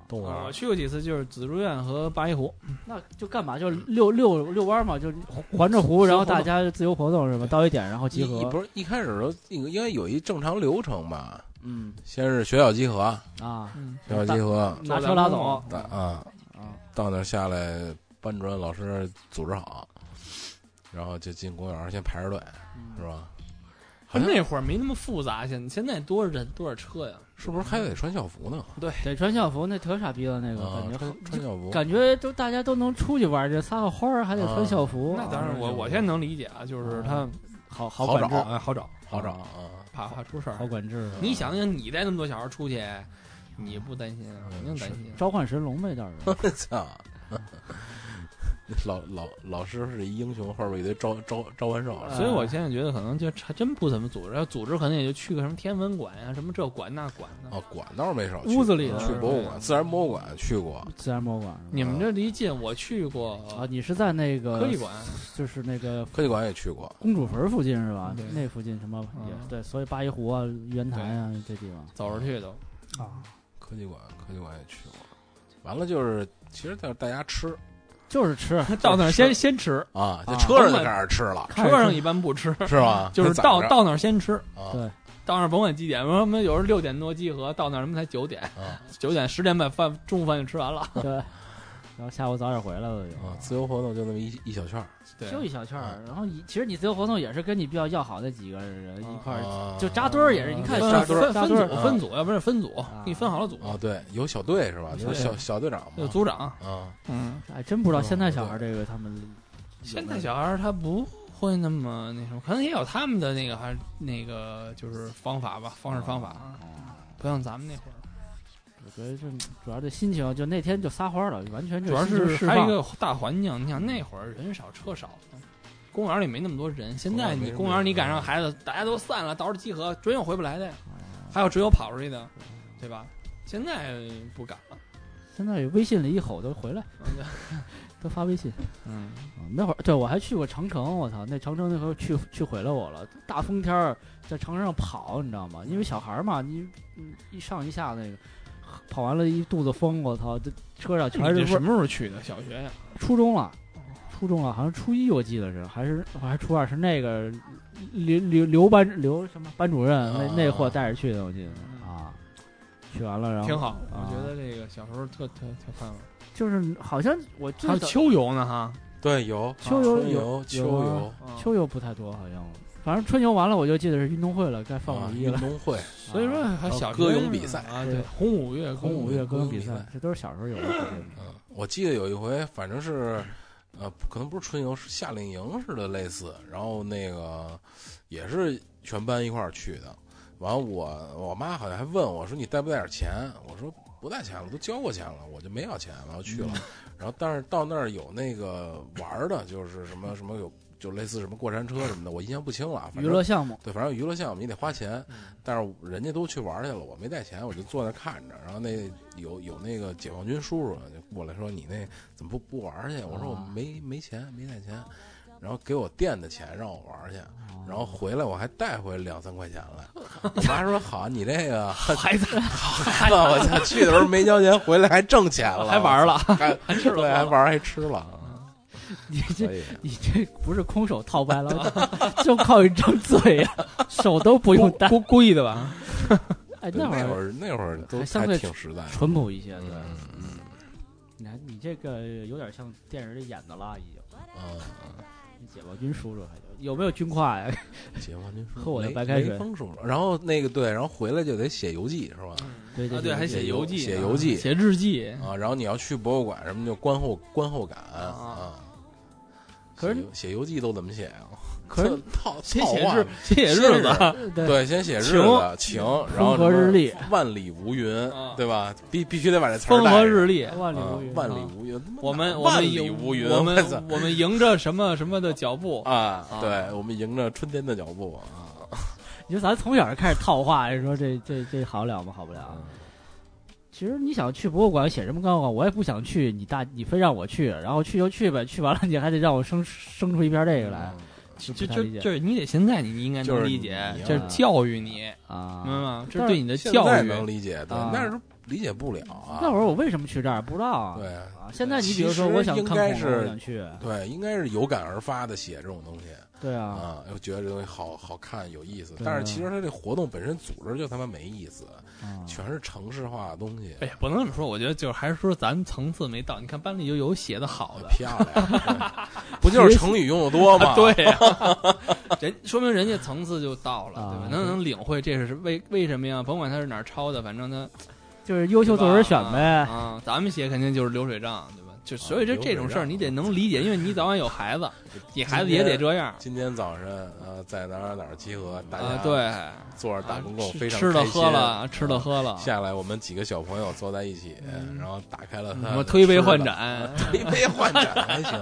Speaker 3: 动物园
Speaker 4: 啊我
Speaker 3: 儿
Speaker 4: 去过几次，就是紫竹院和八一湖，
Speaker 1: 那就干嘛？就溜溜溜弯嘛，就环着湖，然后大家自由活动是吧？到一点然后集
Speaker 3: 一一
Speaker 1: 合，
Speaker 3: 不是一开始的时候应应该有一正常流程吧？
Speaker 1: 嗯
Speaker 3: 先是学校集合，
Speaker 1: 啊，
Speaker 4: 嗯，
Speaker 3: 学校集合，
Speaker 1: 拿车拉走
Speaker 3: 大啊
Speaker 1: 啊，
Speaker 3: 到那儿下来，班主任老师组织好，然后就进公园儿先排着队，是
Speaker 1: 嗯
Speaker 3: 吧？好像
Speaker 4: 哎那会儿没那么复杂，现现在多少人多少车呀？
Speaker 3: 是不是还得穿校服呢？
Speaker 1: 得穿校服，那特傻逼了，那个
Speaker 3: 啊
Speaker 1: 感，觉
Speaker 3: 穿穿校服，
Speaker 1: 感觉都大家都能出去玩，这撒个花儿还
Speaker 3: 啊
Speaker 1: 得穿校服，啊
Speaker 4: 那当然，我我现在能理解啊，就是他
Speaker 1: 好好
Speaker 3: 好
Speaker 1: 管制，
Speaker 3: 找
Speaker 4: 哎好找，嗯
Speaker 3: 好找
Speaker 1: 嗯
Speaker 3: 啊。
Speaker 4: 怕怕出事儿
Speaker 1: 好。管制。
Speaker 4: 你想想，你带那么多小孩出去，你不担心啊？肯定担心。
Speaker 1: 召唤神龙呗，到时候
Speaker 3: 啊 操！老老老师是一英雄，后边一堆招招招唤兽，
Speaker 4: 所以我现在觉得可能就还真不怎么组织，要组织可能也就去个什么天文馆呀，什么这馆那馆的。
Speaker 3: 哦，馆倒是没少去，
Speaker 1: 屋子里的嗯
Speaker 3: 去博物馆、自然博物馆去过，
Speaker 1: 自然博物馆是吧
Speaker 4: 你们这离近，我去过
Speaker 1: 嗯啊，你是在那
Speaker 4: 科
Speaker 1: 个
Speaker 4: 技馆，
Speaker 1: 就是那个
Speaker 3: 科技馆也去过，
Speaker 1: 公主坟附近是吧
Speaker 4: 对？
Speaker 1: 那附近什么也
Speaker 4: 嗯
Speaker 1: 对，所以八一湖啊、圆潭啊这地方
Speaker 4: 走着去都。
Speaker 1: 啊，
Speaker 3: 科技馆科技馆也去过。完了就是，其实就是大家吃
Speaker 1: 就是吃，
Speaker 4: 到那儿先先吃，
Speaker 3: 啊，在
Speaker 1: 啊
Speaker 3: 车上就开始吃了，
Speaker 1: 看
Speaker 4: 车上一般不吃，
Speaker 3: 是吧？
Speaker 4: 就是
Speaker 3: 那
Speaker 4: 到
Speaker 3: 早上
Speaker 4: 到那儿先吃。
Speaker 3: 啊
Speaker 1: 对
Speaker 4: 到那儿甭管几点，我们有时候六点多集合，到那儿什么才九点，
Speaker 3: 啊
Speaker 4: 九点十点把饭中午饭就吃完了。
Speaker 1: 对，然后下午早点回来了
Speaker 3: 啊，
Speaker 1: 就。
Speaker 3: 自由活动就那么一一小圈儿，
Speaker 4: 对，嗯
Speaker 1: 就一小圈儿，然后你其实你自由活动也是跟你比较要好的几个人
Speaker 4: 嗯
Speaker 1: 一块儿，
Speaker 4: 哦
Speaker 3: 啊
Speaker 1: 就扎堆儿也是，
Speaker 4: 你
Speaker 1: 你看
Speaker 3: 扎
Speaker 4: 分
Speaker 3: 堆儿
Speaker 4: 分
Speaker 1: 扎
Speaker 4: 分
Speaker 1: 堆儿
Speaker 4: 组分组，要不然分组
Speaker 1: 啊，
Speaker 4: 给你分好了组，
Speaker 3: 啊，对，有小队是吧？
Speaker 1: 对
Speaker 3: 有小小队长
Speaker 4: 有
Speaker 3: 嘛，
Speaker 4: 组长。
Speaker 3: 啊，
Speaker 4: 嗯，
Speaker 1: 哎，真不知道现在小孩这个他们
Speaker 4: 现在小孩儿他不会那么那什么，可能也有他们的那个还那个就是方法吧，方式方法，
Speaker 1: 哦
Speaker 4: 不像咱们那会儿。
Speaker 1: 我觉得是主要这心情，就那天就撒欢儿了，完全就
Speaker 4: 主要
Speaker 1: 心情
Speaker 4: 是
Speaker 1: 释
Speaker 4: 还有
Speaker 1: 放
Speaker 4: 一个大环境，你想那会儿人少车少，公园里没那么多人。现在你公园你敢让孩子大家都散了，到时候集合，准有回不来的呀，还有准有跑出去的，对吧？现在不敢了。
Speaker 1: 现在微信里一吼都回来， 都发微信。
Speaker 4: 嗯，
Speaker 1: 嗯那会儿对我还去过长城，我操，那长城那回去去毁了我了。大风天儿在长城上跑，你知道吗？因为小孩儿嘛，你嗯一上一下那个，跑完了一肚子风，我操，这车上全
Speaker 4: 你
Speaker 1: 是
Speaker 4: 这
Speaker 1: 味
Speaker 4: 什
Speaker 1: 儿。
Speaker 4: 么时候去的？小学呀？
Speaker 1: 初中了，初中了，好像初一我记得是，还是还是初二，是那个刘刘刘班刘什么班主任、
Speaker 3: 啊
Speaker 1: 那那货带着去的，我记
Speaker 4: 嗯
Speaker 1: 得啊。去完了，然后
Speaker 4: 挺好，
Speaker 1: 啊
Speaker 4: 我觉得这个小时候特特挺快乐。
Speaker 1: 就是好像我记
Speaker 4: 还有
Speaker 1: 得
Speaker 4: 秋游呢哈，
Speaker 3: 对，有
Speaker 1: 秋游
Speaker 3: 春游、秋
Speaker 1: 有啊
Speaker 3: 游、
Speaker 1: 秋游不太多，好像，反正春游完了我就记得是运动会了，该放
Speaker 3: 啊
Speaker 1: 五一
Speaker 3: 运
Speaker 1: 了。
Speaker 3: 动会，
Speaker 4: 所以说
Speaker 1: 啊
Speaker 4: 还小学
Speaker 3: 歌咏比赛
Speaker 4: 啊，对，红五月
Speaker 1: 红
Speaker 4: 舞
Speaker 1: 五
Speaker 4: 乐
Speaker 1: 月
Speaker 3: 乐歌
Speaker 1: 歌咏
Speaker 3: 咏
Speaker 1: 比
Speaker 3: 比
Speaker 1: 赛
Speaker 3: 赛，
Speaker 1: 这都是小时候有 的这些。
Speaker 3: 嗯，我记得有一回，反正是，呃，可能不是春游，是夏令营似的类似。然后那个也是全班一块儿去的。完了我我妈好像还问我说你带不带点钱？我说不带钱了，都交过钱了，我就没要钱，然后去了。然后但是到那儿有那个玩儿的，就是什么什么有就类似什么过山车什么的，我印象不清了。啊反
Speaker 1: 娱
Speaker 3: 正
Speaker 1: 乐项目，
Speaker 3: 对，反正娱乐项目你得花钱，但是人家都去玩去了，我没带钱，我就坐那看着。然后那有有那个解放军叔叔就过来说：“你那怎么不不玩去？”我说：“我
Speaker 1: 啊
Speaker 3: 没没钱，没带钱。”然后给我垫的钱让我玩去，然
Speaker 1: 哦
Speaker 3: 后回来我还带回两三块钱来。我妈说：“好，你这个
Speaker 4: 孩子
Speaker 3: 孩子， 我操，去的时候没交钱，回来还挣钱了，
Speaker 4: 还玩了，
Speaker 3: 还
Speaker 4: 还吃
Speaker 3: 对，还
Speaker 4: 了，
Speaker 3: 玩还吃了。
Speaker 1: 你
Speaker 3: 可
Speaker 1: 这
Speaker 3: 以，
Speaker 1: 你这不是空手套白狼， 就靠一张嘴呀，手都不用搭。
Speaker 4: 故故意的吧？
Speaker 1: 哎，
Speaker 3: 对
Speaker 1: 那
Speaker 3: 那
Speaker 1: 会儿
Speaker 3: 儿那会儿都
Speaker 1: 还相对
Speaker 3: 挺实在的。
Speaker 1: 淳朴一些，对。
Speaker 3: 嗯嗯
Speaker 1: 你看你这个有点像电影里演的了，已经。
Speaker 3: 嗯。
Speaker 1: 你解放军叔叔还有有没有军挎呀？
Speaker 3: 解放军叔
Speaker 1: 喝我的
Speaker 3: 雷
Speaker 1: 白开水
Speaker 3: 雷锋叔叔，然后那个对，然后回来就得写游记是吧？
Speaker 1: 对
Speaker 4: 啊，对，还写游记呢，
Speaker 3: 写游记
Speaker 4: 写日 记，
Speaker 3: 啊，然后你要去博物馆什么就观后观后感
Speaker 4: 啊
Speaker 3: 啊。
Speaker 1: 可是
Speaker 3: 写游写游记都怎么写啊？
Speaker 1: 可是
Speaker 3: 套
Speaker 4: 写
Speaker 3: 套
Speaker 4: 写
Speaker 3: 话
Speaker 4: 日啊写写日子，
Speaker 1: 对
Speaker 3: 对，先写日子晴，然后
Speaker 1: 风和
Speaker 3: 什么
Speaker 1: 日丽
Speaker 3: 万里无云
Speaker 4: 啊，
Speaker 3: 对吧？必必须得把这词儿
Speaker 4: 风
Speaker 3: 带
Speaker 4: 和
Speaker 3: 上
Speaker 4: 日丽。
Speaker 1: 万里
Speaker 3: 啊
Speaker 1: 无云，
Speaker 3: 万里无云，他妈
Speaker 4: 我们我
Speaker 3: 万
Speaker 4: 们
Speaker 3: 里
Speaker 4: 迎
Speaker 3: 无云，
Speaker 4: 我
Speaker 3: 我操
Speaker 4: 们我们迎着什么什么的脚步，
Speaker 3: 啊
Speaker 4: 啊，
Speaker 3: 对我们迎着春天的脚步啊，
Speaker 1: 你说咱从小就开始套话，你说这这这好了吗？好不了。其实你想去博物馆写什么高啊？我也不想去，你大你非让我去，然后去就去呗，去完了你还得让我生生出一篇这个来，是
Speaker 4: 这
Speaker 1: 不太
Speaker 4: 这
Speaker 1: 理解
Speaker 4: 这你得现在你应该
Speaker 3: 就是
Speaker 4: 能理解
Speaker 3: 你，要
Speaker 4: 这是教育你，啊明白
Speaker 1: 啊。
Speaker 4: 吗？这
Speaker 1: 但
Speaker 4: 是
Speaker 1: 是
Speaker 4: 对你的
Speaker 3: 现
Speaker 4: 教
Speaker 3: 在
Speaker 4: 育
Speaker 3: 能理解，对
Speaker 1: 啊，
Speaker 3: 那时候理解不了啊。
Speaker 1: 那会儿我为什么去这儿不知道啊？
Speaker 3: 对
Speaker 1: 啊，现在你
Speaker 3: 其
Speaker 1: 比如说
Speaker 3: 实
Speaker 1: 我想
Speaker 3: 应
Speaker 1: 看
Speaker 3: 该
Speaker 1: 恐龙，我
Speaker 3: 是
Speaker 1: 想去，
Speaker 3: 对，应该是有感而发的写这种东西
Speaker 1: 对啊，
Speaker 3: 啊，又觉得这东西好好看有意思
Speaker 1: 对。
Speaker 3: 但是其实它这活动本身组织就他妈没意思，
Speaker 1: 啊
Speaker 3: 全是城市化的东西
Speaker 4: 哎，呀，不能这么说，我觉得就是还是说咱层次没到。你看班里就有写的好的，啊
Speaker 3: 漂亮，对不就是成语用的多吗？
Speaker 4: 对 呀、人说明人家层次就到了，
Speaker 1: 啊
Speaker 4: 对吧？能能领会这是为为什么呀？甭管他是哪儿抄的，反正他
Speaker 1: 就是优秀作文选呗。
Speaker 4: 啊，咱们写肯定就是流水账，对吧？就所以这
Speaker 3: 流水
Speaker 4: 这种事儿
Speaker 3: 账
Speaker 4: 你得能理解，因为你早晚有孩 子，你
Speaker 3: 今
Speaker 4: 孩子也得
Speaker 3: 天。
Speaker 4: 这样
Speaker 3: 今天早上呃，在哪儿哪儿集合，大
Speaker 4: 啊
Speaker 3: 家，
Speaker 4: 对，
Speaker 3: 坐着打公共，
Speaker 4: 啊吃
Speaker 3: 非常
Speaker 4: 吃了
Speaker 3: 开心
Speaker 4: 喝了，吃了。
Speaker 3: 啊
Speaker 4: 喝了，
Speaker 3: 下来，我们几个小朋友坐在一起，然后打开了他
Speaker 4: 嗯什么
Speaker 3: 的
Speaker 4: 推杯
Speaker 3: 吃的
Speaker 4: 换，盏，
Speaker 3: 推杯换盏还 行。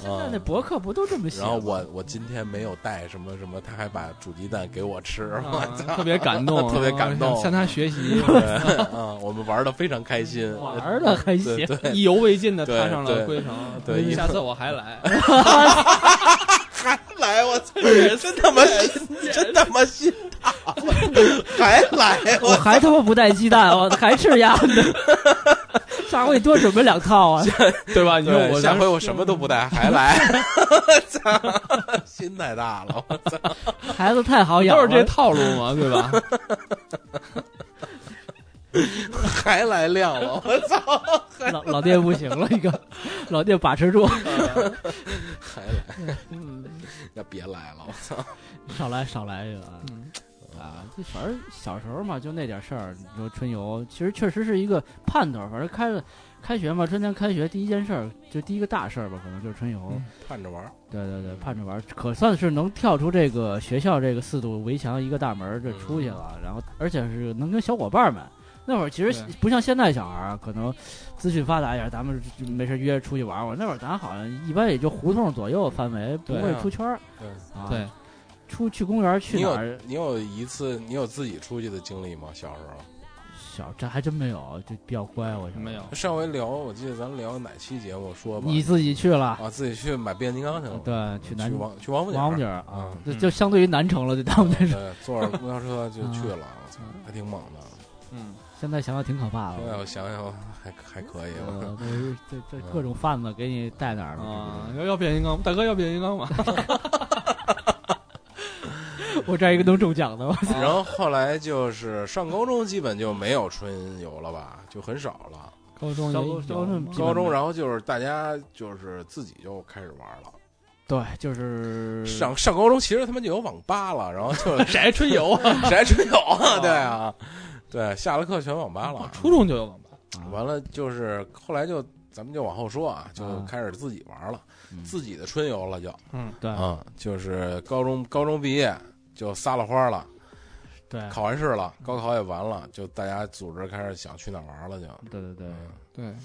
Speaker 1: 现在那博客不都这么写吗？
Speaker 3: 啊然后我我今天没有带什么什么，他还把煮鸡蛋给我吃，我
Speaker 4: 啊
Speaker 3: 操，
Speaker 4: 特别感 动，啊
Speaker 3: 特别感动
Speaker 4: 向向他学习，
Speaker 3: 对，嗯，我们玩的非常开心，
Speaker 1: 玩的还行
Speaker 3: 对， 对
Speaker 4: 意犹未尽的
Speaker 3: 对
Speaker 4: 踏上了
Speaker 3: 对
Speaker 4: 归程。啊
Speaker 3: 对因为
Speaker 4: 下次我还来。
Speaker 3: 还来我操，真他妈心，真他妈心大，还来
Speaker 1: 我
Speaker 3: 我
Speaker 1: 还他妈不带鸡蛋，我还吃鸭子。下 下回多准备两套 啊！
Speaker 4: 对吧？你说
Speaker 3: 对
Speaker 4: 我
Speaker 3: 下
Speaker 4: 当时
Speaker 3: 回我什么都不带，还来，操，心太大了，我操
Speaker 1: 孩子太好养
Speaker 4: 都
Speaker 1: 了，
Speaker 4: 是这套路 嘛，对吧？
Speaker 3: 还来亮了，我操，
Speaker 1: 老老爹不行了，一个 老爹把持住，
Speaker 3: 还来，
Speaker 1: 嗯，
Speaker 3: 那别来了，我操，
Speaker 1: 少来少来这个啊
Speaker 4: 嗯
Speaker 1: 啊！这反正小时候嘛，就那点事儿。你说春游，其实确实是一个盼头。反正开了开学嘛，春天开学第一件事儿，就第一个大事儿吧，可能就是春游。
Speaker 4: 嗯
Speaker 3: 盼着玩儿，
Speaker 1: 对对对，盼着玩儿，可算是能跳出这个学校这个四堵围墙一个大门儿就出去了，然后而且是能跟小伙伴儿们。那会儿其实
Speaker 4: 对
Speaker 1: 不像现在小孩儿啊，可能资讯发达一点儿，咱们就没事约着出去玩玩。那会儿咱好像一般也就胡同左右范围，不
Speaker 4: 对
Speaker 1: 会
Speaker 3: 啊
Speaker 1: 出圈儿
Speaker 3: 对。
Speaker 1: 啊。
Speaker 4: 对，，
Speaker 1: 出去公园儿去
Speaker 3: 你
Speaker 1: 哪
Speaker 3: 有
Speaker 1: 儿？
Speaker 3: 你有一次你有自己出去的经历吗？小时候
Speaker 1: 小这还真没有，就比较乖，我觉得
Speaker 4: 没有。
Speaker 3: 上回聊，我记得咱聊哪期节目说吧，
Speaker 1: 你自己去了，
Speaker 3: 啊自己去买变形金刚去了，
Speaker 1: 对，去南
Speaker 3: 王去王府井，
Speaker 1: 王府井儿
Speaker 3: 啊
Speaker 1: 啊，就就相对于南城了，就当那是。
Speaker 3: 对，呃坐着公交车就去了，我操，还挺猛的。
Speaker 4: 嗯，
Speaker 1: 现在想想挺可怕的
Speaker 3: 现。在我想想还还 可以，我
Speaker 1: 呃，这这这各种贩子给你带哪儿了？
Speaker 4: 啊，要要变形金刚，大哥要变形金刚嘛？
Speaker 1: 我这儿一个能中奖的吗？
Speaker 3: 然后后来就是上高中，基本就没有春游了吧，就很少了。
Speaker 4: 高中
Speaker 1: 高
Speaker 4: 也
Speaker 1: 中
Speaker 4: 有
Speaker 1: 高中
Speaker 4: 嘛
Speaker 1: 基本
Speaker 3: 高中，
Speaker 1: 没
Speaker 3: 然后就是大家就是自己就开始玩了。
Speaker 1: 对，就是
Speaker 3: 上上高中其实他们就有网吧了，然后就
Speaker 4: 嗯 谁还春游 啊？
Speaker 3: 谁还春游啊？对啊，对，下了课全网吧了。
Speaker 4: 初中就有网吧，
Speaker 3: 完了就是后来就咱们就往后说啊，就
Speaker 1: 啊
Speaker 3: 开始自己玩了，
Speaker 1: 嗯
Speaker 3: 自己的春游了就
Speaker 4: 嗯，
Speaker 1: 对
Speaker 3: 啊，就是高中高中毕业就撒了花了。
Speaker 4: 哎
Speaker 1: 对
Speaker 3: 考完试了，高考也完了，就大家组织开始想去哪儿玩了就，
Speaker 1: 对对对，
Speaker 3: 嗯
Speaker 4: 对。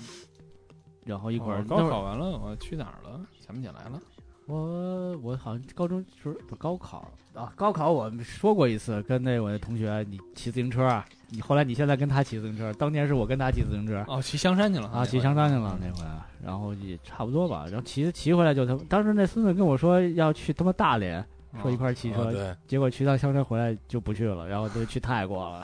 Speaker 1: 然后一会
Speaker 4: 会
Speaker 1: 儿
Speaker 4: 儿哦高考，完了，我去哪儿了？想不起来了。
Speaker 1: 那会儿我我好像高中时候不高考啊，高考我说过一次，跟那我的同学你骑自行车啊，你后来你现在跟他骑自行车，当年是我跟他骑自行车
Speaker 4: 哦，去香山去了
Speaker 1: 啊，骑香山去了那回，然后也差不多吧，然后骑骑回来就他当时那孙子跟我说要去他妈大连，
Speaker 4: 哦
Speaker 1: 说一块儿骑
Speaker 3: 啊
Speaker 1: 车，
Speaker 3: 对，
Speaker 1: 结果去趟香山回来就不去了，然后就去泰国了。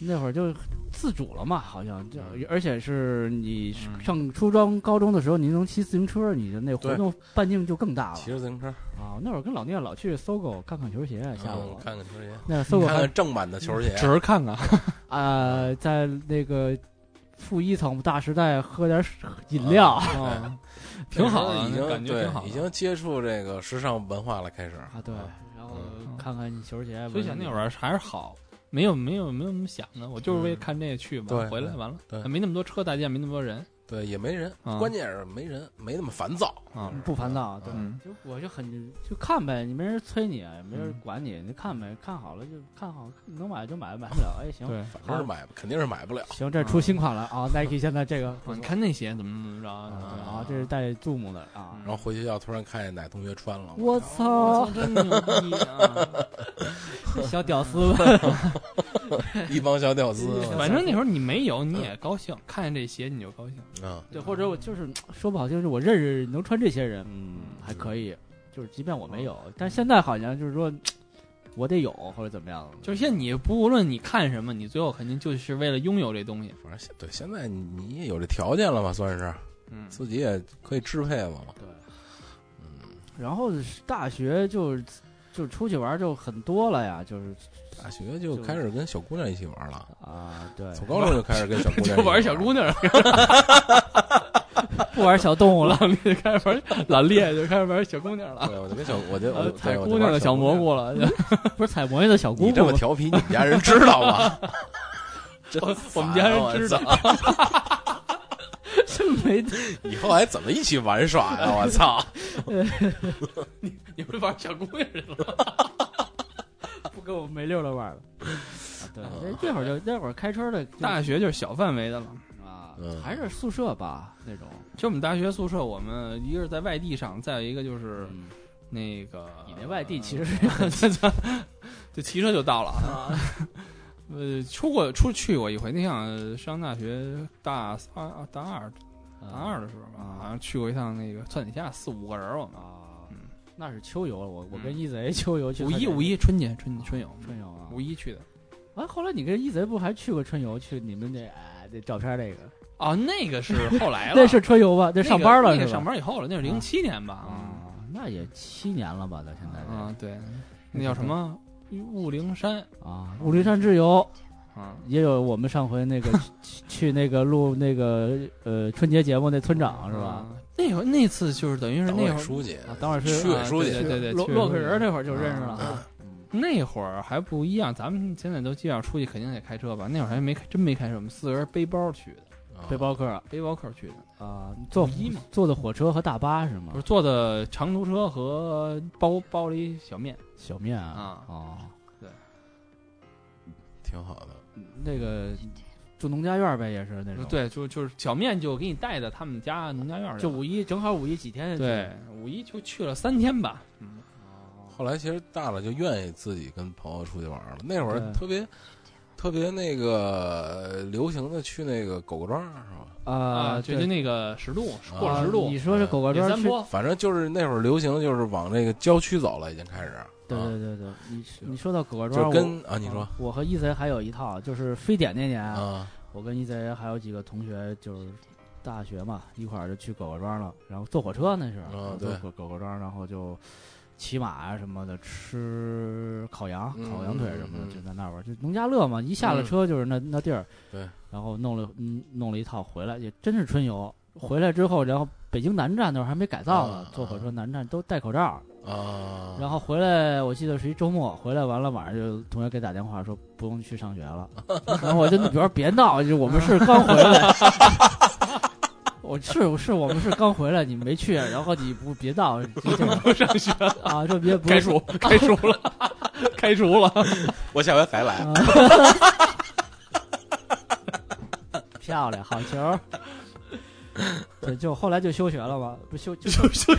Speaker 1: 那会儿就自主了嘛，好像就
Speaker 3: 嗯
Speaker 1: 而且是你
Speaker 4: 嗯
Speaker 1: 上初中、高中的时候，你能骑自行车，你的那活
Speaker 3: 对
Speaker 1: 动半径就更大了
Speaker 3: 骑着自行车，
Speaker 1: 啊！那会儿跟老聂老去搜狗看看球鞋，下午
Speaker 3: 嗯看看球鞋，
Speaker 1: 那搜狗
Speaker 3: 看
Speaker 1: 还
Speaker 3: 看正版的球鞋
Speaker 4: 只，是看看，
Speaker 1: 啊，在那个负一层大时代喝点水
Speaker 3: 啊
Speaker 1: 饮料
Speaker 4: 哦，挺好的，
Speaker 3: 已经
Speaker 4: 感觉
Speaker 3: 啊对
Speaker 4: 挺好的。
Speaker 3: 已经接触这个时尚文化了，开始
Speaker 1: 啊，对，然后
Speaker 3: 嗯
Speaker 1: 看看球鞋。
Speaker 4: 所以想那会儿还是好，没有没有没有那么想的，我就是为看这个去
Speaker 3: 对
Speaker 4: 嘛，回来完了，
Speaker 3: 对
Speaker 4: 没那么多车大街，没那么多人，
Speaker 3: 对，也没人，
Speaker 4: 啊
Speaker 3: 关键是没人，没那么烦躁
Speaker 4: 啊
Speaker 3: 就是
Speaker 1: 不烦躁，对，
Speaker 4: 嗯
Speaker 1: 就我就很就看呗，你没人催你，啊也没人
Speaker 4: 嗯
Speaker 1: 管你，你看呗，看好了就看好，能买就买，买不了哎 行，
Speaker 4: 对。
Speaker 3: 反正是买，肯定是买不了，
Speaker 1: 行，这出新款了啊，Nike 现在这个不错
Speaker 4: 啊你看那鞋怎么怎么着
Speaker 1: 啊，这是带 Zoom 的啊，
Speaker 4: 嗯
Speaker 3: 然后回学校突然看见哪同学穿了，
Speaker 1: 我
Speaker 4: 我
Speaker 1: 操
Speaker 4: 操，，真牛逼啊！
Speaker 1: 小屌丝，
Speaker 3: 一帮小屌丝，
Speaker 4: 反正那时候你没有，你也高兴，看见这鞋你就高兴。
Speaker 3: 啊，
Speaker 1: 对，或者我就是说不好听，就是我认识能穿这些人，嗯，还可以，就是即便我
Speaker 4: 嗯
Speaker 1: 没有，但现在好像就是说。我得有或者怎么样，
Speaker 4: 就是现在你不无论你看什么，你最后肯定就是为了拥有这东西。
Speaker 3: 反正现对现在你也有这条件了嘛，算是
Speaker 4: 嗯，
Speaker 3: 自己也可以支配了嘛，
Speaker 1: 对，
Speaker 3: 嗯，
Speaker 1: 然后大学就就出去玩就很多了呀，就是
Speaker 3: 大学啊就开始跟小姑娘一起玩了。
Speaker 1: 啊，对，
Speaker 3: 从高中就开始跟小姑娘
Speaker 4: 就 玩小姑
Speaker 3: 娘，
Speaker 4: 娘，
Speaker 1: 不玩小动物了
Speaker 4: 老 烈开始玩，老烈就开始玩小姑娘了，
Speaker 3: 对，我就跟小我就我
Speaker 4: 呃
Speaker 3: 对
Speaker 4: 采
Speaker 3: 我就
Speaker 4: 姑娘
Speaker 3: 玩
Speaker 4: 的小
Speaker 3: 姑
Speaker 4: 蘑 菇了。
Speaker 1: 不是采蘑菇的小姑
Speaker 3: 你这 么
Speaker 1: 姑，
Speaker 3: 调皮，你们家人知道吗？真
Speaker 4: 我我
Speaker 3: 烦
Speaker 4: 们家人知道
Speaker 3: 我操，
Speaker 1: 真没
Speaker 3: 以后还怎么一起玩耍呀？我操！
Speaker 4: 你们玩小姑娘去了。
Speaker 1: 不跟我没溜了玩了。啊对，那那会儿就那会儿开车的就
Speaker 4: 大学就是小范围的了，
Speaker 1: 啊
Speaker 3: 嗯，
Speaker 1: 还是宿舍吧那种。
Speaker 4: 就我们大学宿舍，我们一个是在外地上，再有一个就是
Speaker 1: 嗯
Speaker 4: 那个
Speaker 1: 你那外地其实是
Speaker 4: 就骑车就到了啊。呃，出过出去过一回，你想上大学大三啊大二大二的时候
Speaker 1: 啊，
Speaker 4: 吧好像去过一趟那个算你下四五个人儿，我们
Speaker 1: 啊
Speaker 4: 嗯，
Speaker 1: 那是秋游了。我我跟
Speaker 4: 嗯
Speaker 1: 一贼秋游去
Speaker 4: 五
Speaker 1: 看
Speaker 4: 一嗯
Speaker 1: 电影
Speaker 4: 五一春节春春游
Speaker 1: 春游啊，
Speaker 4: 五一去的，
Speaker 1: 啊，后来你跟一贼不还去过春游？去你们那哎那照片那个，
Speaker 4: 哦，那个是 后来哎了，
Speaker 1: 那是春游吧？那
Speaker 4: 那
Speaker 1: 上班了是
Speaker 4: 那个
Speaker 1: 吧？嗯
Speaker 4: 上班以后了，那是零七年吧？啊
Speaker 1: 啊，那也七年了吧？到现在得
Speaker 4: 啊，对，那叫什么雾灵山
Speaker 1: 啊，武陵山之游
Speaker 4: 啊？
Speaker 1: 也有我们上回那个去去去那个录那个呃春节节目那村长是吧？
Speaker 4: 啊？那会儿那次就是等于是
Speaker 3: 党
Speaker 4: 那
Speaker 3: 委
Speaker 4: 会儿
Speaker 3: 书记
Speaker 1: 啊，当然
Speaker 3: 区
Speaker 1: 是
Speaker 3: 委
Speaker 1: 啊
Speaker 4: 啊
Speaker 3: 书记
Speaker 4: 对对对，
Speaker 1: 洛
Speaker 4: 区委
Speaker 1: 洛
Speaker 4: 书
Speaker 1: 克
Speaker 4: 记
Speaker 1: 人那会儿就认识了啊
Speaker 4: 嗯那会儿还不一样，咱们现在都基本上出去肯定得开车吧？那会儿还没开真没开车，我们四个人背包去的，
Speaker 3: 啊
Speaker 1: 背包客
Speaker 4: 背包客去的，
Speaker 1: 啊，坐
Speaker 4: 嗯一嘛，
Speaker 1: 坐的火车和大巴是吗
Speaker 4: 不是？坐的长途车和包包了一小面。
Speaker 1: 小面
Speaker 4: 啊
Speaker 1: 哦，
Speaker 3: 挺好的。
Speaker 1: 那个住农家院儿呗，也是那种。，
Speaker 4: 对，就就是小面就给你带到他们家农家院儿去
Speaker 1: 就
Speaker 4: 了
Speaker 1: 五一正好五一几天就
Speaker 4: 对五一就去了三天吧，嗯，
Speaker 3: 后来其实大了就愿意自己跟朋友出去玩了。那会儿
Speaker 1: 对
Speaker 3: 特别特别那个呃流行的去那个狗狗庄是吧？
Speaker 1: 啊，
Speaker 4: 就
Speaker 1: 对
Speaker 4: 就那个十渡过
Speaker 1: 啊
Speaker 4: 了十渡
Speaker 1: 你，说是狗狗
Speaker 4: 野
Speaker 1: 庄
Speaker 4: 三
Speaker 1: 是
Speaker 4: 坡，
Speaker 3: 反正就是那会儿流行，就是往那个郊区走了，已经开始。
Speaker 1: 对
Speaker 3: 啊
Speaker 1: 对对对，你你说到狗狗
Speaker 3: 就
Speaker 1: 庄，
Speaker 3: 是
Speaker 1: 我嗯
Speaker 3: 跟啊，你说
Speaker 1: 啊我和一贼还有一套，就是非典那年，
Speaker 3: 啊，
Speaker 1: 我跟一贼还有几个同学就是。大学嘛，一块儿就去狗狗庄了，然后坐火车那是，
Speaker 3: 啊
Speaker 1: 坐
Speaker 3: 对
Speaker 1: 狗狗狗庄，然后就骑马啊什么的，吃烤羊、
Speaker 3: 嗯
Speaker 1: 烤羊腿什么的，
Speaker 3: 嗯嗯嗯
Speaker 1: 就在那儿玩儿，就农家乐嘛，一下了车就是那、那地儿，
Speaker 3: 对，
Speaker 1: 然后弄了嗯弄了一套回来，也真是春游。回来之后，然后北京南站那会儿还没改造呢
Speaker 3: 啊，
Speaker 1: 坐火车南站都戴口罩，
Speaker 3: 啊，
Speaker 1: 然后回来，我记得是一周末，回来完了晚上就同学给打电话说不用去上学了， 然后我就比如说别闹，就我们是刚回来， 我是是我们是刚回来，你没去，然后你不别闹，就这样
Speaker 4: 不上学了，
Speaker 1: 啊，就别不
Speaker 4: 开除开除 了，开除了，
Speaker 3: 我下回还来。
Speaker 1: 啊 漂亮，好球！对，就后来就休学了嘛，不休就就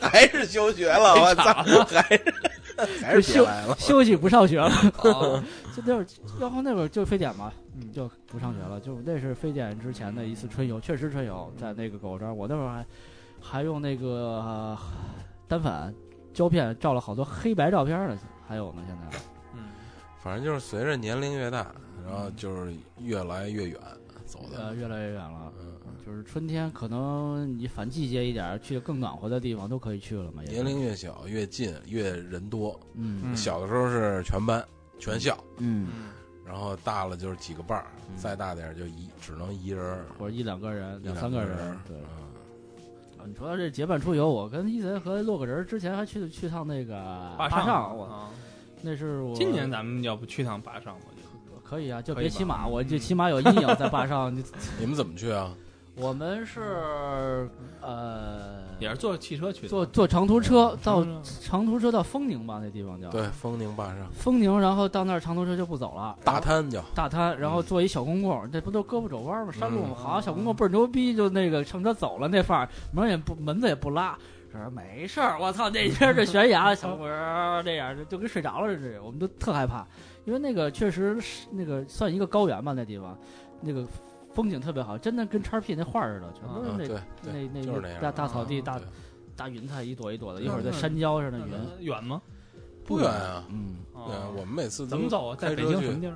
Speaker 3: 还是休学了，我操，还是还是别
Speaker 1: 休
Speaker 3: 来了。
Speaker 1: 休息不上学了。
Speaker 3: 哦
Speaker 4: 啊
Speaker 1: 就那会儿，然后那会儿就非典嘛，
Speaker 4: 嗯
Speaker 1: 就不上学了。就那是非典之前的一次春游，确实春游，在那个狗这儿，我那会儿还还用那个、呃单反胶片照了好多黑白照片呢，还有呢，现在
Speaker 4: 嗯，
Speaker 3: 反正就是随着年龄越大，然后就是越来越远走
Speaker 1: 呃
Speaker 3: 的。
Speaker 1: 越来越远了。
Speaker 3: 嗯，
Speaker 1: 就是春天，可能你反季节一点儿，去更暖和的地方都可以去了嘛。也
Speaker 3: 年龄越小越近越人多。
Speaker 1: 嗯
Speaker 4: 嗯
Speaker 3: 小的时候是全班全校，
Speaker 1: 嗯，
Speaker 4: 嗯
Speaker 3: 然后大了就是几个伴儿，
Speaker 1: 嗯
Speaker 3: 再大点儿就一只能一人儿，
Speaker 1: 或者一两个人、
Speaker 3: 一
Speaker 1: 两
Speaker 3: 两
Speaker 1: 三
Speaker 3: 个
Speaker 1: 人
Speaker 3: 儿，
Speaker 1: 对。
Speaker 3: 嗯
Speaker 1: 啊你说到这结伴出游，我跟伊森和洛克人之前还去去趟那个
Speaker 4: 坝
Speaker 1: 坝上，我
Speaker 4: 啊
Speaker 1: 那是我
Speaker 4: 今年咱们要不去趟坝上，我觉得
Speaker 1: 可以啊，就
Speaker 4: 可以
Speaker 1: 别
Speaker 4: 吧
Speaker 1: 骑马，我这
Speaker 4: 嗯
Speaker 1: 骑马有阴影在坝上。 你
Speaker 3: 你们怎么去啊？
Speaker 1: 我们是呃，
Speaker 4: 也是坐汽车去的，
Speaker 1: 坐坐长途车到
Speaker 4: 嗯
Speaker 1: 长途车到丰宁吧，那地方叫
Speaker 3: 对，丰宁坝上
Speaker 1: 丰宁，然后到那儿长途车就不走了，
Speaker 3: 大
Speaker 1: 然后
Speaker 3: 滩叫
Speaker 1: 大滩，然后坐一小公共，这不都胳膊肘弯吗？山路
Speaker 3: 嗯
Speaker 1: 好，小公共倍儿牛逼，嗯就那个乘车走了那范儿，门也不门子也不拉。说没事儿，我操，那边儿这悬崖，小伙儿这样就就跟睡着了似的，我们都特害怕，因为那个确实是那个算一个高原吧，那地方，那个风景特别好，真的跟叉 P 那画儿似的，全都
Speaker 3: 嗯，
Speaker 1: 是
Speaker 3: 对
Speaker 1: 那
Speaker 3: 对，
Speaker 1: 那
Speaker 3: 就是
Speaker 1: 那
Speaker 3: 那样
Speaker 1: 大大草地、
Speaker 4: 啊
Speaker 1: 大
Speaker 3: 对
Speaker 1: 大云彩一朵一朵的，
Speaker 4: 那
Speaker 1: 一会儿在
Speaker 4: 那
Speaker 1: 山椒上的云，
Speaker 4: 嗯远吗？
Speaker 3: 不远啊。
Speaker 1: 嗯，
Speaker 4: 啊
Speaker 3: 对，我们每次都
Speaker 4: 怎么走啊？在
Speaker 3: 开
Speaker 4: 北
Speaker 3: 车
Speaker 4: 京什么
Speaker 3: 去，
Speaker 4: 地儿？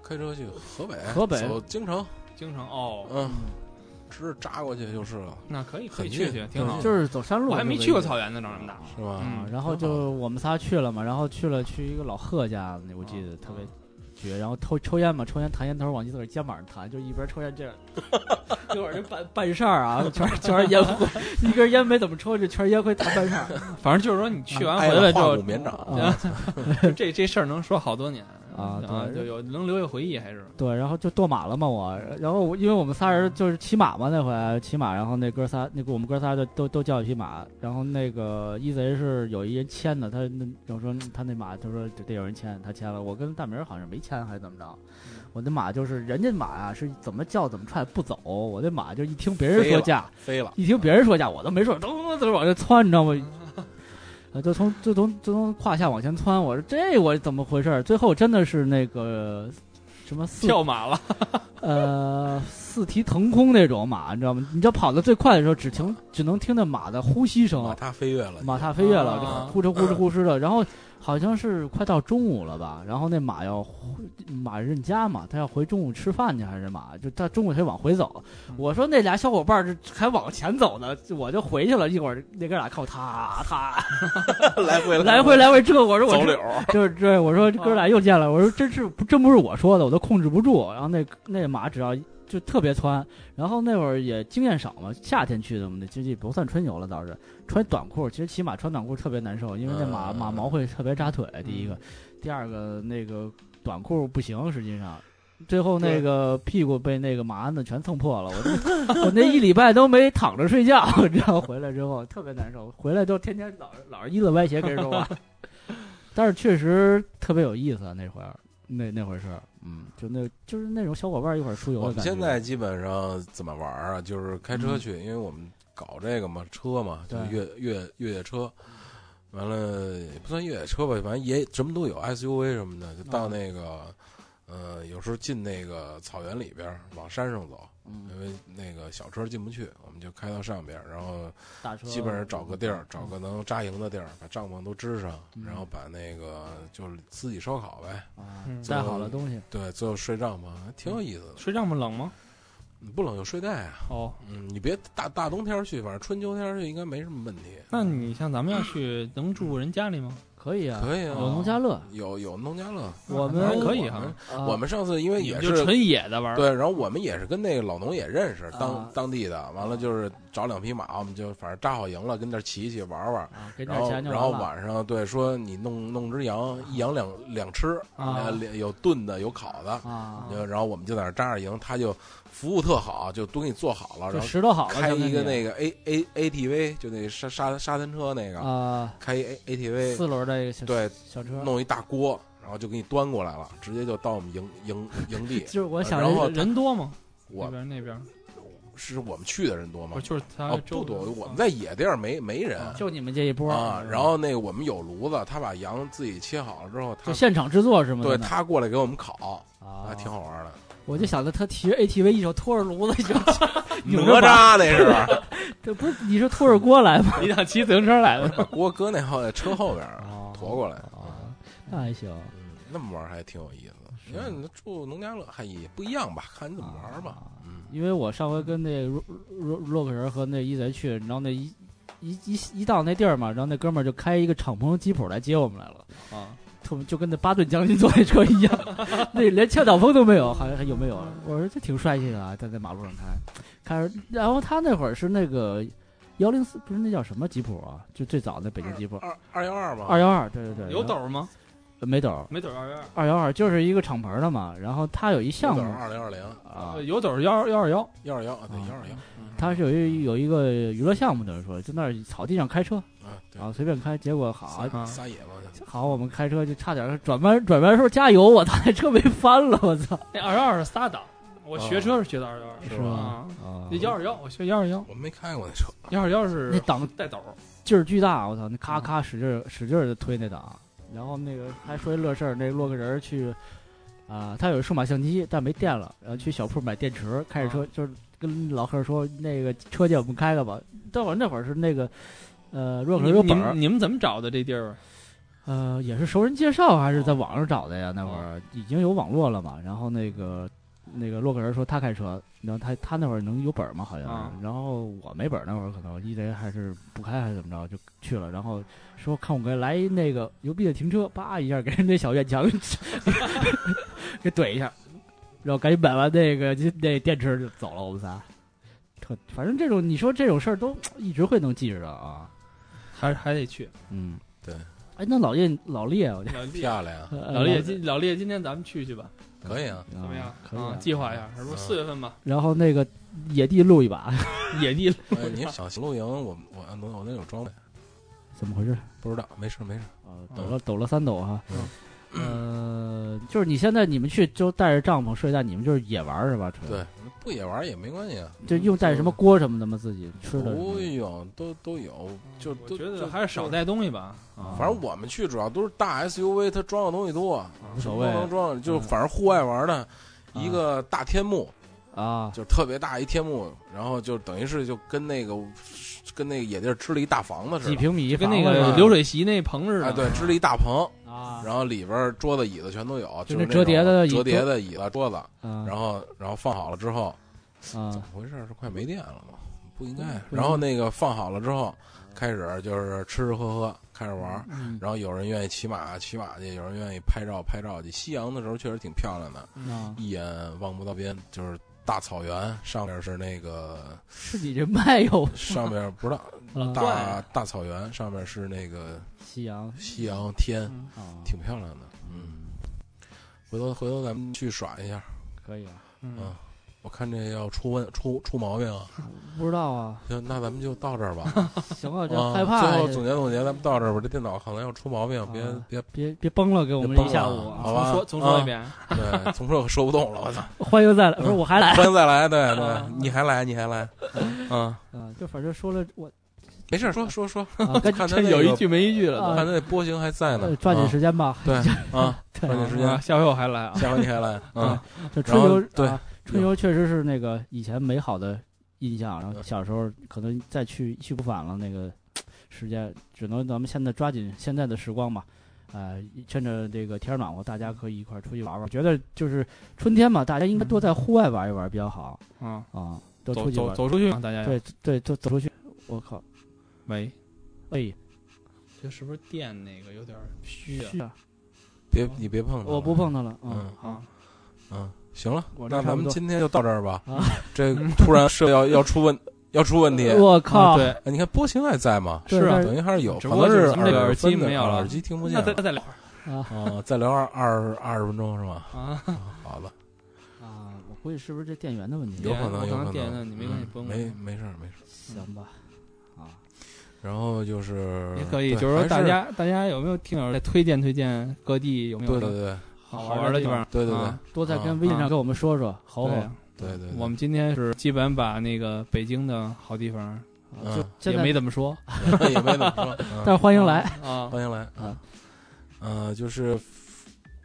Speaker 3: 开车去河北，
Speaker 1: 河北
Speaker 3: 走京城，
Speaker 4: 京城哦，
Speaker 3: 嗯，直着扎过去就是了，
Speaker 4: 那可以可以
Speaker 3: 很
Speaker 4: 去
Speaker 3: 近
Speaker 4: 去，挺好。
Speaker 1: 就是走山路，
Speaker 4: 我还没去过草原呢，长这么大。
Speaker 3: 是吧？
Speaker 1: 啊，
Speaker 4: 嗯
Speaker 1: 然后
Speaker 3: 挺好
Speaker 1: 就我们仨去了嘛，然后去了去一个老贺家，那我
Speaker 3: 啊
Speaker 1: 记得特别绝，然后抽抽烟嘛，抽烟弹烟头往自个儿肩膀上弹，就一边抽烟 这样，一会儿就半半扇儿啊，全是全是烟 灰，一根烟没怎么抽，就全是烟灰弹半扇儿
Speaker 4: 反正就是说，你去完
Speaker 1: 哎
Speaker 3: 挨
Speaker 4: 回
Speaker 3: 着
Speaker 4: 来
Speaker 3: 化骨
Speaker 4: 就
Speaker 3: 绵掌，
Speaker 1: 啊
Speaker 4: 这这事儿能说好多年
Speaker 1: 啊对
Speaker 4: 就有能留下回忆，还是
Speaker 1: 对，然后就堕马了嘛我，然后我因为我们仨
Speaker 3: 嗯
Speaker 1: 人就是骑马嘛那回骑马，然后那哥仨那个我们哥仨就都都叫一匹马，然后那个一贼是有一人牵的，他那我说他那马他说得得有人牵，他牵了，我跟大明儿好像没牵还是怎么着，
Speaker 3: 嗯
Speaker 1: 我那马就是人家马啊是怎么叫怎么踹不走，我那马就一听别人
Speaker 3: 飞
Speaker 1: 说
Speaker 3: 了
Speaker 1: 价，
Speaker 3: 飞了，
Speaker 1: 一听别人说价我都没说，噔噔噔往这窜，你知道吗？ 啊，就从就从就从胯下往前窜，我说这我怎么回事儿？最后真的是那个什么四
Speaker 4: 跳马了，
Speaker 1: 呃，四蹄腾空那种马，你知道吗？你知道跑得最快的时候，只听只能听到马的呼吸声
Speaker 3: 马，踏飞跃了，
Speaker 1: 马踏飞跃了，
Speaker 4: 啊
Speaker 1: 呼哧呼哧呼哧的。然后好像是快到中午了吧，然后那马要回马认家嘛，他要回中午吃饭去还是马？就他中午他就往回走。我说那俩小伙伴儿这还往前走呢，就我就回去了。一会儿那哥俩靠他他
Speaker 3: 来回
Speaker 1: 哦来回来回这，我说我
Speaker 3: 走
Speaker 1: 这
Speaker 3: 柳儿，
Speaker 1: 就是对我说这哥俩又见了，我说真是不真不是我说的，我都控制不住。然后那那马只要就特别窜，然后那会儿也经验少嘛，夏天去的嘛，那经济不算春游了倒是穿短裤，其实骑马穿短裤特别难受，因为那马、
Speaker 3: 嗯
Speaker 1: 马毛会特别扎腿，第一个，第二个那个短裤不行，实际上。最后那个屁股被那个马鞍子全蹭破了，我这我那一礼拜都没躺着睡觉，你知道？回来之后特别难受，回来就天天老是老是一字歪斜跟人说话， 但是确实特别有意思啊，那会儿那那会儿是，嗯，就那就是那种小伙伴一块儿出游
Speaker 3: 我
Speaker 1: 的
Speaker 3: 们
Speaker 1: 感觉。
Speaker 3: 现在基本上怎么玩儿啊？就是开车去，因为我们搞这个嘛，车嘛，就
Speaker 1: 嗯对
Speaker 3: 越越越野车。完了也不算越野车吧，反正也什么都有，SUV 什么的，就到
Speaker 1: 嗯
Speaker 3: 那个，呃，有时候进那个草原里边儿，往山上走，
Speaker 1: 嗯
Speaker 3: 因为那个小车进不去，我们就开到上边儿，然后
Speaker 1: 大车
Speaker 3: 基本上找个地儿，找个能扎营的地儿，把帐篷都支上，
Speaker 1: 嗯
Speaker 3: 然后把那个就是自己烧烤呗，
Speaker 1: 啊
Speaker 4: 嗯
Speaker 1: 带好了东西，
Speaker 3: 对，最后睡帐篷，还挺有意思的。
Speaker 4: 睡帐篷冷吗？
Speaker 3: 不冷有睡袋啊，
Speaker 4: 哦，
Speaker 3: 嗯，你别大大冬天儿去，反正春秋天儿去应该没什么问题。
Speaker 4: 那你像咱们要去，能住人家里吗？
Speaker 1: 可以啊，
Speaker 3: 可以啊
Speaker 1: 有农家乐，
Speaker 3: 有有农家乐，
Speaker 1: 我
Speaker 4: 那还
Speaker 1: 们
Speaker 4: 可以哈，
Speaker 1: 啊
Speaker 3: 我们上次因为
Speaker 4: 你
Speaker 3: 也
Speaker 4: 们
Speaker 3: 是
Speaker 4: 就纯野的玩儿。
Speaker 3: 对，然后我们也是跟那个老农也认识，当、
Speaker 1: 啊
Speaker 3: 当地的，完了就是找两匹马，我们就反正扎好营了，跟那儿骑一骑玩玩。
Speaker 1: 啊给
Speaker 3: 然
Speaker 1: 点
Speaker 3: 后
Speaker 1: 钱就
Speaker 3: 然后
Speaker 1: 完了。
Speaker 3: 晚上对说你弄弄只羊，一羊两两吃，
Speaker 1: 啊
Speaker 3: 呃两有炖的有烤的，
Speaker 1: 啊，
Speaker 3: 就然后我们就在那儿扎着营，他就服务特好，就都给你做好了，
Speaker 1: 就
Speaker 3: 然后
Speaker 1: 石头好了，
Speaker 3: 开一个
Speaker 1: 相当于
Speaker 3: 那个 A A A T V，就那沙沙沙滩车那个，
Speaker 1: 啊
Speaker 3: 开一 A A T V，
Speaker 1: 四轮的一个小
Speaker 3: 对，
Speaker 1: 小车，
Speaker 3: 弄一大锅，然后就给你端过来了，直接就到我们营营
Speaker 1: 。
Speaker 3: 营地
Speaker 1: 就是我想
Speaker 3: 然后
Speaker 1: 着
Speaker 3: 他
Speaker 4: 人多吗？那
Speaker 3: 我
Speaker 4: 边那边
Speaker 3: 是我们去的人多
Speaker 4: 不
Speaker 3: 吗
Speaker 4: 是？就是他
Speaker 3: 哦，
Speaker 4: 周
Speaker 3: 不多，
Speaker 4: 围
Speaker 3: 我 们在野地儿没没人
Speaker 4: 啊
Speaker 1: 就你们这一波
Speaker 3: 啊。然后那个我们有炉子，他把羊自己切好了之后，他
Speaker 1: 就现场制作是吗？
Speaker 3: 对
Speaker 1: 真的
Speaker 3: 他过来给我们烤，
Speaker 1: 啊
Speaker 3: 还，挺。好玩的。
Speaker 1: 我就想着他提着 ATV，一手托着炉 子，一手
Speaker 3: 哪
Speaker 1: 扭着把，
Speaker 3: 吒那是
Speaker 1: 这不是你是托着锅来吗？
Speaker 4: 你想骑自行 车来
Speaker 3: 把
Speaker 4: 的？
Speaker 3: 锅搁那后车后边儿
Speaker 1: 哦
Speaker 3: 驮过来。
Speaker 1: 啊，那还行，
Speaker 3: 嗯，那么玩儿还挺有意思的。你看你住农家乐还也不一样吧，看你怎么玩儿吧。
Speaker 1: 啊
Speaker 3: 嗯，
Speaker 1: 因为我上回跟那洛洛洛克人和那一贼去，然后那一一一一到那地儿嘛，然后那哥们儿就开一个敞篷吉普来接我们来了，
Speaker 4: 啊，
Speaker 1: 特别就跟那巴顿将军坐那车一 样，那连侧挡风都没有，好像还有没有啊？我说这挺帅气的啊，在在马路上开，开着，然后他那会儿是那个幺零四，不是那叫什么吉普啊？就最早那北京吉普
Speaker 3: 二二幺二吧，
Speaker 1: 二幺二，对对对，
Speaker 4: 啊有
Speaker 1: 然后
Speaker 4: 斗吗？
Speaker 1: 没斗？
Speaker 4: 没斗二
Speaker 3: 啊
Speaker 4: 幺
Speaker 1: 二幺二就是一个敞篷的嘛，然后它有一项目
Speaker 3: 二零二零
Speaker 1: 啊
Speaker 4: 二，，呃有斗幺幺二幺，
Speaker 3: 幺二幺啊，对幺二幺
Speaker 1: 它是有一有一个娱乐项目，等于说就那儿草地上开车，
Speaker 3: 啊，对
Speaker 1: 然，后随便开，结果好
Speaker 4: 啊
Speaker 3: 撒野嘛，
Speaker 1: 好，我们开车就差点儿转弯转弯的时候加油，我操，那车没翻了，我操，
Speaker 4: 那二幺二是仨档，我
Speaker 3: 哦
Speaker 4: 学车是学的二幺二，
Speaker 3: 是
Speaker 1: 是
Speaker 3: 吧
Speaker 1: 吗
Speaker 4: 啊？
Speaker 1: 啊
Speaker 4: 那，幺二幺我学幺二幺，
Speaker 3: 我没开过那车，
Speaker 4: 幺二幺
Speaker 1: 那
Speaker 4: 是
Speaker 1: 档
Speaker 4: 带斗，
Speaker 1: 劲儿巨大，我操，那咔咔使劲儿使劲儿的推那档，然后那个还说一乐事儿，那洛克人儿去啊、他有数码相机，但没电了，然后去小铺买电池，开着车、就是跟老贺说那个车借我们开开吧，待会儿那会儿是那个呃洛克人
Speaker 4: 你
Speaker 1: 有
Speaker 4: 们你
Speaker 1: 本儿
Speaker 4: 们，你们怎么找的这地儿？啊
Speaker 1: 呃，也是熟人介绍还是在网上找的呀？那会儿已经有网络了嘛。然后那个那个洛克人说他开车，然后他他那会儿能有本儿吗？好像是。
Speaker 4: 啊
Speaker 1: 然后我没本儿那会儿可能一贼还是不开还是怎么着就去了。然后说看我给来一那个牛逼的停车，叭一下给人那小院墙 给怼一下，然后赶紧买完那个那电池就走了。我们仨，特反正这种你说这种事儿都一直会能记着的啊。
Speaker 4: 还还得去
Speaker 1: 嗯，
Speaker 3: 对。
Speaker 1: 哎，那老叶老聂，我觉得
Speaker 4: 老烈，
Speaker 3: 漂亮，啊
Speaker 1: 呃
Speaker 4: 老烈今老烈今天咱们去去吧，
Speaker 3: 可以啊，
Speaker 1: 怎
Speaker 4: 怎么样？
Speaker 1: 可以
Speaker 4: 啊
Speaker 1: 啊，
Speaker 4: 计划一下，是不
Speaker 3: 嗯
Speaker 4: 是四月份吧？
Speaker 1: 然后那个野地录一把，
Speaker 4: 野地
Speaker 3: 哎你想露营，我我我能我能有装备，
Speaker 1: 怎么回事？
Speaker 3: 不知道，没事没事，
Speaker 1: 呃，
Speaker 4: 嗯
Speaker 1: 抖了抖了三抖哈。
Speaker 3: 嗯
Speaker 1: 呃，就是你现在你们去就带着帐篷睡袋，你们就是野玩儿是吧？纯
Speaker 3: 对，，不也玩也没关系啊，
Speaker 1: 就用带什么锅什么的吗？自己吃的什么
Speaker 3: 不
Speaker 1: 的
Speaker 3: 用都都有，就
Speaker 4: 我
Speaker 3: 都
Speaker 4: 觉
Speaker 3: 就
Speaker 4: 得还是少带东西吧。
Speaker 1: 啊，
Speaker 3: 反正我们去主要都是大 SUV，它装的东西多，
Speaker 1: 无所
Speaker 3: 不能
Speaker 1: 谓。嗯
Speaker 3: 装，就反正户外玩的，一个大天幕，
Speaker 1: 啊，
Speaker 3: 就是特别大一天幕，然后就等于是就跟那个跟那个野地儿支了一大房子似
Speaker 1: 几
Speaker 3: 的，
Speaker 1: 平米房
Speaker 4: 跟那
Speaker 1: 子
Speaker 4: 个
Speaker 1: 是
Speaker 4: 流水席那棚似的。
Speaker 3: 哎，对，支了一大棚，
Speaker 1: 啊，
Speaker 3: 然后里边儿桌子椅子全都有，
Speaker 1: 就
Speaker 3: 就是
Speaker 1: 那
Speaker 3: 是
Speaker 1: 折叠的
Speaker 3: 种
Speaker 1: 椅
Speaker 3: 折叠的椅子桌子，
Speaker 1: 嗯
Speaker 3: 然后然后放好了之后，怎
Speaker 1: 啊
Speaker 3: 么回事儿？是快没电了吗？不应该。
Speaker 1: 不应
Speaker 3: 然后那个放好了之后，开始就是吃吃喝喝，开始玩儿。
Speaker 4: 嗯
Speaker 3: 然后有人愿意骑马，骑马去；有人愿意拍照，拍照去。夕阳的时候确实挺漂亮的，
Speaker 1: 啊，
Speaker 3: 一眼望不到边，就是大草原，上面是那个
Speaker 1: 是你这麦有
Speaker 3: 上面不知 道
Speaker 1: 啊
Speaker 3: 大大草原，上面是那个
Speaker 1: 夕阳
Speaker 3: 夕阳天，
Speaker 4: 嗯
Speaker 1: 啊，
Speaker 3: 挺漂亮的。嗯，回头回头咱们去耍一下。
Speaker 1: 可以啊，
Speaker 4: 嗯
Speaker 3: 啊我看这要出问出出毛病啊！
Speaker 1: 不知道啊，
Speaker 3: 行，那咱们就到这儿吧。
Speaker 1: 行啊，这
Speaker 3: 啊，
Speaker 1: 害怕
Speaker 3: 最后
Speaker 1: 这
Speaker 3: 总结总结，咱们到这儿吧。这电脑可能要出毛病，别
Speaker 1: 啊
Speaker 3: 别
Speaker 1: 别别崩了，给我们
Speaker 3: 别崩
Speaker 1: 一下
Speaker 3: 了
Speaker 1: 午啊
Speaker 3: 好，吧
Speaker 4: 重说重说一遍，
Speaker 3: 对，从这说不动了，我操！
Speaker 1: 欢迎再来，不是我还 来，
Speaker 3: 欢迎再来，对
Speaker 4: 啊
Speaker 3: 对，你还来，你还来，嗯，
Speaker 1: 啊，就反正说了我，
Speaker 3: 没事儿，说说说，
Speaker 1: 啊，赶紧
Speaker 3: 看他
Speaker 4: 这
Speaker 3: 那
Speaker 4: 有一
Speaker 3: 个
Speaker 4: 句没一句了
Speaker 1: 啊
Speaker 3: 看他那波形还在
Speaker 1: 呃
Speaker 3: 呢，
Speaker 1: 抓紧
Speaker 3: 啊
Speaker 1: 时间吧，
Speaker 3: 对啊，
Speaker 1: 对
Speaker 3: 抓紧
Speaker 4: 都。
Speaker 3: 时间
Speaker 4: 啊，下回我还来啊。
Speaker 3: 下回你还 来，嗯，
Speaker 1: 这春
Speaker 3: 然后
Speaker 1: 游
Speaker 3: 对
Speaker 1: 啊春游确实是那个以前美好的印象，然后小时候可能再去去不返了，那个时间只能咱们现在抓紧现在的时光吧。呃，趁着这个天儿暖和，大家可以一块儿出去玩玩。觉得就是春天嘛，大家应该多在户外玩一玩比较好
Speaker 4: 嗯，
Speaker 1: 啊，多
Speaker 4: 走
Speaker 1: 出去
Speaker 4: 走
Speaker 1: 玩。
Speaker 4: 走出去啊，大家要
Speaker 1: 对对，多走出去。我靠，
Speaker 4: 喂，
Speaker 1: 哎，
Speaker 4: 这是不是电那个有点虚啊？
Speaker 1: 去啊！
Speaker 3: 别你别碰它了，
Speaker 1: 我不碰它了。嗯
Speaker 3: 嗯，
Speaker 4: 啊
Speaker 1: 好，
Speaker 3: 嗯，行了，
Speaker 1: 我这
Speaker 3: 那
Speaker 1: 差
Speaker 3: 咱
Speaker 1: 不
Speaker 3: 们
Speaker 1: 多
Speaker 3: 今天就到这儿吧
Speaker 1: 啊。
Speaker 3: 这突然是要要出问要出问 题，
Speaker 1: 我
Speaker 4: 啊，
Speaker 1: 靠，
Speaker 4: 对，
Speaker 3: 哎你看波形还在吗？
Speaker 1: 对
Speaker 4: 是啊
Speaker 1: 但
Speaker 3: 等于还是有，
Speaker 4: 只
Speaker 3: 可
Speaker 4: 不过
Speaker 3: 能
Speaker 4: 就是咱们这个耳
Speaker 3: 耳
Speaker 4: 机
Speaker 3: 分的
Speaker 4: 没有了
Speaker 3: 耳机听不见
Speaker 4: 那
Speaker 3: 了。
Speaker 4: 再再聊会儿
Speaker 3: 啊，再聊二二二十分钟是 吧？
Speaker 4: 啊。
Speaker 3: 好的，
Speaker 1: 啊，我估计是不是这电源的问题？
Speaker 3: 有可能，
Speaker 4: 我
Speaker 3: 有
Speaker 4: 刚
Speaker 3: 可
Speaker 4: 点的
Speaker 3: 能，
Speaker 4: 你没关系
Speaker 3: 嗯
Speaker 4: 不用
Speaker 3: 没
Speaker 4: 管
Speaker 3: 没事儿没事儿。
Speaker 1: 行吧，啊。
Speaker 3: 然后就是
Speaker 4: 也可以，
Speaker 3: 对
Speaker 4: 就是说
Speaker 3: 还
Speaker 4: 大家大家有没有听友再推荐推荐各地有没
Speaker 3: 对
Speaker 4: 有
Speaker 3: 对对
Speaker 4: 好玩的地方？
Speaker 3: 对对对
Speaker 4: 啊
Speaker 1: 多在
Speaker 3: 啊
Speaker 1: 跟微信上跟我们说说，吼吼
Speaker 4: 对，
Speaker 3: 对对对，
Speaker 4: 我们今天是基本把那个北京的好地方
Speaker 1: 啊就
Speaker 3: 嗯
Speaker 1: 现
Speaker 4: 也
Speaker 1: 在
Speaker 4: 没，怎么说，
Speaker 3: 对也没怎么 说，嗯
Speaker 1: 但是欢迎来
Speaker 4: 啊，
Speaker 3: 欢迎来
Speaker 1: 啊
Speaker 3: 啊，呃，就是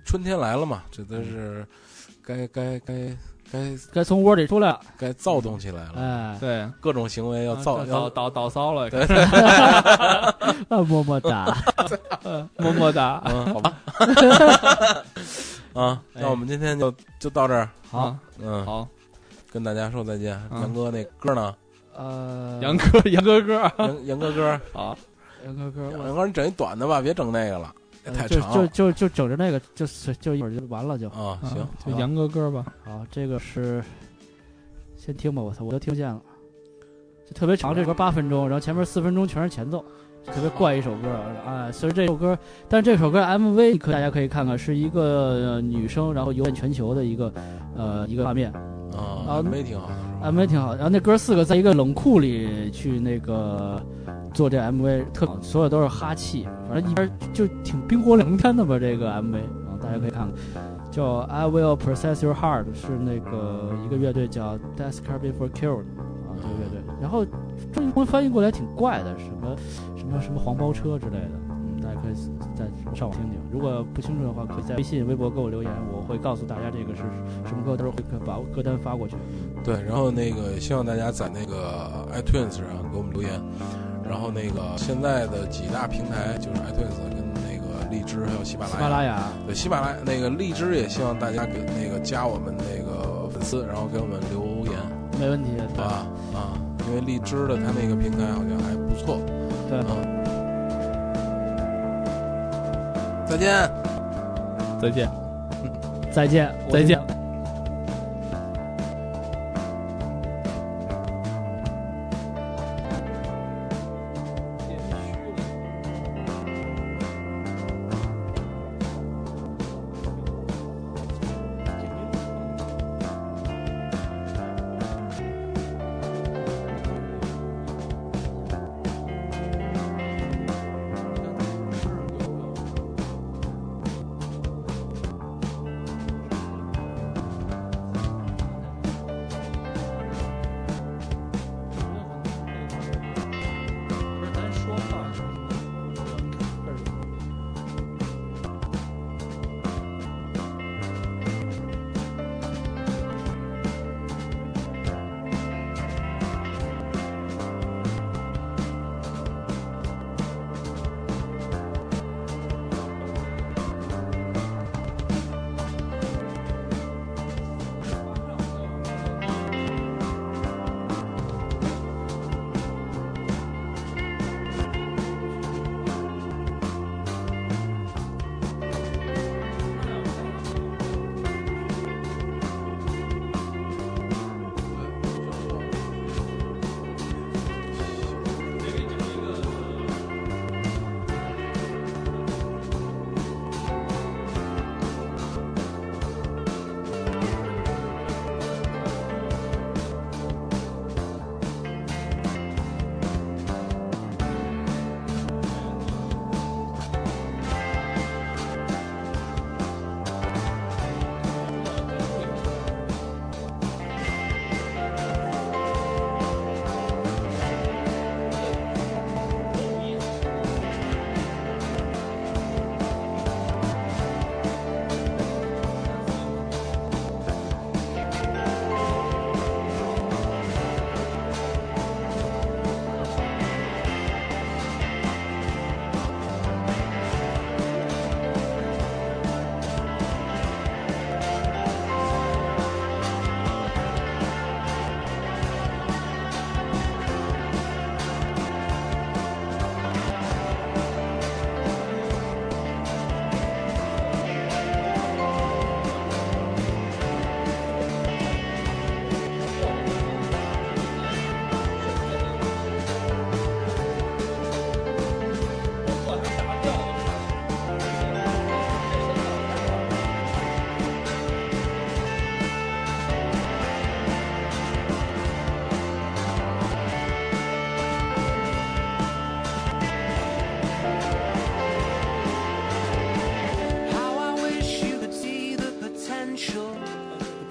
Speaker 3: 春天来了嘛，这
Speaker 4: 嗯
Speaker 3: 都是该该该该
Speaker 1: 该从窝里出来了，
Speaker 3: 该躁动起来了，
Speaker 1: 哎，
Speaker 4: 对，
Speaker 3: 各种行为要
Speaker 4: 啊
Speaker 3: 躁
Speaker 4: 倒
Speaker 3: 要
Speaker 4: 倒倒骚了，
Speaker 1: 啊么么 哒，
Speaker 4: 么么哒，
Speaker 3: 嗯，好 吧，啊，
Speaker 1: 哎
Speaker 3: 那我们今天就就到这儿，
Speaker 1: 好，
Speaker 4: 啊
Speaker 3: 嗯，
Speaker 4: 好，嗯
Speaker 3: 跟大家说再见。杨哥那歌 呢？
Speaker 1: 呃，
Speaker 4: 杨哥杨哥哥，
Speaker 3: 杨杨哥歌，
Speaker 4: 好，
Speaker 1: 杨哥哥，我
Speaker 3: 杨哥你整一短的吧，别整那个了，也
Speaker 1: 呃
Speaker 3: 太
Speaker 1: 就
Speaker 3: 长
Speaker 1: 就
Speaker 3: 了
Speaker 1: 就就整着那个，就随就一会儿就完了就，
Speaker 3: 啊。
Speaker 4: 啊
Speaker 3: 行，
Speaker 4: 就杨哥哥吧，
Speaker 1: 好，这个是先听吧，我操，我都听不见了，就特别长，这歌八分钟，然后前面四分钟全是前奏。特别怪一首歌啊！所以这首歌，但是这首歌 MV 你可大家可以看看，是一个、呃女生，然后游遍全球的一个呃一个画面。
Speaker 3: 啊，没挺好的是吧？
Speaker 1: MV 挺好，然后那哥四个在一个冷库里去那个做这 MV，特好所有都是哈气，反正一边就挺冰火两重天的吧。这个 MV 啊，大家可以看看，叫 I Will Process Your Heart，是那个一个乐队叫 Death Car Before Killed 啊，这个乐队。然后中文翻译过来挺怪的，什么什么什么黄包车之类的，嗯，大家可以再上网听听。如果不清楚的话，可以在微信、微博给我留言，我会告诉大家这个是什么歌，到时候会把歌单发过去。
Speaker 3: 对，然后那个希望大家在那个 iTunes 上给我们留言，然后那个现在的几大平台就是 iTunes 跟那个荔枝还有喜马
Speaker 1: 喜
Speaker 3: 拉
Speaker 1: 马
Speaker 3: 雅。
Speaker 1: 拉雅。
Speaker 3: 对，喜马拉雅那个荔枝也希望大家给那个加我们那个粉丝，然后给我们留言，
Speaker 1: 没问题，
Speaker 3: 好吧？啊，因为荔枝的它那个平台好像还不错。
Speaker 1: 对
Speaker 3: 嗯。再见。
Speaker 4: 再见。
Speaker 1: 再见，我
Speaker 4: 再见。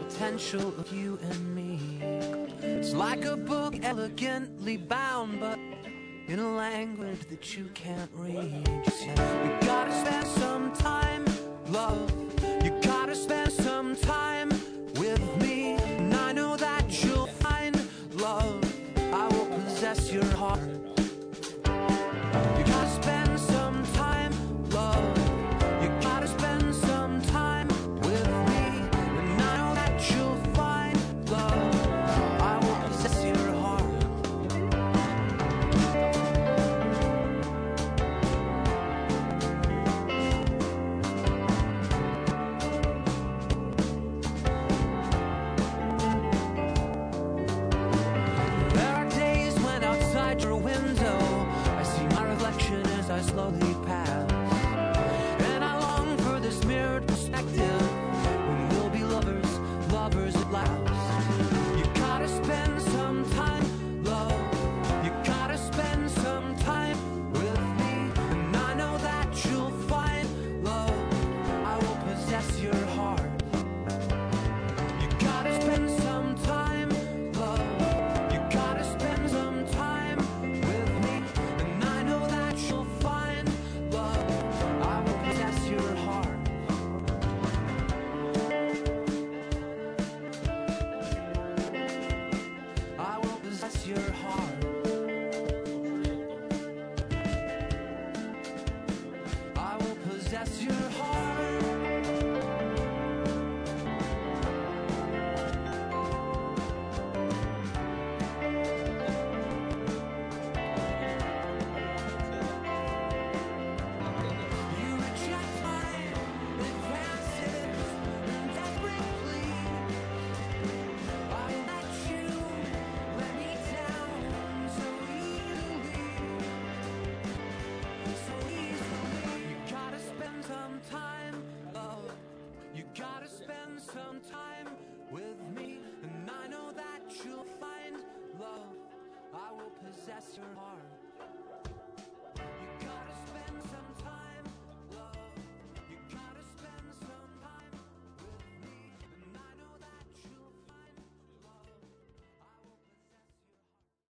Speaker 5: potential of you and me. It's like a book elegantly bound, but in a language that you can't read. You said, We gotta spend some time, love. You gotta spend some time with me. And I know that you'll find love. I will possess your heart. You gotta spend some time, love. You gotta spend some time with me. And I know that you'll find love. I will possess your heart. There are days when outside your window I see my reflection as I slowly pass. And I long for this mirrored perspective when we'll be lovers, lovers at last. You gotta spend some time, love. You gotta spend some time with me. And I know that you'll find love. I will possess your heart. You gotta spend some time, love. You gotta spend some time with me. And I know that you'll find love. I will possess your heart. I will possess your heart. I will possess your heart. You reject my advances desperately. I let you let me down so easily, so easily. You gotta spend some time, love. You gotta spend some time with me, and I know that you'll find love. I will possess your heart.